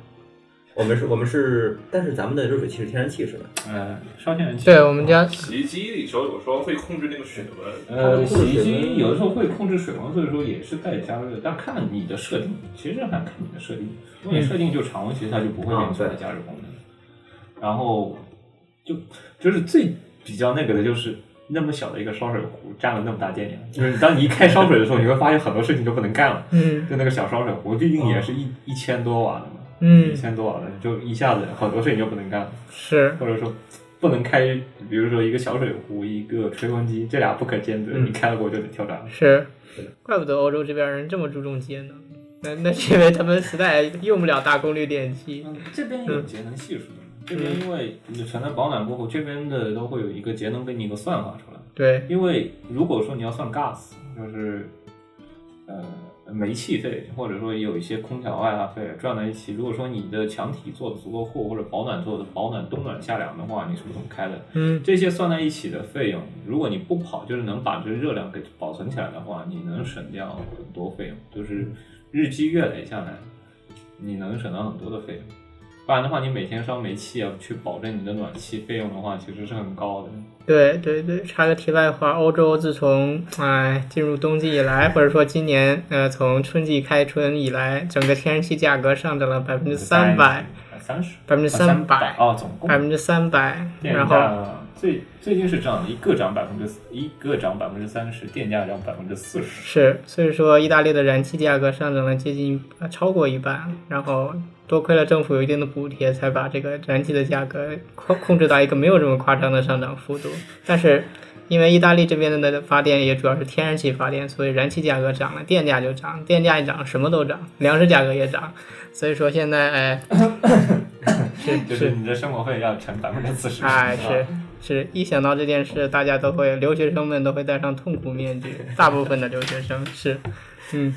我们是我们是，但是咱们的热水器是天然气是吧？
呃，烧天然气，
对我们家
洗衣机里时候有时候会控制那个水温，
呃，洗衣机有的时候会控制水温，所以说也是带加热，但看你的设定，其实还看你的设定，如果你设定就常温，其实它就不会给你出来加热功能。然后就就是最比较那个的就是那么小的一个烧水壶占了那么大电量，就是当你一开烧水的时候，你会发现很多事情就不能干了。
嗯
就那个小烧水壶，毕竟也是一一千多瓦的嘛，
嗯
一千多瓦的，就一下子很多事情就不能干了。
是
或者说不能开，比如说一个小水壶，一个吹风机，这俩不可兼得，
嗯
你开了锅就得跳闸。
是，怪不得欧洲这边人这么注重节能，那那是因为他们实在用不了大功率电器。
嗯，这边有节能系数，这边因为你全在保暖过后，这边的都会有一个节能给你一个算法出来。
对，
因为如果说你要算 gas，就是呃煤气费，或者说有一些空调外拉费啊转在一起，如果说你的墙体做的足够厚，或者保暖做的保暖冬暖夏凉的话，你是不怎么开的。
嗯
这些算在一起的费用，如果你不跑，就是能把这热量给保存起来的话，你能省掉很多费用，就是
嗯
日积月累下来，你能省到很多的费用。不然的话，你每天烧煤气啊，去保证你的暖气费用的话，其实是很高的。，
对对对，插个题外话，欧洲自从哎进入冬季以来，或者说今年呃从春季开春以来，整个天然气价格上涨了百分之三百，
三十，
百分之
三
三百，
哦，总共
百分之三百，
电
然
价
后
最最近是这样的，一个涨百分之一个涨百分之三十，电价涨百分之四十。
是，所以说意大利的燃气价格上涨了接近呃超过一半，然后多亏了政府有一定的补贴，才把这个燃气的价格控控制到一个没有这么夸张的上涨幅度。但是因为意大利这边的发电也主要是天然气发电，所以燃气价格涨了，电价就涨，电价一涨什么都涨，粮食价格也涨，所以说现在哎
就是是
是
你的生活费要乘百分之四十。
哎
吧
是。是一想到这件事，大家都会留学生们都会戴上痛苦面具，大部分的留学生是，嗯。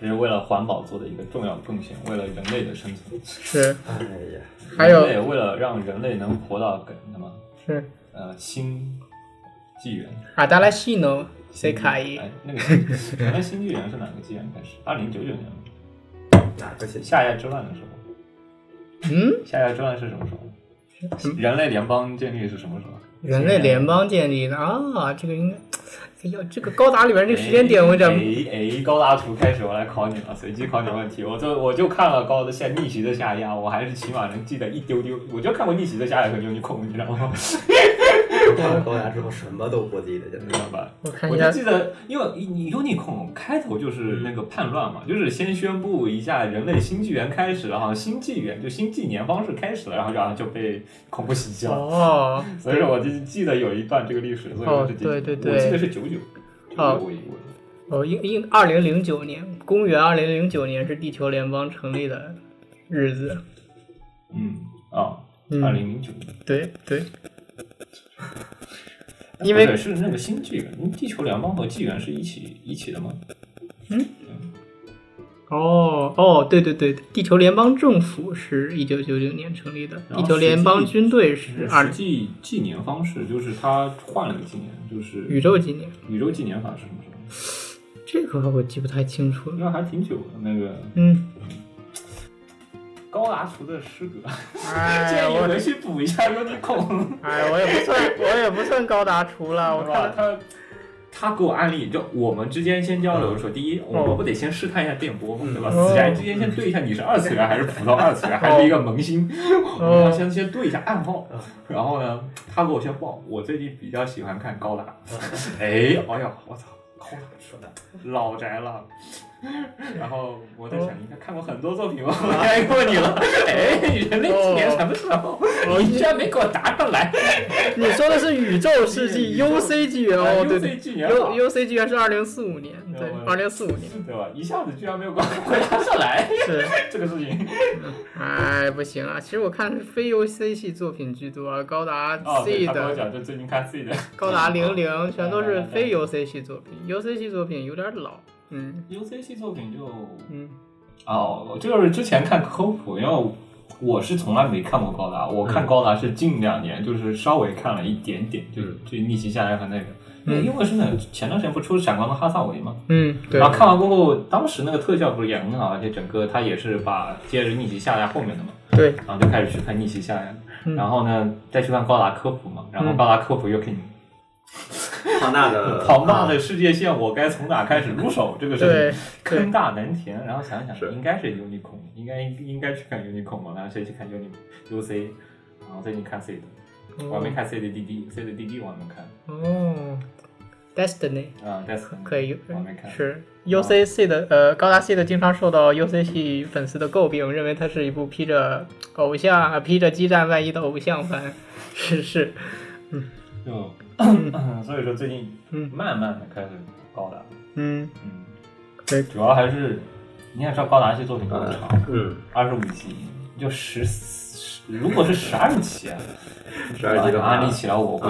这是为了环保做的一个重要贡献，为了人类的生存，
是，
哎呀，
还有
人类为了让人类能活到跟什么
是
呃新纪元。
阿达拉西
嗯
诺塞卡伊
哎，那个新原来新纪元是哪个纪元开始？ 二零九九年吗，
哪个信息？
夏亚之乱的时候。
嗯，
夏亚之乱是什么时候？人类联邦建立是啊什么时候？
人类联邦建立的啊，这个应该，哎呦，这个高达里边这个时间点我有点
哎哎，高达图开始，我来考你了，随机考你问题。我就我就看了高的下逆袭的下压，我还是起码能记得一丢丢。我就看过逆袭的下压和牛尼控，你知道吗？
看了高达之后什么都不记得，现
你
在
知道吧？
我看
我
一
就
下，嗯
记得，因为你 Unicom 开头就是那个叛乱嘛，就是先宣布一下人类新纪元开始了，好像新纪元就新纪年方式开始了，然后然后就被恐怖袭击了。
哦，
所以说我就记得有一段这个历史，所以
哦
我是记得
对对对
我记得是九九，
哦
我我
哦，应应二零零九年，公元二零零九年是地球联邦成立的日子，
嗯啊，
嗯
二零零九年，
对 对，因为
不对是那个新纪元，地球联邦和纪元是一起一起的吗？
哦哦，对对对，地球联邦政府是一九九九年成立的，
然
地
后
球联邦军队是
实
二
际纪年方式就是他换了个纪年，就是
宇宙纪念，
宇宙纪年法是什么时候？
这个我记不太清楚了，
那还挺久的那个。
嗯，
高达图的诗歌，
哎，
建议
我
回去补一下 Unicorn，
哎，我也不算， 我也不算高达厨了。我
对
看
吧？
了，
他他给我安利，就我们之间先交流说，第一，我们不得先试探一下电波嘛，对吧？
哦
死宅之间先对一下，你是二次元还是普通二次元，还是一个萌新，
哦
我们要先先对一下暗号。然后呢，他给我先报，我最近比较喜欢看 高达，哎，哎呀，我操！高达说的老宅了， 然后我
哦
在想，你应该看过很多作品吧？我该问你了，哎，人
哦
类纪年什么时候？你居然没给我答上来！
你说的是宇宙世纪
宇宙啊
UC 纪元哦，对对
纪元
，U UC 纪元是二零四五年，对
对，我
二零四五年
对吧？一下子居然没有给我回答上来，
是。
这个事情。
哎，不行啊！其实我看的是非 UC 系作品居多啊，高达
哦，对，
C
他跟我
的、
讲，就嗯最近看 C 的
高达零零，全都是非 UC 系作品。UC 系作品有点老，嗯
UCC 作品就
嗯，
哦，就是之前看科普，因为我是从来没看过高达，我看高达是近两年，就是稍微看了一点点，就
嗯
就逆袭下来和那个。
嗯
因为是那前段时间不出《闪光的哈萨维》吗？
嗯，对
然，后看完过后，当时那个特效不是也很好，而且整个它也是把接着逆袭下来后面的嘛，
对，
然后就开始去看逆袭下来，
嗯
然后呢再去看高达科普嘛，然后
嗯
高达科普又给你
庞大的
庞大的世界线，我该从哪开始入手？这个事
对
情坑大难填，然后想想
是
应该是 Unicorn，应该应该去看 Unicorn 嘛，然后先去看 Uni UC，然后再去看 C 的，我还没
哦
看 C 的 DD，C 的 DD 我还没看，
哦，Destiny。
啊，但是
可以嗯
我还没看，
是
啊
UCC 的呃高达系的经常受到 UCC 粉丝的诟病，认为它是一部披着偶像呃披着激战外衣的偶像番，是是，
就所以说最近
嗯
慢慢的开始高达，
嗯，
嗯，
对
主要还是你也知道高达系作品都很长，
嗯，
二十五集，就十十，如果是十二集啊，
十二集的话啊
安利起来我会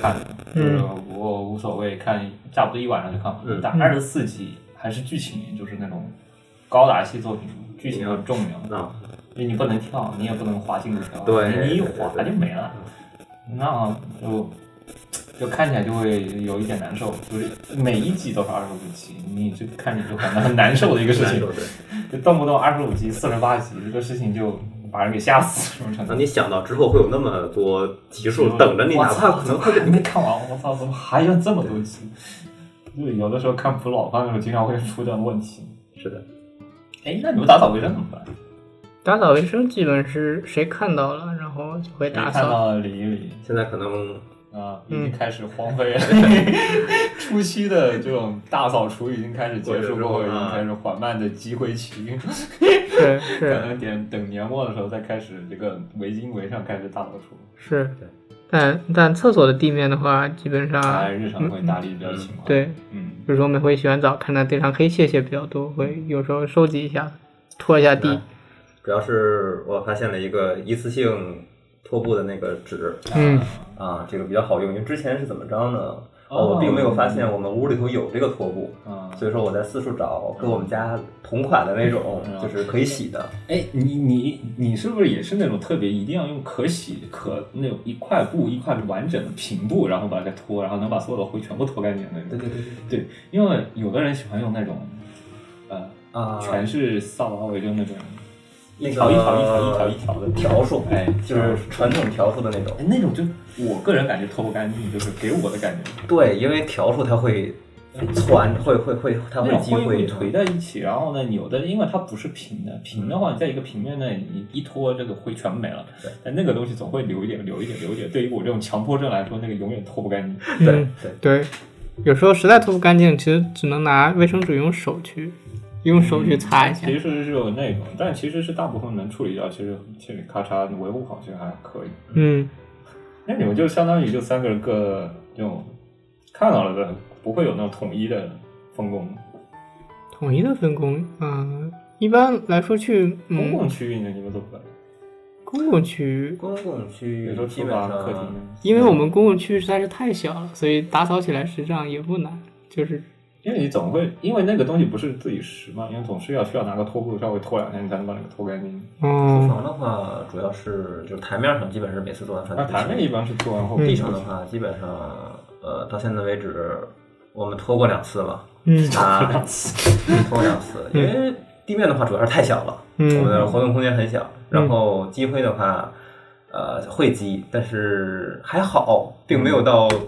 看，就是我无所谓看，差不多一晚上就看完。
嗯
但二十四集还是剧情，就是那种高达系作品，剧情很重要，
啊，
就你不能跳，你也不能滑进度条，
对嗯
你你一滑就没了，那就。就看起来就会有一点难受，就是每一集都是二十五集，你这看着就很很难受的一个事
难
情。
受对。
就动不动二十五集、四十八集，这个事情就把人给吓死什么程
那
度。
你想到之后会有那么多集数等着你，
嗯我
哪怕
操，
可
怎
能
么
会
还没看完？我操，怎么还有这么多集？就是有的时候看普老番的时候，经常会出这样的问题。
是的，
哎，那你们打扫卫生怎么办？
打扫卫生基本是谁看到了，然后就会打
看
扫。
到了理一理
现在可能
啊，已
嗯
经开始荒废 了。初期的这种大扫除已经开始结束过后，
过去
已
之后
经开始缓慢的积灰期。
是
可
是
能点等年末的时候再开始这个围巾围上开始大扫除。
是
对，
但但厕所的地面的话，基本
大家
哎
上
哎日常会打理得比较勤快。，
啊对，
嗯，
有时候我们会洗完澡，看到地上黑屑屑比较多，会有时候收集一下，拖一下地
嗯。主要是我发现了一个一次性拖布的那个纸
嗯
啊，这个比较好用，因为之前是怎么着呢？
哦
哦，我并没有发现我们屋里头有这个拖布，
啊，
所以说我在四处找跟我们家同款的那种
嗯，
就是可以洗的。
哎，你你你是不是也是那种特别一定要用可洗可那种一块布一块完整的平布，然后把它拖，然后能把所有的灰全部拖干净的那种？
对对对
对，因为有的人喜欢用那种，呃，
啊，
全是扫把尾，就那种
那
一
个
条一条一条一条一条的
笤帚，
哎
就是传统笤帚的那种
哎。，那种就我个人感觉拖不干净，就是给我的感觉，
对，因为笤帚它会窜，会会会，它
那
会啊
种
积
灰
灰
会颓在一起，然后呢，有的因为它不是平的，平的话，在一个平面内你一拖，这个灰全没了
对。
但那个东西总会留一点，留一点，留一点。对于我这种强迫症来说，那个永远拖不干净。
对
嗯，
对，
对，有时候实在拖不干净，其实只能拿卫生纸用手去用手去擦一下。
其实是有那种，但其实是大部分能处理掉，其实其实咔嚓维护好，其实还可以。
嗯，
那你们就相当于就三个人各这种看到了的，不会有那种统一的分工。
统一的分工，嗯、一般来说去
公
嗯
共区域呢，你们怎么办？
公共区域，
公共
比
区
如
域
说
基
厨
本
房、
上
客厅呢，
因为我们公共区域实在是太小了，所以打扫起来实际上也不难，就是
因为你总会，因为那个东西不是自己拾嘛，因为总是要需要拿个拖布稍微拖两下，你才能把那个拖干净。
厨
嗯
房的话，主要是就是台面上基本是每次做完饭
那
都
啊台面一般是拖完后，
地上的话，基本上呃到现在为止，我们拖过两 次吧，
嗯
啊，拖过两次，因为地面的话主要是太小了，我们
嗯
的活动空间很小，
嗯
然后积灰的话，呃会积，但是还好，并没有到
嗯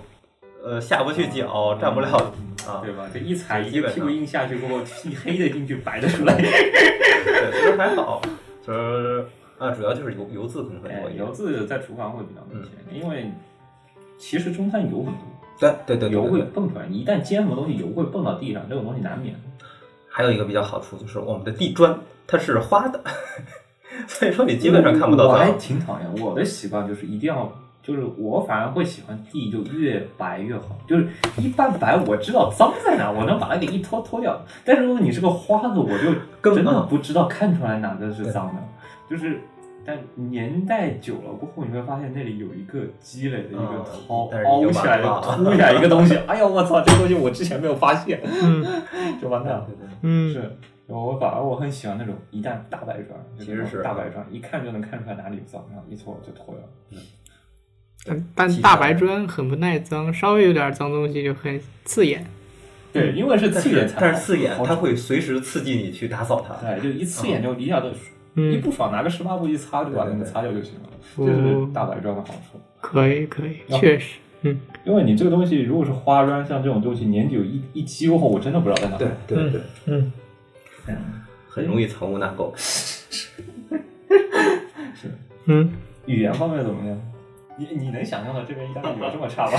呃下不去脚，站不了啊，
对吧？这一踩
基
一个
本上
屁股印下去过后，屁黑的进去，白的出来。
对，其实还好，就是啊主要就是油油渍可能会
哎
多一点
油，渍在厨房会比较明显，因为其实中餐油很多，
对对对，对
油
对
会
对
蹦出来。你一旦煎什么东西，油会蹦到地上，这种东西难免。
还有一个比较好处就是我们的地砖它是花的， 所以说你基本上看不到
我还
脏。
挺讨厌，我的习惯就是一定要，就是我反而会喜欢地就越白越好，就是一般白我知道脏在哪，我能把它给一拖拖掉。但是如果你是个花子，我就
根本
真的不知道看出来哪个是脏的，就是。但年代久了过后，你会发现那里有一个积累的一个
嗯
凹
但是你
凹
就
起来的
把它
凸起来一个东西，哎呀，我操，这东西我之前没有发现，
嗯
就完蛋了。
嗯，
是，我反而我很喜欢那种一旦大白砖，就
其实
那种
是
大白砖，一看就能看出来哪里有脏，然后一搓就脱掉。
但嗯但大白砖很不耐脏，稍微有点脏东西就很刺眼。
对，因为是
但
刺眼才
是
好，
但是刺眼
好
它
处
会随时刺激你去打扫它。
对，就一刺眼就一下就爽，一
嗯，
不爽拿个十八布一擦就把
对
那
对
个
对
擦掉就行了，这
哦
是大白砖的好处。
可以可以，
要
确实，嗯
因为你这个东西如果是花砖，像这种东西年久一一积过后，我真的不知道在哪。
对，对对，
嗯。
很容易藏污纳垢。
嗯，
语言方面怎么样？你你能想象到这边意大利语有这么差 吗？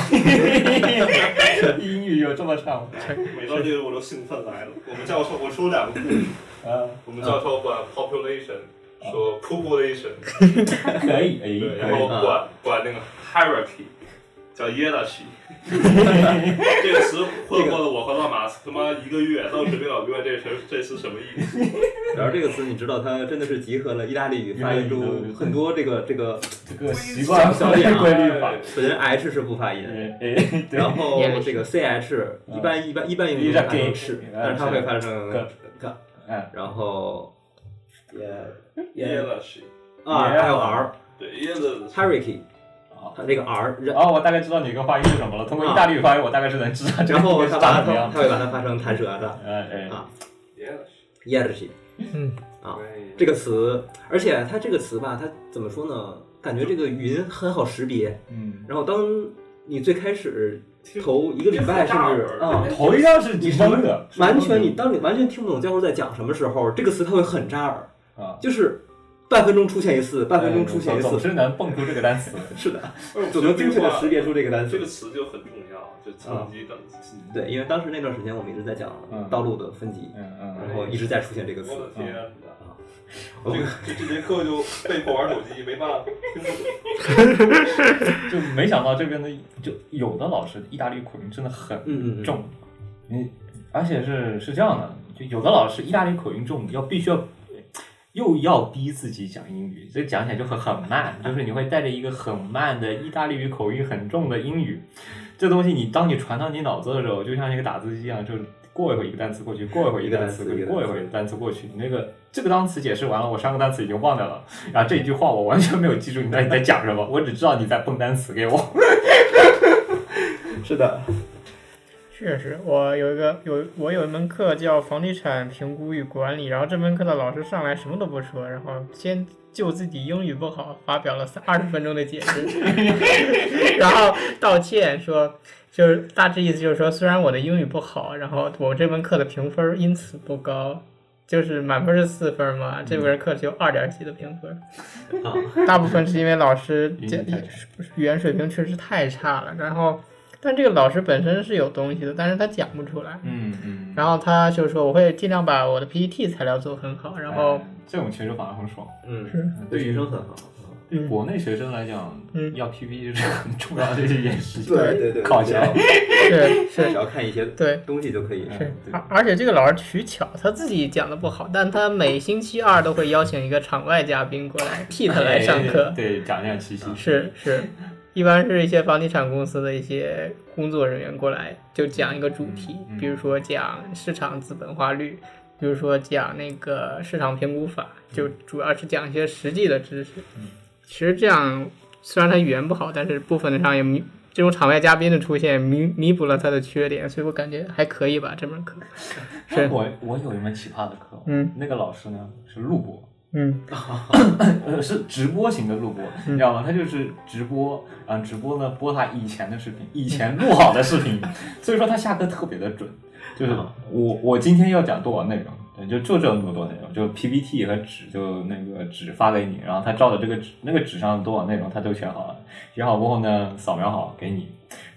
英语有这么差吗？
每到这个我都兴奋来了。我们教授我说两个故 事，
啊，
我们教授管 population，说 population，
可以，哎，
对，
可
然后
以。
管管那个 hierarchy，叫 hierarchy。这个 词混过了我和老马他妈一个月，当时没搞明白这词这词什么意思。
然后这个词你知道，它真的是集合了意大利语发音中很多这个这个，
这个习惯
小小 眼
规律法。
首先 H 是不发音，
哎哎，对，
然后这个 CH 一般一般嗯一般英语发成是，但是它会发成个，
哎，
然后也
hierarchy，
啊还有 R
对 hierarchy，
hierarchy，
好
它这个 R 然
哦，我大概知道你一个发音是什么了。通过意大利语发音，我大概是能知道这个应
然后
该
它
是
把
长
它
什么样
它
子。
会把它发成弹舌的
哎哎，
啊
hierarchy，
y e r s h 啊这个词，而且它这个词吧，它怎么说呢？感觉这个语音很好识别。
嗯，
然后当你最开始头一个礼拜甚至啊，
头一张是你扔的，
完全你当你完全听不懂教授在讲什么时候，这个词它会很扎耳，
啊，
就是半分钟出现一次，半分钟出现一
哎总
次，
是能蹦出这个单词。
是的，
哎我
总
觉得
嗯能精确
这
的
话
识别出这个单
这
词
个。词就很重要，就层级等级。
对，因为当时那段时间我们一直在讲
嗯
道路的分级，
嗯
然
嗯
后一直在出现这个词
我。的天啊！这
嗯
个这这节课就被迫玩手机，没办法听不懂。
就没想到这边的，就有的老师意大利口音真的很
嗯嗯嗯
重，嗯，而且是是这样的，就有的老师意大利口音重，要必须要又要逼自己讲英语，所以讲起来就很很慢，就是你会带着一个很慢的意大利语口音很重的英语，这东西你当你传到你脑子的时候，就像一个打字机一样，就是。过一会儿一个单词过去，过一会儿一个单词过去，
一个单词
过一会儿一个单词过去。你那个这个单词解释完了，我上个单词已经忘掉了，然后这一句话我完全没有记住你到底在讲什么，我只知道你在蹦单词给我。
是的，
确实，我有一个有我有一门课叫房地产评估与管理，然后这门课的老师上来什么都不说，然后先就自己英语不好发表了二十分钟的解释， 然后道歉说，就是大致意思就是说，虽然我的英语不好，然后我这门课的评分因此不高。就是满分是四分嘛，这门课只有二点几的评分，
啊，
大部分是因为老师
嗯英语
这
太差
语言水平确实太差了，然后，但这个老师本身是有东西的，但是他讲不出来。
嗯嗯
然后他就说我会尽量把我的 PPT 材料做很好，然后
哎这种其实反而很爽。
嗯，
啊
对学生很好。嗯
对
嗯
国内学生来讲，
嗯
要 PPT 是 很重要的一件事 情。
对对对，
靠墙
是
只
是
要看一些
对
东西就可以。
是，
对
而而且这个老师取巧，他自己讲的不好，但他每星期二都会邀请一个场外嘉宾过来替他来上课，嗯
对，对讲讲七夕。
是是，一般是一些房地产公司的一些工作人员过来就讲一个主题
嗯嗯，
比如说讲市场资本化率。比如说讲那个市场评估法，就
嗯
主要是讲一些实际的知识。其实这样虽然他语言不好，但是部分上也弥这种场外嘉宾的出现弥弥补了他的缺点，所以我感觉还可以吧这门课。是
我我有一门奇葩的课，
嗯，
那个老师呢是录播，
嗯
呃，是直播型的录播，你知道吗？他就是直播，啊，直播呢播他以前的视频，以前录好的视频，所以说他下课特别的准。就是
啊
我我今天要讲多少内容，对，就就这么多内容，就 PPT 和纸，就那个纸发给你，然后他照着这个纸那个纸上的多少内容他都选好了，选好过后呢，扫描好给你。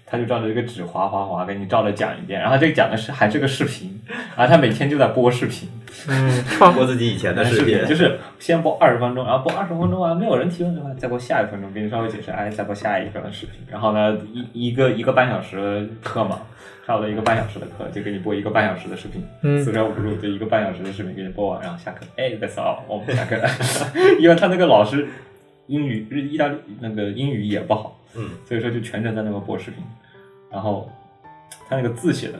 他就照着这个纸划划划，给你照着讲一遍，然后这个讲的是还是个视频，然后他每天就在播视频，
嗯，创
我自己以前的视
视
频
频，就是先播二十分钟，然后播二十分钟啊，没有人提问的话，再播下一分钟，给你稍微解释，哎，再播下一个视频，然后呢，一一个一个半小时课嘛，差不多一个半小时的课，就给你播一个半小时的视频，
嗯
四舍五入就一个半小时的视频给你播完，然后下课，哎，that's all，我们下课了， 因为他那个老师英语日意大利那个英语也不好，
嗯，
所以说就全程在那边播视频，然后他那个字写的，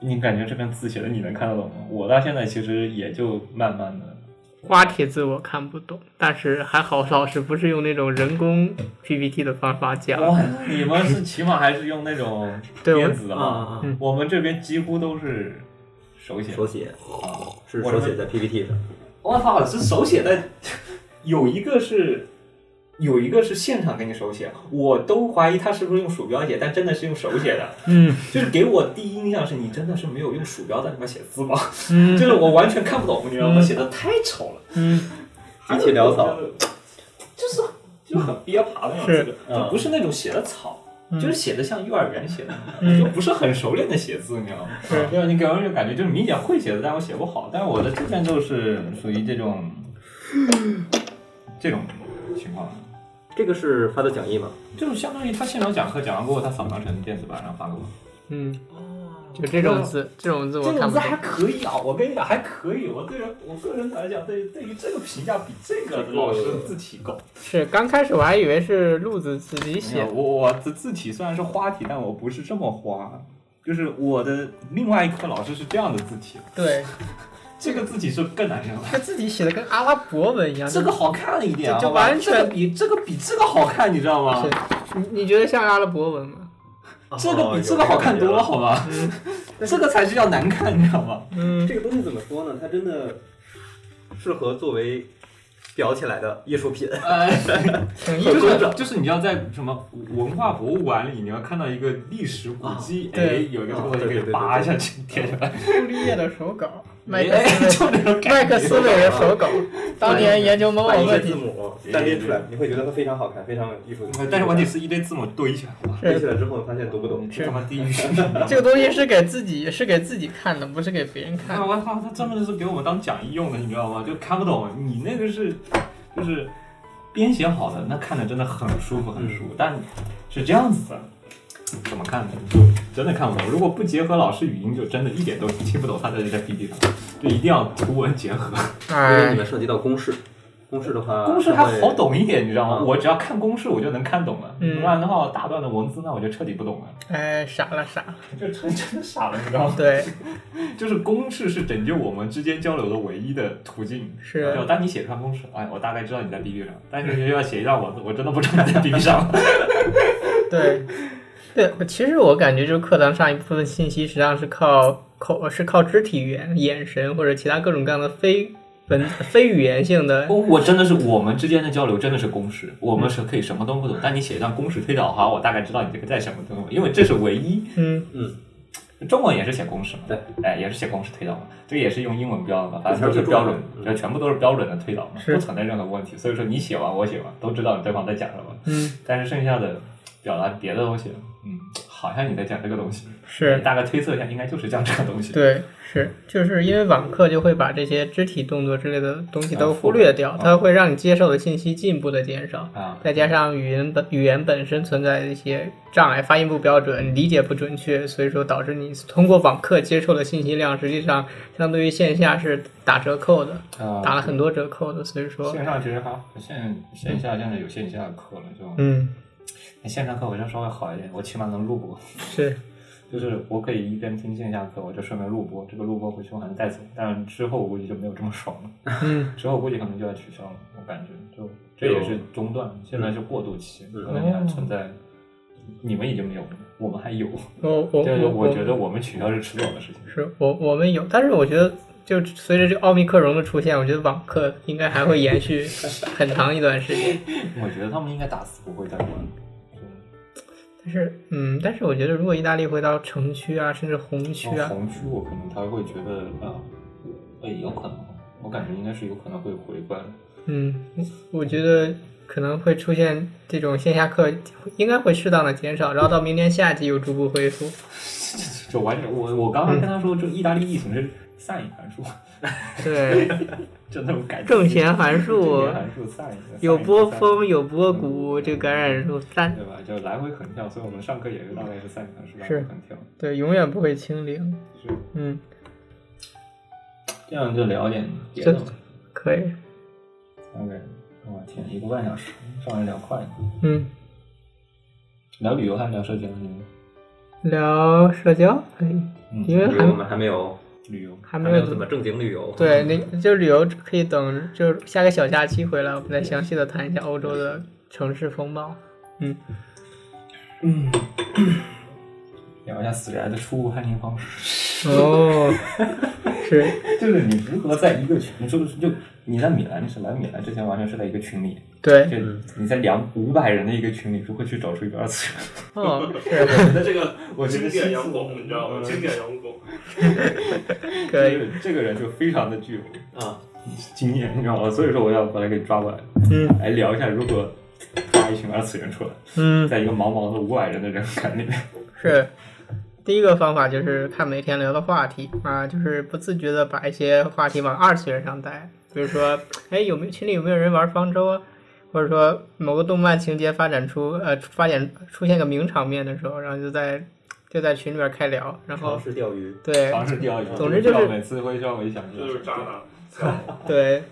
你感觉这篇字写的你能看得懂吗？我到现在其实也就慢慢的，
花体字我看不懂，但是还好老师不是用那种人工 PPT 的方法讲，
哇，你们是起码还是用那种
对我
电子的
啊
嘛，
啊，
嗯
啊
我们这边几乎都是手写。
手写
啊，
是
我
手
这
写
边
在 PPT 上。
我操，是手写的，有一个是。有一个是现场给你手写，我都怀疑他是不是用鼠标写，但真的是用手写的。
嗯
就是给我第一印象是你真的是没有用鼠标在那边写字吗？
嗯
就是我完全看不懂，你知道吗？
嗯
写的太丑了，
嗯，
极其潦草，
就是就很憋爬的那种
是
字，
嗯
就不是那种写的草。
嗯
就是写的像幼儿园写的，
嗯
就不是很熟练的写字，你知道吗？
是
对吧？你给人一种感觉就是明显会写的，但我写不好。但是我的这边就是属于这种这种情况，
这个是发的讲义吗？
就是相当于他现场讲课讲完过后，他扫描成电子版，然后发给我。
嗯，
哦
就这种字，这种字我
这
看
种
不
字
懂
还。可以啊，我跟你讲还可以。我对人，我个人来讲，对对于这个评价比这个老师字体高。
是刚开始我还以为是路子自己
没有
写，
我我的字体虽然是花体，但我不是这么花。就是我的另外一科老师是这样的字体，
对
这个字体是更难认了。
他自己写的跟阿拉伯文一样。
这个好看一点，
这就
好吧
完全
这个比这个比这个好看，你知道吗
是？你你觉得像阿拉伯文吗？
这个比这个好看多了，
哦。
好吧？ 这个才是要难看，你知道 吗？
嗯
有这个感觉了这个东西怎么说呢？它真的适合作为裱起来的艺术品。
哎。
挺 艺
就
术
是就是你要在什么文化博物馆里，你要看到一个历史古迹，哎
对，
有一个
啊
东西
对
可以
对对
扒
对
下去贴下来。
朱丽叶的手稿， 麦克斯韦麦克斯韦和狗，当年研究
哦
某
把
某
一些
问
字
题，
母单列出来，你会觉得它非常好看，非常有艺术。
但是问题是一堆字母堆起来，哇，
背起来之后，你发现读不懂。
这他妈地 狱！
这个东西是给自己是给自己看的，不是给别人看
哎，
的。
我操，他专门是给我们当讲义用的，你知道吗？就看不懂，你那个是就是编写好的，那看着真的很舒服，很舒服。但是这样子的，怎么看呢？就真的看不懂。如果不结合老师语音，就真的一点都听不懂他在在 PPT 上，就一定要图文结合。
因为
哎
里，面涉及到公式，公式的话，
嗯公式还
它会
好。懂一点，你知道吗？
嗯
我只要看公式，我就能看懂了。
嗯
不然的话，打断的文字，那我就彻底不懂了，
哎，傻了傻了，
就纯真的傻了，你知道吗？
对，
就是公式是拯救我们之间交流的唯一的途径。
是
就当你写出来公式，哎，我大概知道你在 BB 上，但是你要写一段文字，我真的不知道你在 BB 上。
对，对，我其实我感觉就是课堂上一部分信息实际上是靠口，是靠肢体语言、眼神或者其他各种各样的非文非语言性的
我我真的是我们之间的交流真的是公式，我们是可以什么都不懂，但你写一段公式推导，好，我大概知道你这个在什么推导，因为这是唯一。
嗯，
中文也是写公式嘛，
对，
哎，也是写公式推导嘛，这个也是用英文标的嘛，反正
全
都
是
是标准
中，文嗯
就全部都是标准的推导嘛，
是
不存在任何问题。所以说你写完我写完，都知道对方在讲什么。
嗯，
但是剩下的表达别的东西，嗯，好像你在讲这个东西，
是
大概推测一下，应该就是讲这个东西。
对，是，就是因为网课就会把这些肢体动作之类的东西都
啊
忽略掉
啊，
它会让你接受的信息进一步的减少，
啊，
再加上语言本语言本身存在的一些障碍，发音不标准，理解不准确，所以说导致你通过网课接受的信息量，实际上相对于线下是打折扣的，
呃，
打了很多折扣的。所以说，
线上其实还好线线下现在有线下的课了，就、
嗯，
线上课我就稍微好一点，我起码能录播，
是
就是我可以一边听线下课，我就顺便录播，这个录播回去我还能带走，但之后我估计就没有这么爽了。
嗯，
之后估计可能就要取消了，我感觉就这也是中断，
嗯
现在是过渡期，
嗯
可能你还
哦
存在，你们已经没有了，我们还有，
我我
这个
我
我觉得我们取消是迟早的事情。
是我我们有，但是我觉得就随着这个奥密克戎的出现，我觉得网课应该还会 延续很长一段时间。
我觉得他们应该打死不会再关了。
但是，嗯，但是我觉得如果意大利回到城区啊，甚至红区
然
啊
后，红区我可能他会觉得啊，呃，有可能，我感觉应该是有可能会回关。
嗯，我觉得可能会出现这种线下课，应该会适当的减少，然后到明年夏季又逐步 恢复。
就完全，我我刚刚跟他说，就意大利疫情是 sin 函数，
对，
就那种感觉。
正弦函数
正弦函数 sin
有波，
sin
峰，有波谷，这个感染人数三，
对吧？就来回横跳，所以我们上课也是大概是 sin 函数来回
是
横跳。
对，永远不会清零。
是
嗯，
这样就聊点别的吧。
可以，
OK，我天，一个半小时，上来聊快了。
嗯，
聊旅游还是聊社交？你们
聊社交可以，
嗯
因为
因为我
还
们还没有
旅游
还
还没
没有
有
怎么正经旅游。
对，那就旅游可以等，就是下个小假期回来，我们再详细的谈一下欧洲的城市 风貌。
聊一下死宅的出入汉庭方式，
哦，是，
就是你如何在一个群，就是就你在米兰，你是来米兰之前完全是在一个群里，
对，
就你在两五百人的一个群里，如何去找出一个二次元？
哦，是
那这个
我觉得
经典
新思
阳
路
光，你知道吗？
嗯
经典阳光，
可以，
这个哎这个人就非常的具有
啊，
经验，你知道吗？哦所以说我要把他给抓过来，
嗯
来聊一下如何抓一群二次元出来，
嗯。
在一个茫茫的五百人的人海里面。
是，第一个方法就是看每天聊的话题啊，就是不自觉的把一些话题往二次元上带，比如说，哎，有没有群里有没有人玩方舟啊？或者说某个动漫情节发展出呃发展出现个名场面的时候，然后就在就在群里边开聊，然
尝
后
哦
试钓 鱼。
对
尝试钓鱼，
总之就是
不知道每次会让我一
嗯
想
这就是渣男。
对，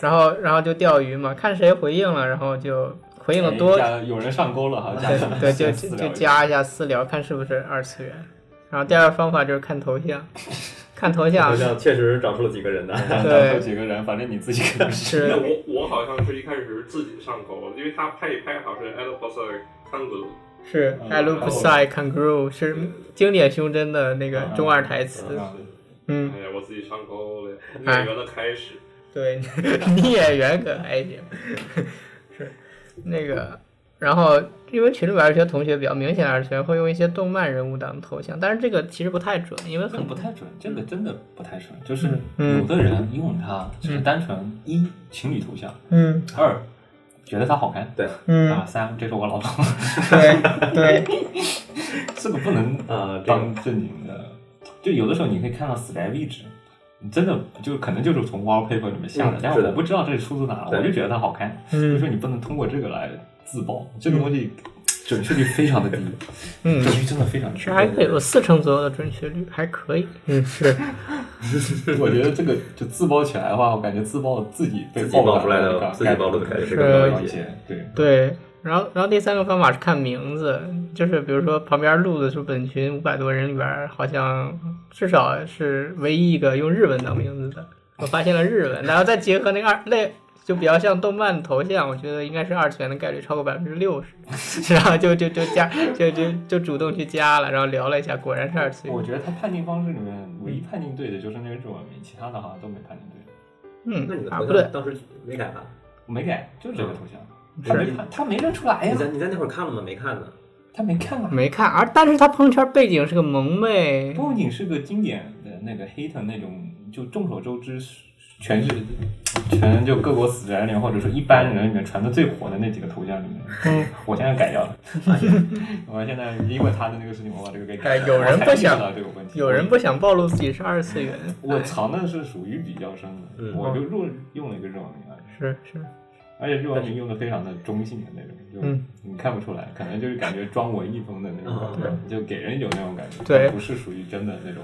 然后然后就钓鱼嘛，看谁回应了，然后就回应的多，
哎有人上钩了哈，加上
对，就
私
就
聊
就
一下
加一下私聊，看是不是二次元。然后第二个方法就是看头像，看头像啊
好，像确实找出了几个人 呢。
然后找出几个人，反正你自己可能是。
是
那我我好像是一开始自己上钩，因为他拍一拍好像是 a l p o s 看过
是
嗯
I look beside kangaroo 是经典胸针的那个
嗯
中二台词。嗯，
哎呀，我自己上钩了，演
哎
员的开始。
对，女演员可爱点。是那个，然后因为群里边儿有些同学比较明显的二次元会用一些动漫人物当头像，但是这个其实不太准，因为
这个
很
不太准，这个真的不太准。就是
嗯
有的人用它只是单纯一情侣头像，
嗯
二觉得它好看，
嗯
啊三这是我老婆，
对对，
这个不能呃
啊这个
当正经的。就有的时候你可以看到死宅壁纸，你真的就可能就是从 wallpaper 里面下的
嗯，
但
是
是
的
我不知道这是出自哪，
对
我就觉得它好看。所以说
嗯
你不能通过这个来自曝，这
嗯
个东西准确率非常的低，
嗯
准，确率真的非常低
其。实还可以有四成左右的准确率，还可以，嗯是，
我觉得这个就自曝起来的话，我感觉自曝自己被
自己爆出来
感
的，自己爆出的概率是更
是
高
高
一
一
些。
些。对，
对。然后，然后第三个方法是看名字，就是比如说旁边录的是本群五百多人里边儿，好像至少是唯一一个用日文当名字的。我发现了日文，然后再结合那个二类，就比较像动漫头像，我觉得应该是二次元的概率超过百分之六 十，然后就就就加就就就主动去加了，然后聊了一下，果然是二次
我
哦
元。
觉得他判定方式里面唯一判定对的就是那个日文名，其他的好像都没判定
哎
对。
那你
嗯，
的
啊不
头
对
像，当时没改吧？
我没改，就是这个头像，
是
我没判，他没认出来
你
呀，
在你在那会儿看了吗？没看呢。
他没看啊。
没看，而但是他朋友圈背景是个萌妹，
不仅是个经典的那个 hater 那种，就众所周知，全是全就各国死宅里面，或者说一般人里面传的最火的那几个头像里面。
嗯，
我现在改掉了， 我现在因为他的那个事情，我把这个给 改
哎
掉了。
有人
我才
不
意识
想
到这个问题，
有人不想暴露自己是二次元，
我藏的是属于比较深的
嗯，
我就用用了一个日文名而已，
是是，
而且日文名用的非常的中性的那种，
嗯
就你看不出来，可能就是感觉装文艺风的那种感觉，就给人有那种感觉，
对
不是属于真的那种。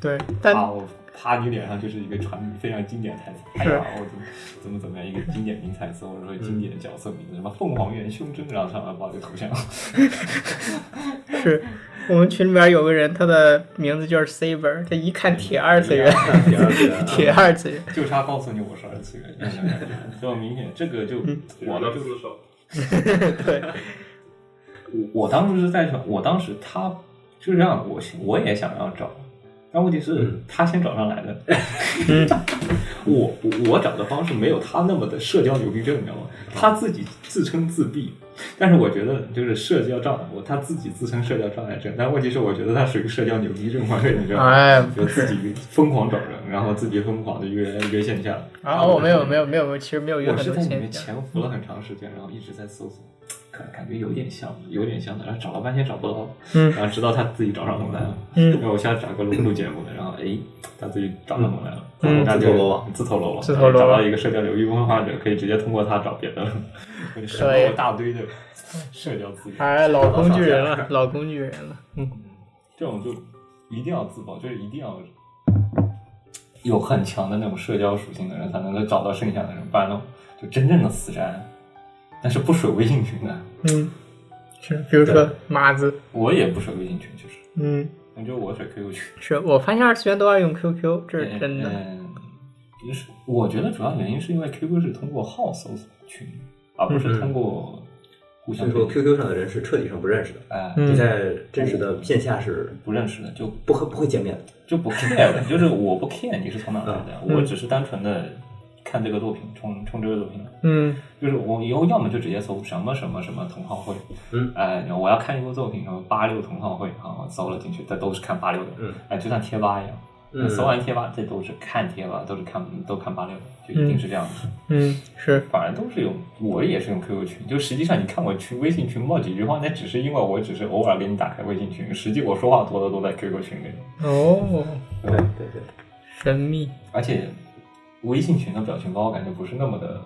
对，但
啊，我啪你脸上就是一个传非常经典的台词，哎呀，我怎么怎么怎么样一个经典名台词，或者说
嗯
经典角色名字，什么凤凰院胸针，然后上面报一个头像，
是我们群里边有个人，他的名字就是 Saber，他一看铁二次元，
第二个
铁二次 元，
就差告诉你我是二次元，那种感觉 这么明显，这个就
嗯
我
我
的
的自首。
对，
我我当时是在想，我当时他就是这样的，我我也想要找，但问题是
嗯
他先找上来的。我我找的方式没有他那么的社交牛逼症，你知道吗？他自己自称自闭，但是我觉得就是社交障碍，我他自己自称社交障碍症，但问题是我觉得他属于社交牛逼症嘛，你知道吗？
哎，
就自己疯狂找人，然后自己疯狂的约约线下。
然后我没有没有没有，其实没有约
我
很
是
多
在里
线
面
下，
潜伏了很长时间，然后一直在搜索，感感觉有点像，有点像的，然后找了半天找不到，
嗯
然后直到他自己找上门来了，
嗯
然后我下次找个录录节目的，然后哎，他自己找上门来了，
嗯
然后
自投罗网，
自投罗网，
自投罗网
找到一个社交流域文化者，可以直接通过他找别的， 我就省了我大堆的社交资源，
哎，老工具人了，老工具人了，嗯
这种就一定要自保，就是一定要。有很强的那种社交属性的人，才能够找到剩下的人，不然的话就真正的死宅，但是不属于微信群的，
嗯，是，比如说马子，
我也不属于微信群，其实，
嗯，
我觉得我属于 QQ 群，
是我发现二次元都爱用 QQ，这
嗯
是真的，
嗯，就是我觉得主要原因是因为 QQ 是通过号搜索群，而不是通过互
所
相
以说
推荐
QQ 上的人是彻底上不认识的，
哎，
嗯
你在真实的线下是
不认识的就
不和不会见面的。
就不 care 的，就是我不 care 你是从哪来的，
嗯
我只是单纯的看这个作品，冲冲这个作品来。
嗯
就是我以后要么就直接搜什么什么什么同好会，
嗯，
哎，我要看一部作品，什么八六同好会，啊，我搜了进去，这都是看八六的，
嗯，
哎，就像贴吧一样，
嗯
搜完贴吧，这都是看贴吧，都是看都看八六，就一定是这样子。
嗯是，
反正都是用，我也是用 QQ 群，就实际上你看我群微信群冒几句话，那只是因为我只是偶尔给你打开微信群，实际我说话多的都在 QQ 群里，
哦，
对对对，
神秘，
而且微信群的表情包我感觉不是那么的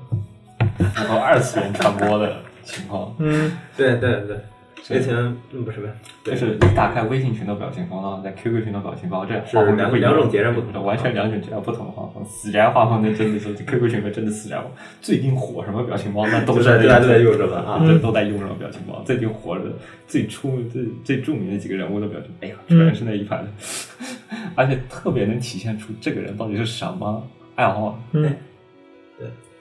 符合二次元传播的情况。
嗯
对对对，之前嗯不是不是，
就
对
是你打开微信群的表情包，然后在 QQ 群的表情包，这画风
两
不一样
两种截然不同的
完全两种截然不同的画风。死宅画风那真的是 QQ 群的真的死宅，最近火什么表情包，那都
就是在
那
就在
种
就在用这个啊
啊，，这都在用这种表情包。最近火的、最出、最最著名的几个人物的表情，哎呀，
嗯
全是那一排的， 而且特别能体现出这个人到底是什么爱好。
嗯，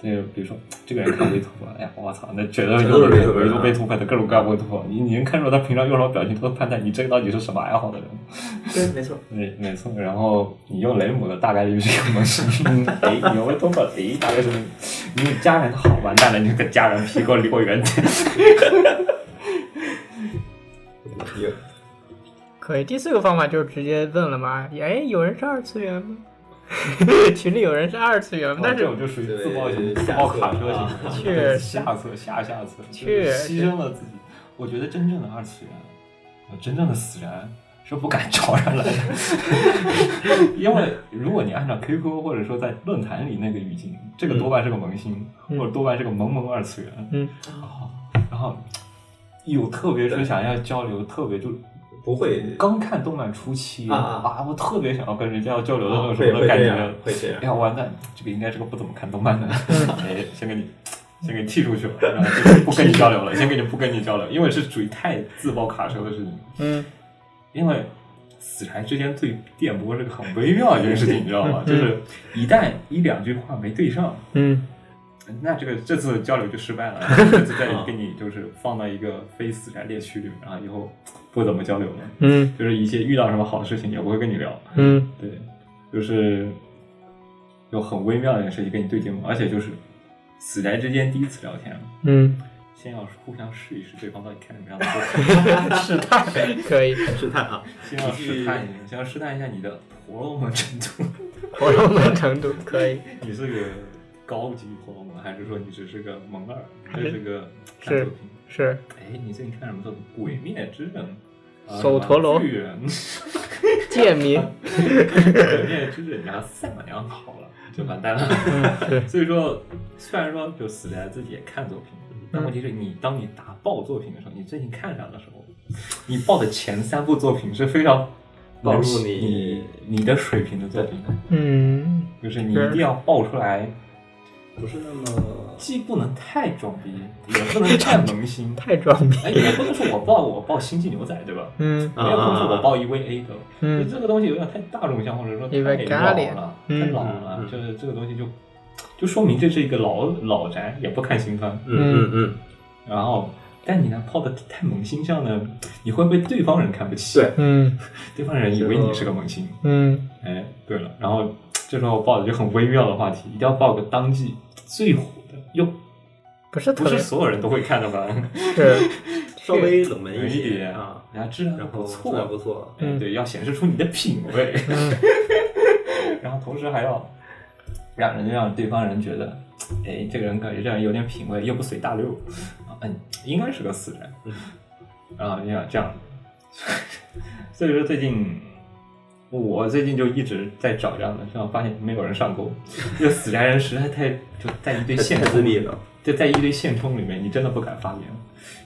那比如说这个人看维图粉，哎呀，我操，那全都
全都是
维
维图粉
维图图粉的各种各样的维图粉，你你能看出他平常用什么表情，都能判断你这个到底是什么爱好的人。
对，没错，
对，没错。然后你用雷姆的大概率是用的是，嗯诶，你用维图粉，诶，哎大概是 你用家人的好完蛋了，你就跟家人屁给我离我远点。
也
可以，第四个方法就是直接问了嘛，哎，有人是二次元吗？ 群里有人是二次元吗？但
哦这
是
种就属于自
对
爆型、自
下
爆
策
卡车型
啊，
确实
下策、下下策，就
确
是
实
牺牲了自己。我觉得真正的二次元，呃真正的死人是不敢找人来的， 因为如果你按照 QQ 或者说在论坛里那个语境，这个多半是个萌新，
嗯
或者多半是个萌萌二次元，
嗯，
然后然后有特别说想要交流，特别就
不会
刚看动漫初期
啊啊
啊，我特别想要跟人家要交流的那
啊
种
会
什么
会
的感
这
觉
样，，会这样
哎。呀，完蛋，这个应该是个不怎么看动漫的， 哎，先给你，先给你踢出去了，然后就不跟你交流了，先给你不跟你交流，因为是属于太自爆卡车的事情，
嗯，
因为死宅之间对电波这个很微妙的一件事情，你知道吗？就是一旦一两句话没对上，
嗯，
那这个这次交流就失败了，然后这次再给你就是放到一个非死宅猎区里面，然后以后不怎么交流了，
嗯，
就是一些遇到什么好的事情也不会跟你聊，
嗯，
对，就是有很微妙的一件事情跟你对接嘛，而且就是死宅之间第一次聊天，
嗯，
先要互相试一试对方到底看什么样的作 品，
试探可以，
试探啊，
先要试探一下，先要试探一下你的婆罗门程度，
活动的程度可以，
你是个高级婆罗门，还是说你只是个萌二，还是个看
是
作品？
是
哎，你最近看什么作品？《鬼灭之刃》啊。
手陀螺
巨人，
贱民，
鬼灭之刃，然后赛马娘跑了，就完蛋了。
嗯，是，
所以说，虽然说就死宅自己也看作品，但问题是你当你打爆作品的时候，你最近看啥的时候，你爆的前三部作品是非常
暴露
你
你
你的水平的作品，
嗯，
就是你一定要爆出来，
不是那么
既不能太装逼，也不能太萌 新。
太装逼，
哎，也不能说我爆我爆星际牛仔对吧？
嗯
也不能说我爆 EVA 对吧？
嗯
就这个东西有点太大众向，或者说太
EVA
老了，
嗯
太老了
嗯，嗯
就是这个东西就就说明这是一个老老宅，也不看新番。
嗯嗯
然后，但你呢泡的太萌新上呢，你会被对方人看不起，
对，
嗯
对方人以为你是个萌新。
嗯
哎，对了，然后这时候报的就很微妙的话题，一定要报个当季最火的，又
不是
不
特
是
别
所有人都会看的吧？
是，
嗯，稍微冷门
有
一
一
些
点
啊，，
然后质量
然后
不
质量不
错，
错，
哎，对，要显示出你的品味，
嗯
嗯
然后同时还要让人让对方人觉得，哎，这个人感觉这人有点品味，又不随大流，啊嗯，应该是个死人。
嗯
啊，你想这样， 所以说最近我最近就一直在找这样的，然后发现没有人上钩， 这个死宅人实在太就在一堆
太
线
太自
冲
闭，了，
就在一堆线冲里面，你真的不敢发言，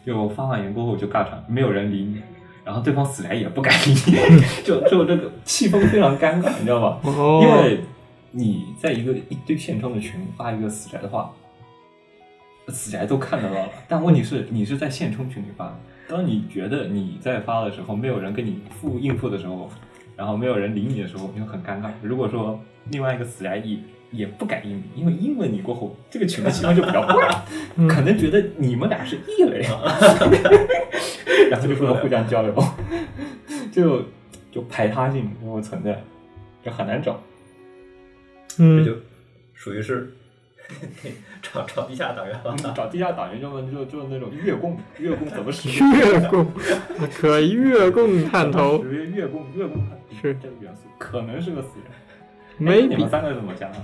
就发完言过后就尬场，没有人理你。然后对方死宅也不敢理你，就就这个气氛非常尴尬，你知道吗？
哦
因为你在一个一堆现充的群发一个死宅的话，死宅都看得到了。但问题是，你是在现充群里发，当你觉得你在发的时候，没有人跟你复应付的时候，然后没有人理你的时候，你会很尴尬。如果说另外一个死宅也也不敢应你，因为应了你过后，这个群的气氛就比较怪，可能觉得你们俩是异类， 然后就不能互相交流，就就排他性没有存在，就很难找。
这
嗯
就属于是 找找地下党员了。
找地下党员就问，就就那种月供，月供怎么使 用？
月供可以，月供探头
属于月供，月供
是
这个元素可能是个死人。哎
没
你
比
们三个怎么想的？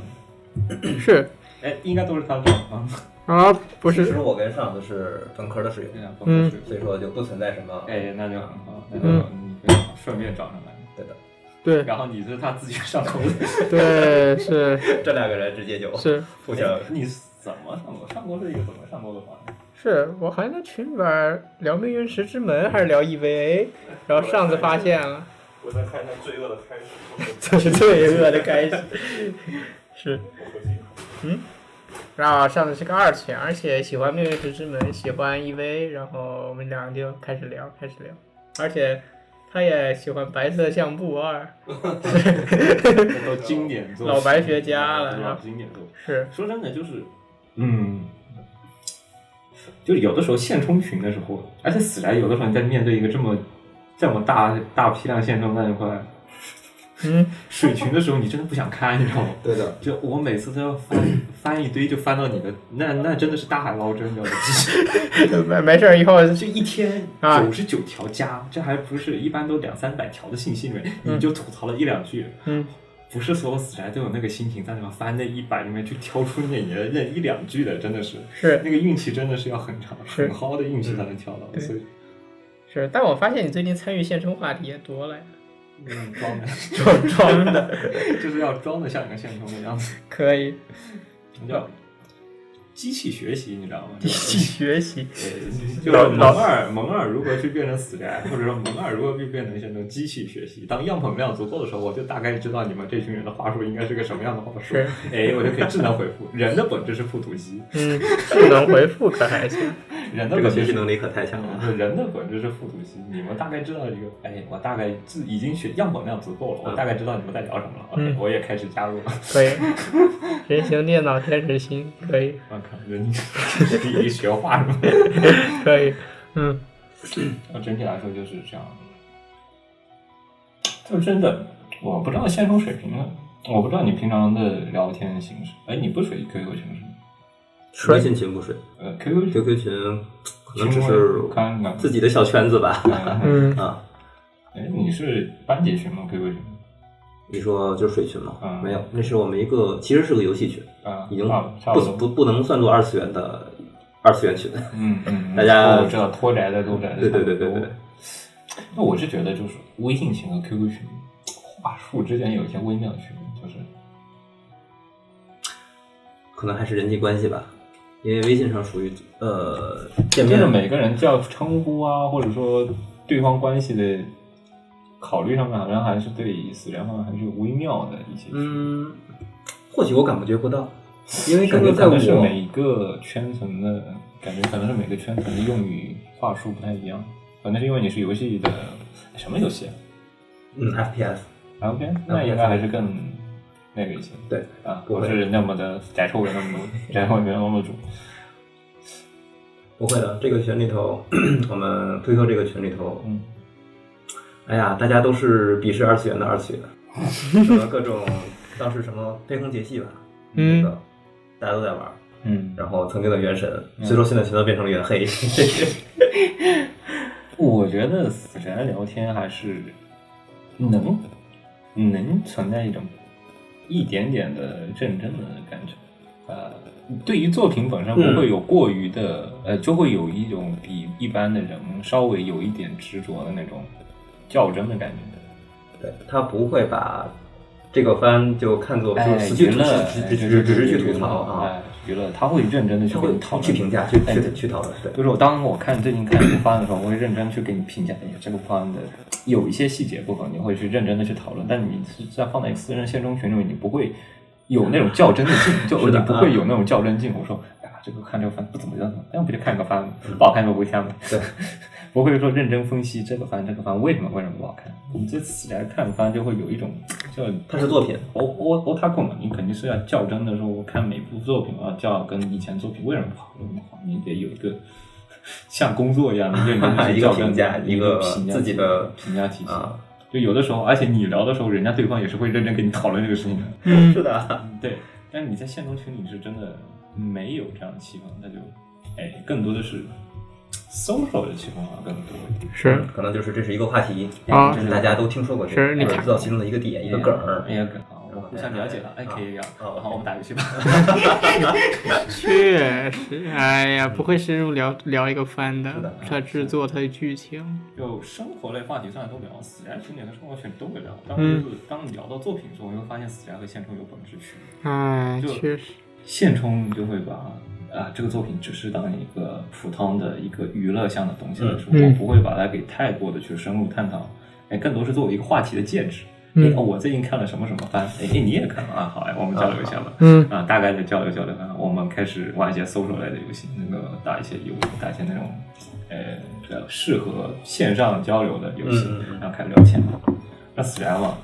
是
哎，应该都是他的啊。
啊， 不
其
是
实我跟上次是本科的室友，
对呀，
嗯
所以说就不存在 什么
哎，那就很好，那就很好你可以顺便找上来，
对的。
对
然后你是他自己上钩的。
对是
这两个人直接就是互相
哎你怎么上钩？上钩是一个怎么上钩的法？
是我好像在群里边儿聊《命运石之门》还是聊 EVA，然后上次发现了，
我再看一下《罪恶的开始》，
这是罪恶的开始。 是，嗯
我回去
然后上次是个二次元，而且喜欢《命运石之门》，喜欢 EVA，然后我们两个就开始聊，开始聊，而且他也喜欢《白色相簿二》，
这都经典作品，
老白学家了
老经典作品。
是，
说真的，就是嗯，就有的时候线冲群的时候，而且死宅有的时候你在面对一个这么这么大大批量线冲那一块
嗯，
水群的时候，你真的不想看，你知道吗？
对的，
就我每次都要翻翻一堆，就翻到你的那那真的是大海捞针，你知道吗？
没没事儿，以后
这一天
啊
九十九条加，这还不是一般都两三百条的信息里面，
嗯
你就吐槽了一两句，
嗯，
不是所有死宅都有那个心情在那边翻那一百里面去挑出那你的那一两句的，真的是
是
那个运气真的是要很长
是
很好的运气才能挑到，
对
所以
是，但我发现你最近参与现充话题也多了呀，
嗯装的
装装的，
就是要装的像一个现充的样子，
可以嗯
叫机器学习，你知道吗？
继续学习。
就
老
是
老
萌二萌二如何去变成死宅，或者说萌二如何去变成一种机器学习。当样本量足够的时候，我就大概知道你们这群人的话术应该是个什么样的话术
是，
哎，我就可以智能回复。人的本质是复读机，
嗯，智能回复可还行。
人的
这个
本
学
质
习
是
能力可太强 了。
嗯人的本质是复读机，你们大概知道一个，哎，我大概自已经学样本量足够了，我大概知道你们在聊什么了。
嗯
OK，我也开始加入了。
可以，人形电脑天使心，可以，
我靠，人 已经学话了。
可以，嗯，
呃，整体来说就是这样。就真的，我不知道先充水平呢，我不知道你平常的聊天形式。哎，你不属于 QQ 群是吗？
啊
微信群不水
呃，QQ 群
，QQ 群可能只是
看看
自己的小圈子 吧。
哎，
嗯，
啊，
你是班级群吗？QQ 群？
你说就是水群吗？
嗯
没有，那是我们一个其实是个游戏群，
啊，
已经
差不差
不
多。
不不能算作二次元的二次元群。
嗯嗯，嗯
大家
我知道拖宅的拖宅的，
对对对对对。
那我是觉得就是微信群和 QQ 群话术之间有一些微妙区别，就是
可能还是人际关系吧，因为微信上属于呃见
就是
面
每个人叫称呼啊，或者说对方关系的考虑上面，好像还是对死人方面还是有微妙的一些。，
嗯，或许我感觉不到，因为
感
刚
觉
刚在
可
我
能是每个圈层的感觉，可能是每个圈层的用语话术不太一样。可能是因为你是游戏的什么游戏
嗯 FPS，
啊？OK，那应该还是更那个一些。
对
啊，
不
不
会
是那么的宅臭味那么多，宅臭味没那么重。
不会的，这个群里头， 我们 QQ 这个群里头，
嗯，
哎呀，大家都是鄙视二次元的二次元，什么各种当时什么《飞空杰系》吧，
嗯
那个大家都在玩，
嗯，
然后曾经的原神，虽说现在全都变成了原 黑，
我觉得死宅聊天还是能能存在一种一点点的认真的感觉，呃，对于作品本身不会有过于的，呃，就会有一种比一般的人稍微有一点执着的那种较真的感觉，
对他不会把这个番就看作就
哎，
是死去
娱
只
乐
只只只只是去吐槽啊，
哎，娱乐，他会认真的去
他
跟
会
你讨论，
去评价，去
哎
去去讨论，对。
就是我当我看最近看一个方案的时候，我会认真去给你评价，哎呀，这个方案的有一些细节部分，你会去认真的去讨论。但你是在放在 X 人线中群里面，你不会有那种较真的劲，就是你
的
不
啊
会有那种较真劲。我说，哎呀，这个看这个番不怎么样，那我不就看个番，不好看就不看嘛。
嗯对，
不会说认真分析这个番这个番为什么为什么不好看。你这次来看番就会有一种叫
它是作品，
我我我他控嘛，你肯定是要较真的说，我看每部作品啊，就要跟以前作品为什么不好，为什么不好，你得有一个 像工作一样的认真 地去
一个
较真
评价
的
一
一
个
评价
自己的
评价体系。
啊
就有的时候，而且你聊的时候，人家对方也是会认真跟你讨论这个事情的。
是的，
对，但是你在现中群里是真的没有这样的气氛，那就哎，更多的是 social 的气氛啊，更多一点。
是
可能就是这是一个话题
啊
这是大家都听说过这个，
是你
或者
看
知道其中的一个点一个梗儿
哎，呀梗啊，我们互相了解了，哎，可以聊，
哦
然后我们打游戏吧。
确实，哎呀，不会深入聊聊一个番
是
的
的，
它制作、它的剧情，
就生活类话题虽然都聊，死宅群里和生活群都会聊，但
嗯
是就是当你聊到作品的时候，你会发现死宅和现充有本质区别。
哎，
就
确实，
现充就会把啊这个作品只是当一个普通的一个娱乐向的东西来说，
嗯
我不会把它给太过的去深入探讨，哎，更多是作为一个话题的介质。
嗯
哎，哦我最近看了什么什么番，哎，哎你也看了啊？好哎，我们交流一下吧。
嗯
啊，大概的交流交流啊，我们开始玩一些搜索类的游戏，那个打一些游，打一些那种，呃，这个适合线上交流的游戏，
嗯嗯嗯
然后开始聊天嘛。那死宅嘛，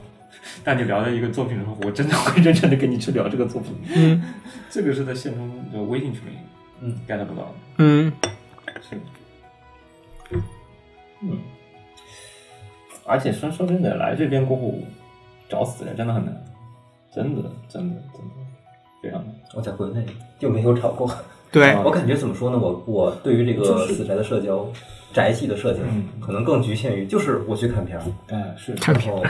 但你聊了一个作品的时候，我真的会认真的跟你去聊这个作品。
嗯
这个是在现中的微信群里，
嗯
，get 不到。
嗯
是
嗯，
而且说说真的，来这边过后找死人真的很难，真的真的真的非常难。
我在国内就没有找过。
对
嗯
我感觉怎么说呢？我我对于这个死宅的社交，宅系的社交
嗯，
可能更局限于就是我去看片 儿，
哎，是
看
然
哦
后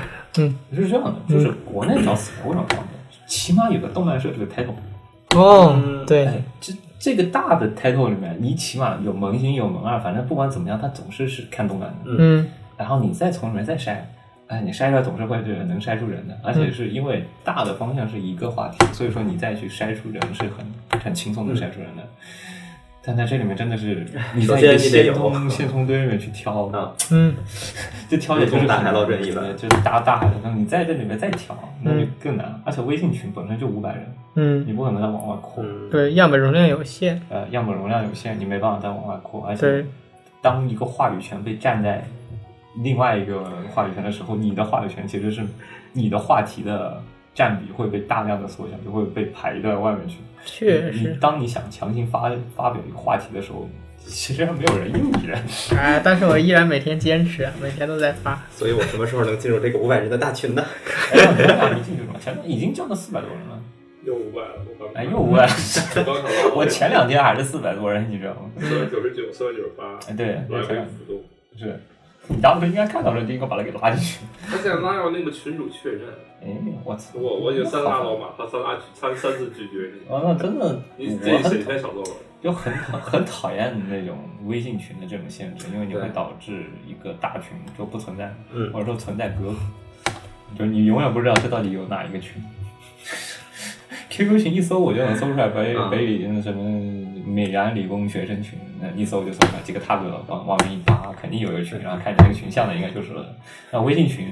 是这样的，
嗯
就是国内找死人我找不到的，起码有个动漫社这个 title。哎
哦对，
这这个大的 title 里面，你起码有萌新有萌啊二，反正不管怎么样，他总是是看动漫的。
嗯
然后你再从里面再筛，哎，你筛出来总是会这个能筛出人
嗯
的，而且是因为大的方向是一个话题，所以说你再去筛出人是很很轻松的筛出人的。但在这里面真的是你在一个
嗯哎首先你得
线
有
通线通堆里面去挑，
啊
嗯
这挑也就是
如同大海捞针一般
对就是大大海捞针。你在这里面再挑，那就更难。而且微信群本身就五百人，你
嗯，
不可能再往外扩，
嗯，
对，样本容量有限，
呃，样本容量有限，你没办法再往外扩，而且
对，
当一个话语权被占在另外一个话语权的时候，你的话语权其实是你的话题的占比会被大量的缩小，就会被排到外面去。
确
你你
实。
当你想强行发发表一个话题的时候，其实没有人应 你的。
哎，但是我依然每天坚持，每天都在发。
所以我什么时候能进入这个五百人的大群呢？
哎你进去吧，前段已经降到四百多人了，
又五百了，我刚
哎，又五 百。
我刚考 到
我前两天还是四百多人，你知道吗？
四百九十九，四百九十八，
哎，对，对
来
前
回
两
浮动。
是，你当时应该看到了，就应该把他给拉进去。
他现在拉要那个群主确认，
哎，我操！
我我已经三拉老马，他三拉拒三三次拒绝你。
完了，哦真的，
你自
我
己
很
谁先小作文？
就很讨 很讨厌那种微信群的这种限制，因为你会
对
导致一个大群就不存在，
嗯
或者说存在隔阂，就你永远不知道这到底有哪一个群。QQ 群一搜我就能搜出来北、
嗯
北理那什么美然理工学生群，那一搜就搜出来几个大哥往往那一打，肯定有一个群，然后看你那个群像的应该就是了。那微信群，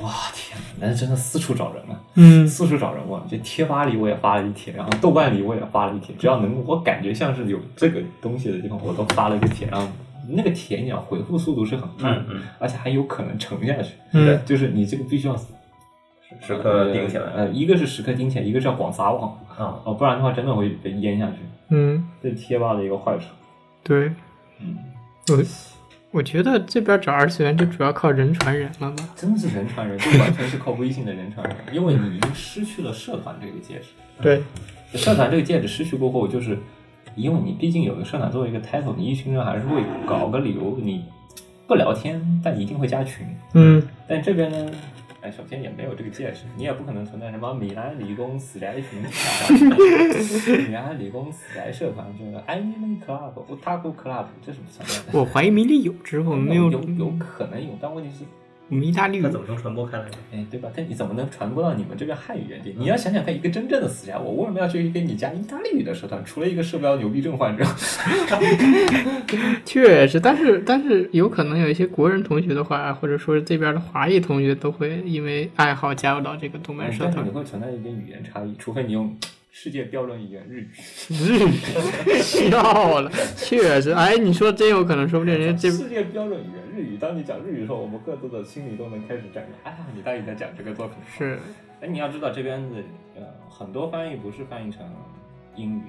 哇天哪，那真的四处找人啊！
嗯
四处找人问，这贴吧里我也发了一帖，然后豆瓣里我也发了一帖，只要能我感觉像是有这个东西的地方，我都发了一个帖，然后那个帖你要回复速度是很慢
嗯
的，而且还有可能沉下去，
嗯
就是你这个必须要
时刻盯起
下
来
呃，一个是时刻盯起来，一个是要广撒网，
啊，
哦，不然的话真的会被淹下去，
嗯，
这是贴吧的一个坏处。
对，
嗯，
我我觉得这边找二次元就主要靠人传人了吧？
真的是人传人，就完全是靠微信的人传人，因为你已经失去了社团这个介质。
对，
社团这个戒指失去过后，就是因为你毕竟有个社团作为一个 title，你一群人还是会搞个理由，你不聊天，但一定会加群。
嗯
但这边呢，哎，首先也没有这个戒指，你也不可能存在什么米兰理工死宅群、米兰理工死宅社团，这个 Island Club、Otaku Club，这是不存在的。
我怀疑迷里有之，我没有，
有有可能有，但问题是，
我们意大利
那
有
怎。么能传播开来呢？
哎，对吧？但你怎么能传播到你们这边汉语人界？你要想想看，一个真正的死宅，我为什么要去跟你加意大利语的社团？除了一个社标牛逼症患者，
确实，但是但是有可能有一些国人同学的话，或者说这边的华裔同学都会因为爱好加入到这个动漫
嗯但
社
是
团
你。会存在一点语言差异，除非你用世界标准语言日语。
日语 笑了，确实，哎，你说真有可能，说不定人家这
世界标准语言日语，当你讲日语的时候，我们各自的心里都能开始展开。哎呀，你到底在讲这个作品？
是
哎，你要知道这边的呃很多翻译不是翻译成英语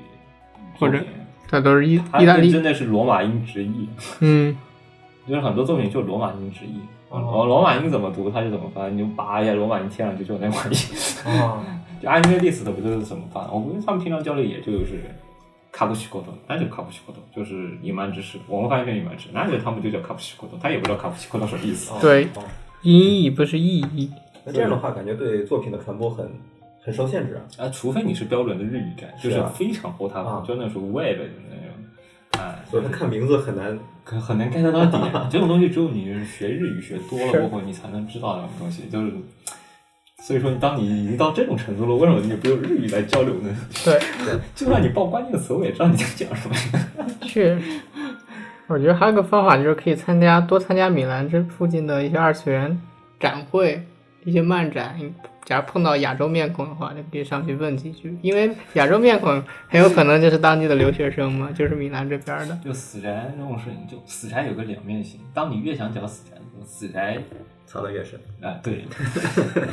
或者
作品
他都是意
它
意大
真
利，
的是罗马音直译。
嗯
就是很多作品就罗马音直译，
哦
罗哦罗马音怎么读它就怎么翻，你就扒一下罗马音贴上去就有那玩意。
哦，
就按这个 list 的不就是怎么翻？我估计他们平常交流也就是卡布西国多，那就卡布西国多，就是隐瞒之事。我们翻译成隐瞒之事，那就他们就叫卡布西国多，他也不知道卡布西国多什么意思。
对
哦
音译不是意译，
那这样的话，感觉对作品的传播很很受限制啊。
啊，除非你是标准的日语宅，就是
是啊
非常后他
啊
就那种 web 的那种，啊，
所以他看名字很难，
可很难 get 到点。这种东西只有你学日语学多了过后，你才能知道那种东西。就是，所以说，当你已经到这种程度了，为什么你不用日语来交流呢？
对，
就算你报关键词，我也知道你在讲什么。
确实。我觉得还有个方法就是可以参加多参加米兰这附近的一些二次元展会、一些漫展。假如碰到亚洲面孔的话，就可以上去问几句，因为亚洲面孔很有可能就是当地的留学生嘛，就是米兰这边的。
就死宅这种事情，就死宅有个两面性。当你越想讲死宅，
死宅
藏得越深。
啊，对，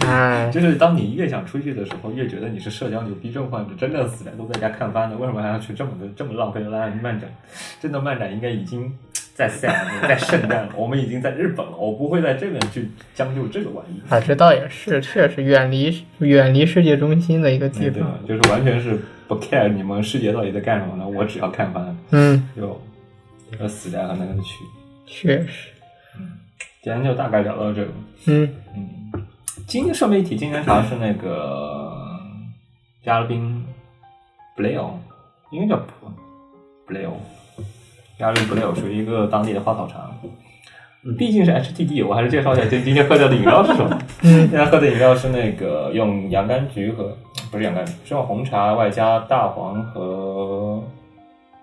哎，
就是当你越想出去的时候，越觉得你是社交牛逼症患者，真正死宅都在家看番的，为什么还要去这么多这么浪费的漫漫展？真的漫展应该已经在厦门，在圣诞了，我们已经在日本了，我不会在这边去将就这个玩意。
啊，这倒也是，确实远离远离世界中心的一个地
对
方。
吧？就是完全是不 care 你们世界到底在干什么呢？我只要看番，
嗯，
就呃死宅和那个去。
确实，
今天就大概聊到这里。
嗯，
嗯，今天顺便一提，今天查是那个嘉宾 Blair，应该叫 Blair，嘉宾 Blair 属于一个当地的花草茶。毕竟是 HTD，我还是介绍一下今今天喝掉的饮料是什么。今天喝的饮料是那个用洋甘菊和不是洋甘菊，是用红茶外加大黄和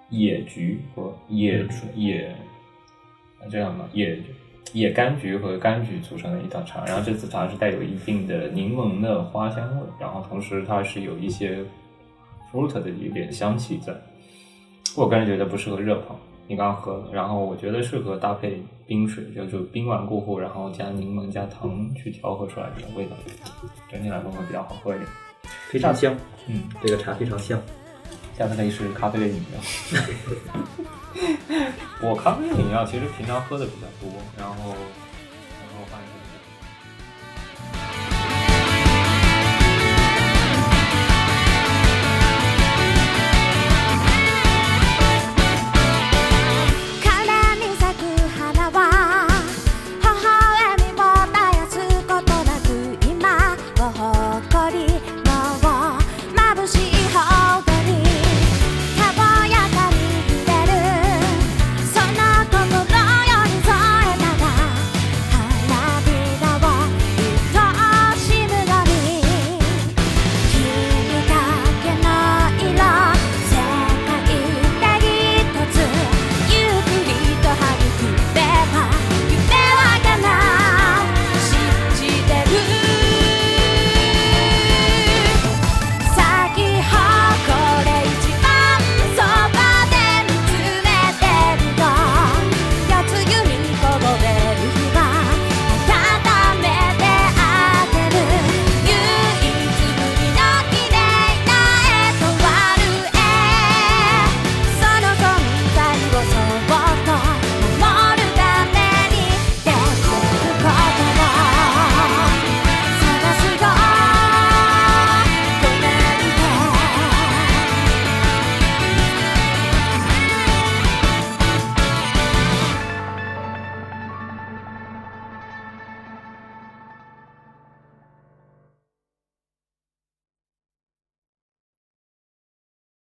野菊和野野，这样吗？野野柑橘和柑橘组成的一道茶，然后这次茶是带有一定的柠檬的花香味，然后同时它是有一些 fruit 的一点香气在。我个人觉得不适合热泡，你刚刚喝了，然后我觉得适合搭配冰水，就是冰完过后，然后加柠檬加糖去调和出来的味道，整体来说会比较好喝一点。
非常香，
嗯，
这个茶非常香。
下次可以试试咖啡类饮料。我咖啡类饮料其实平常喝的比较多，然后然后换一个。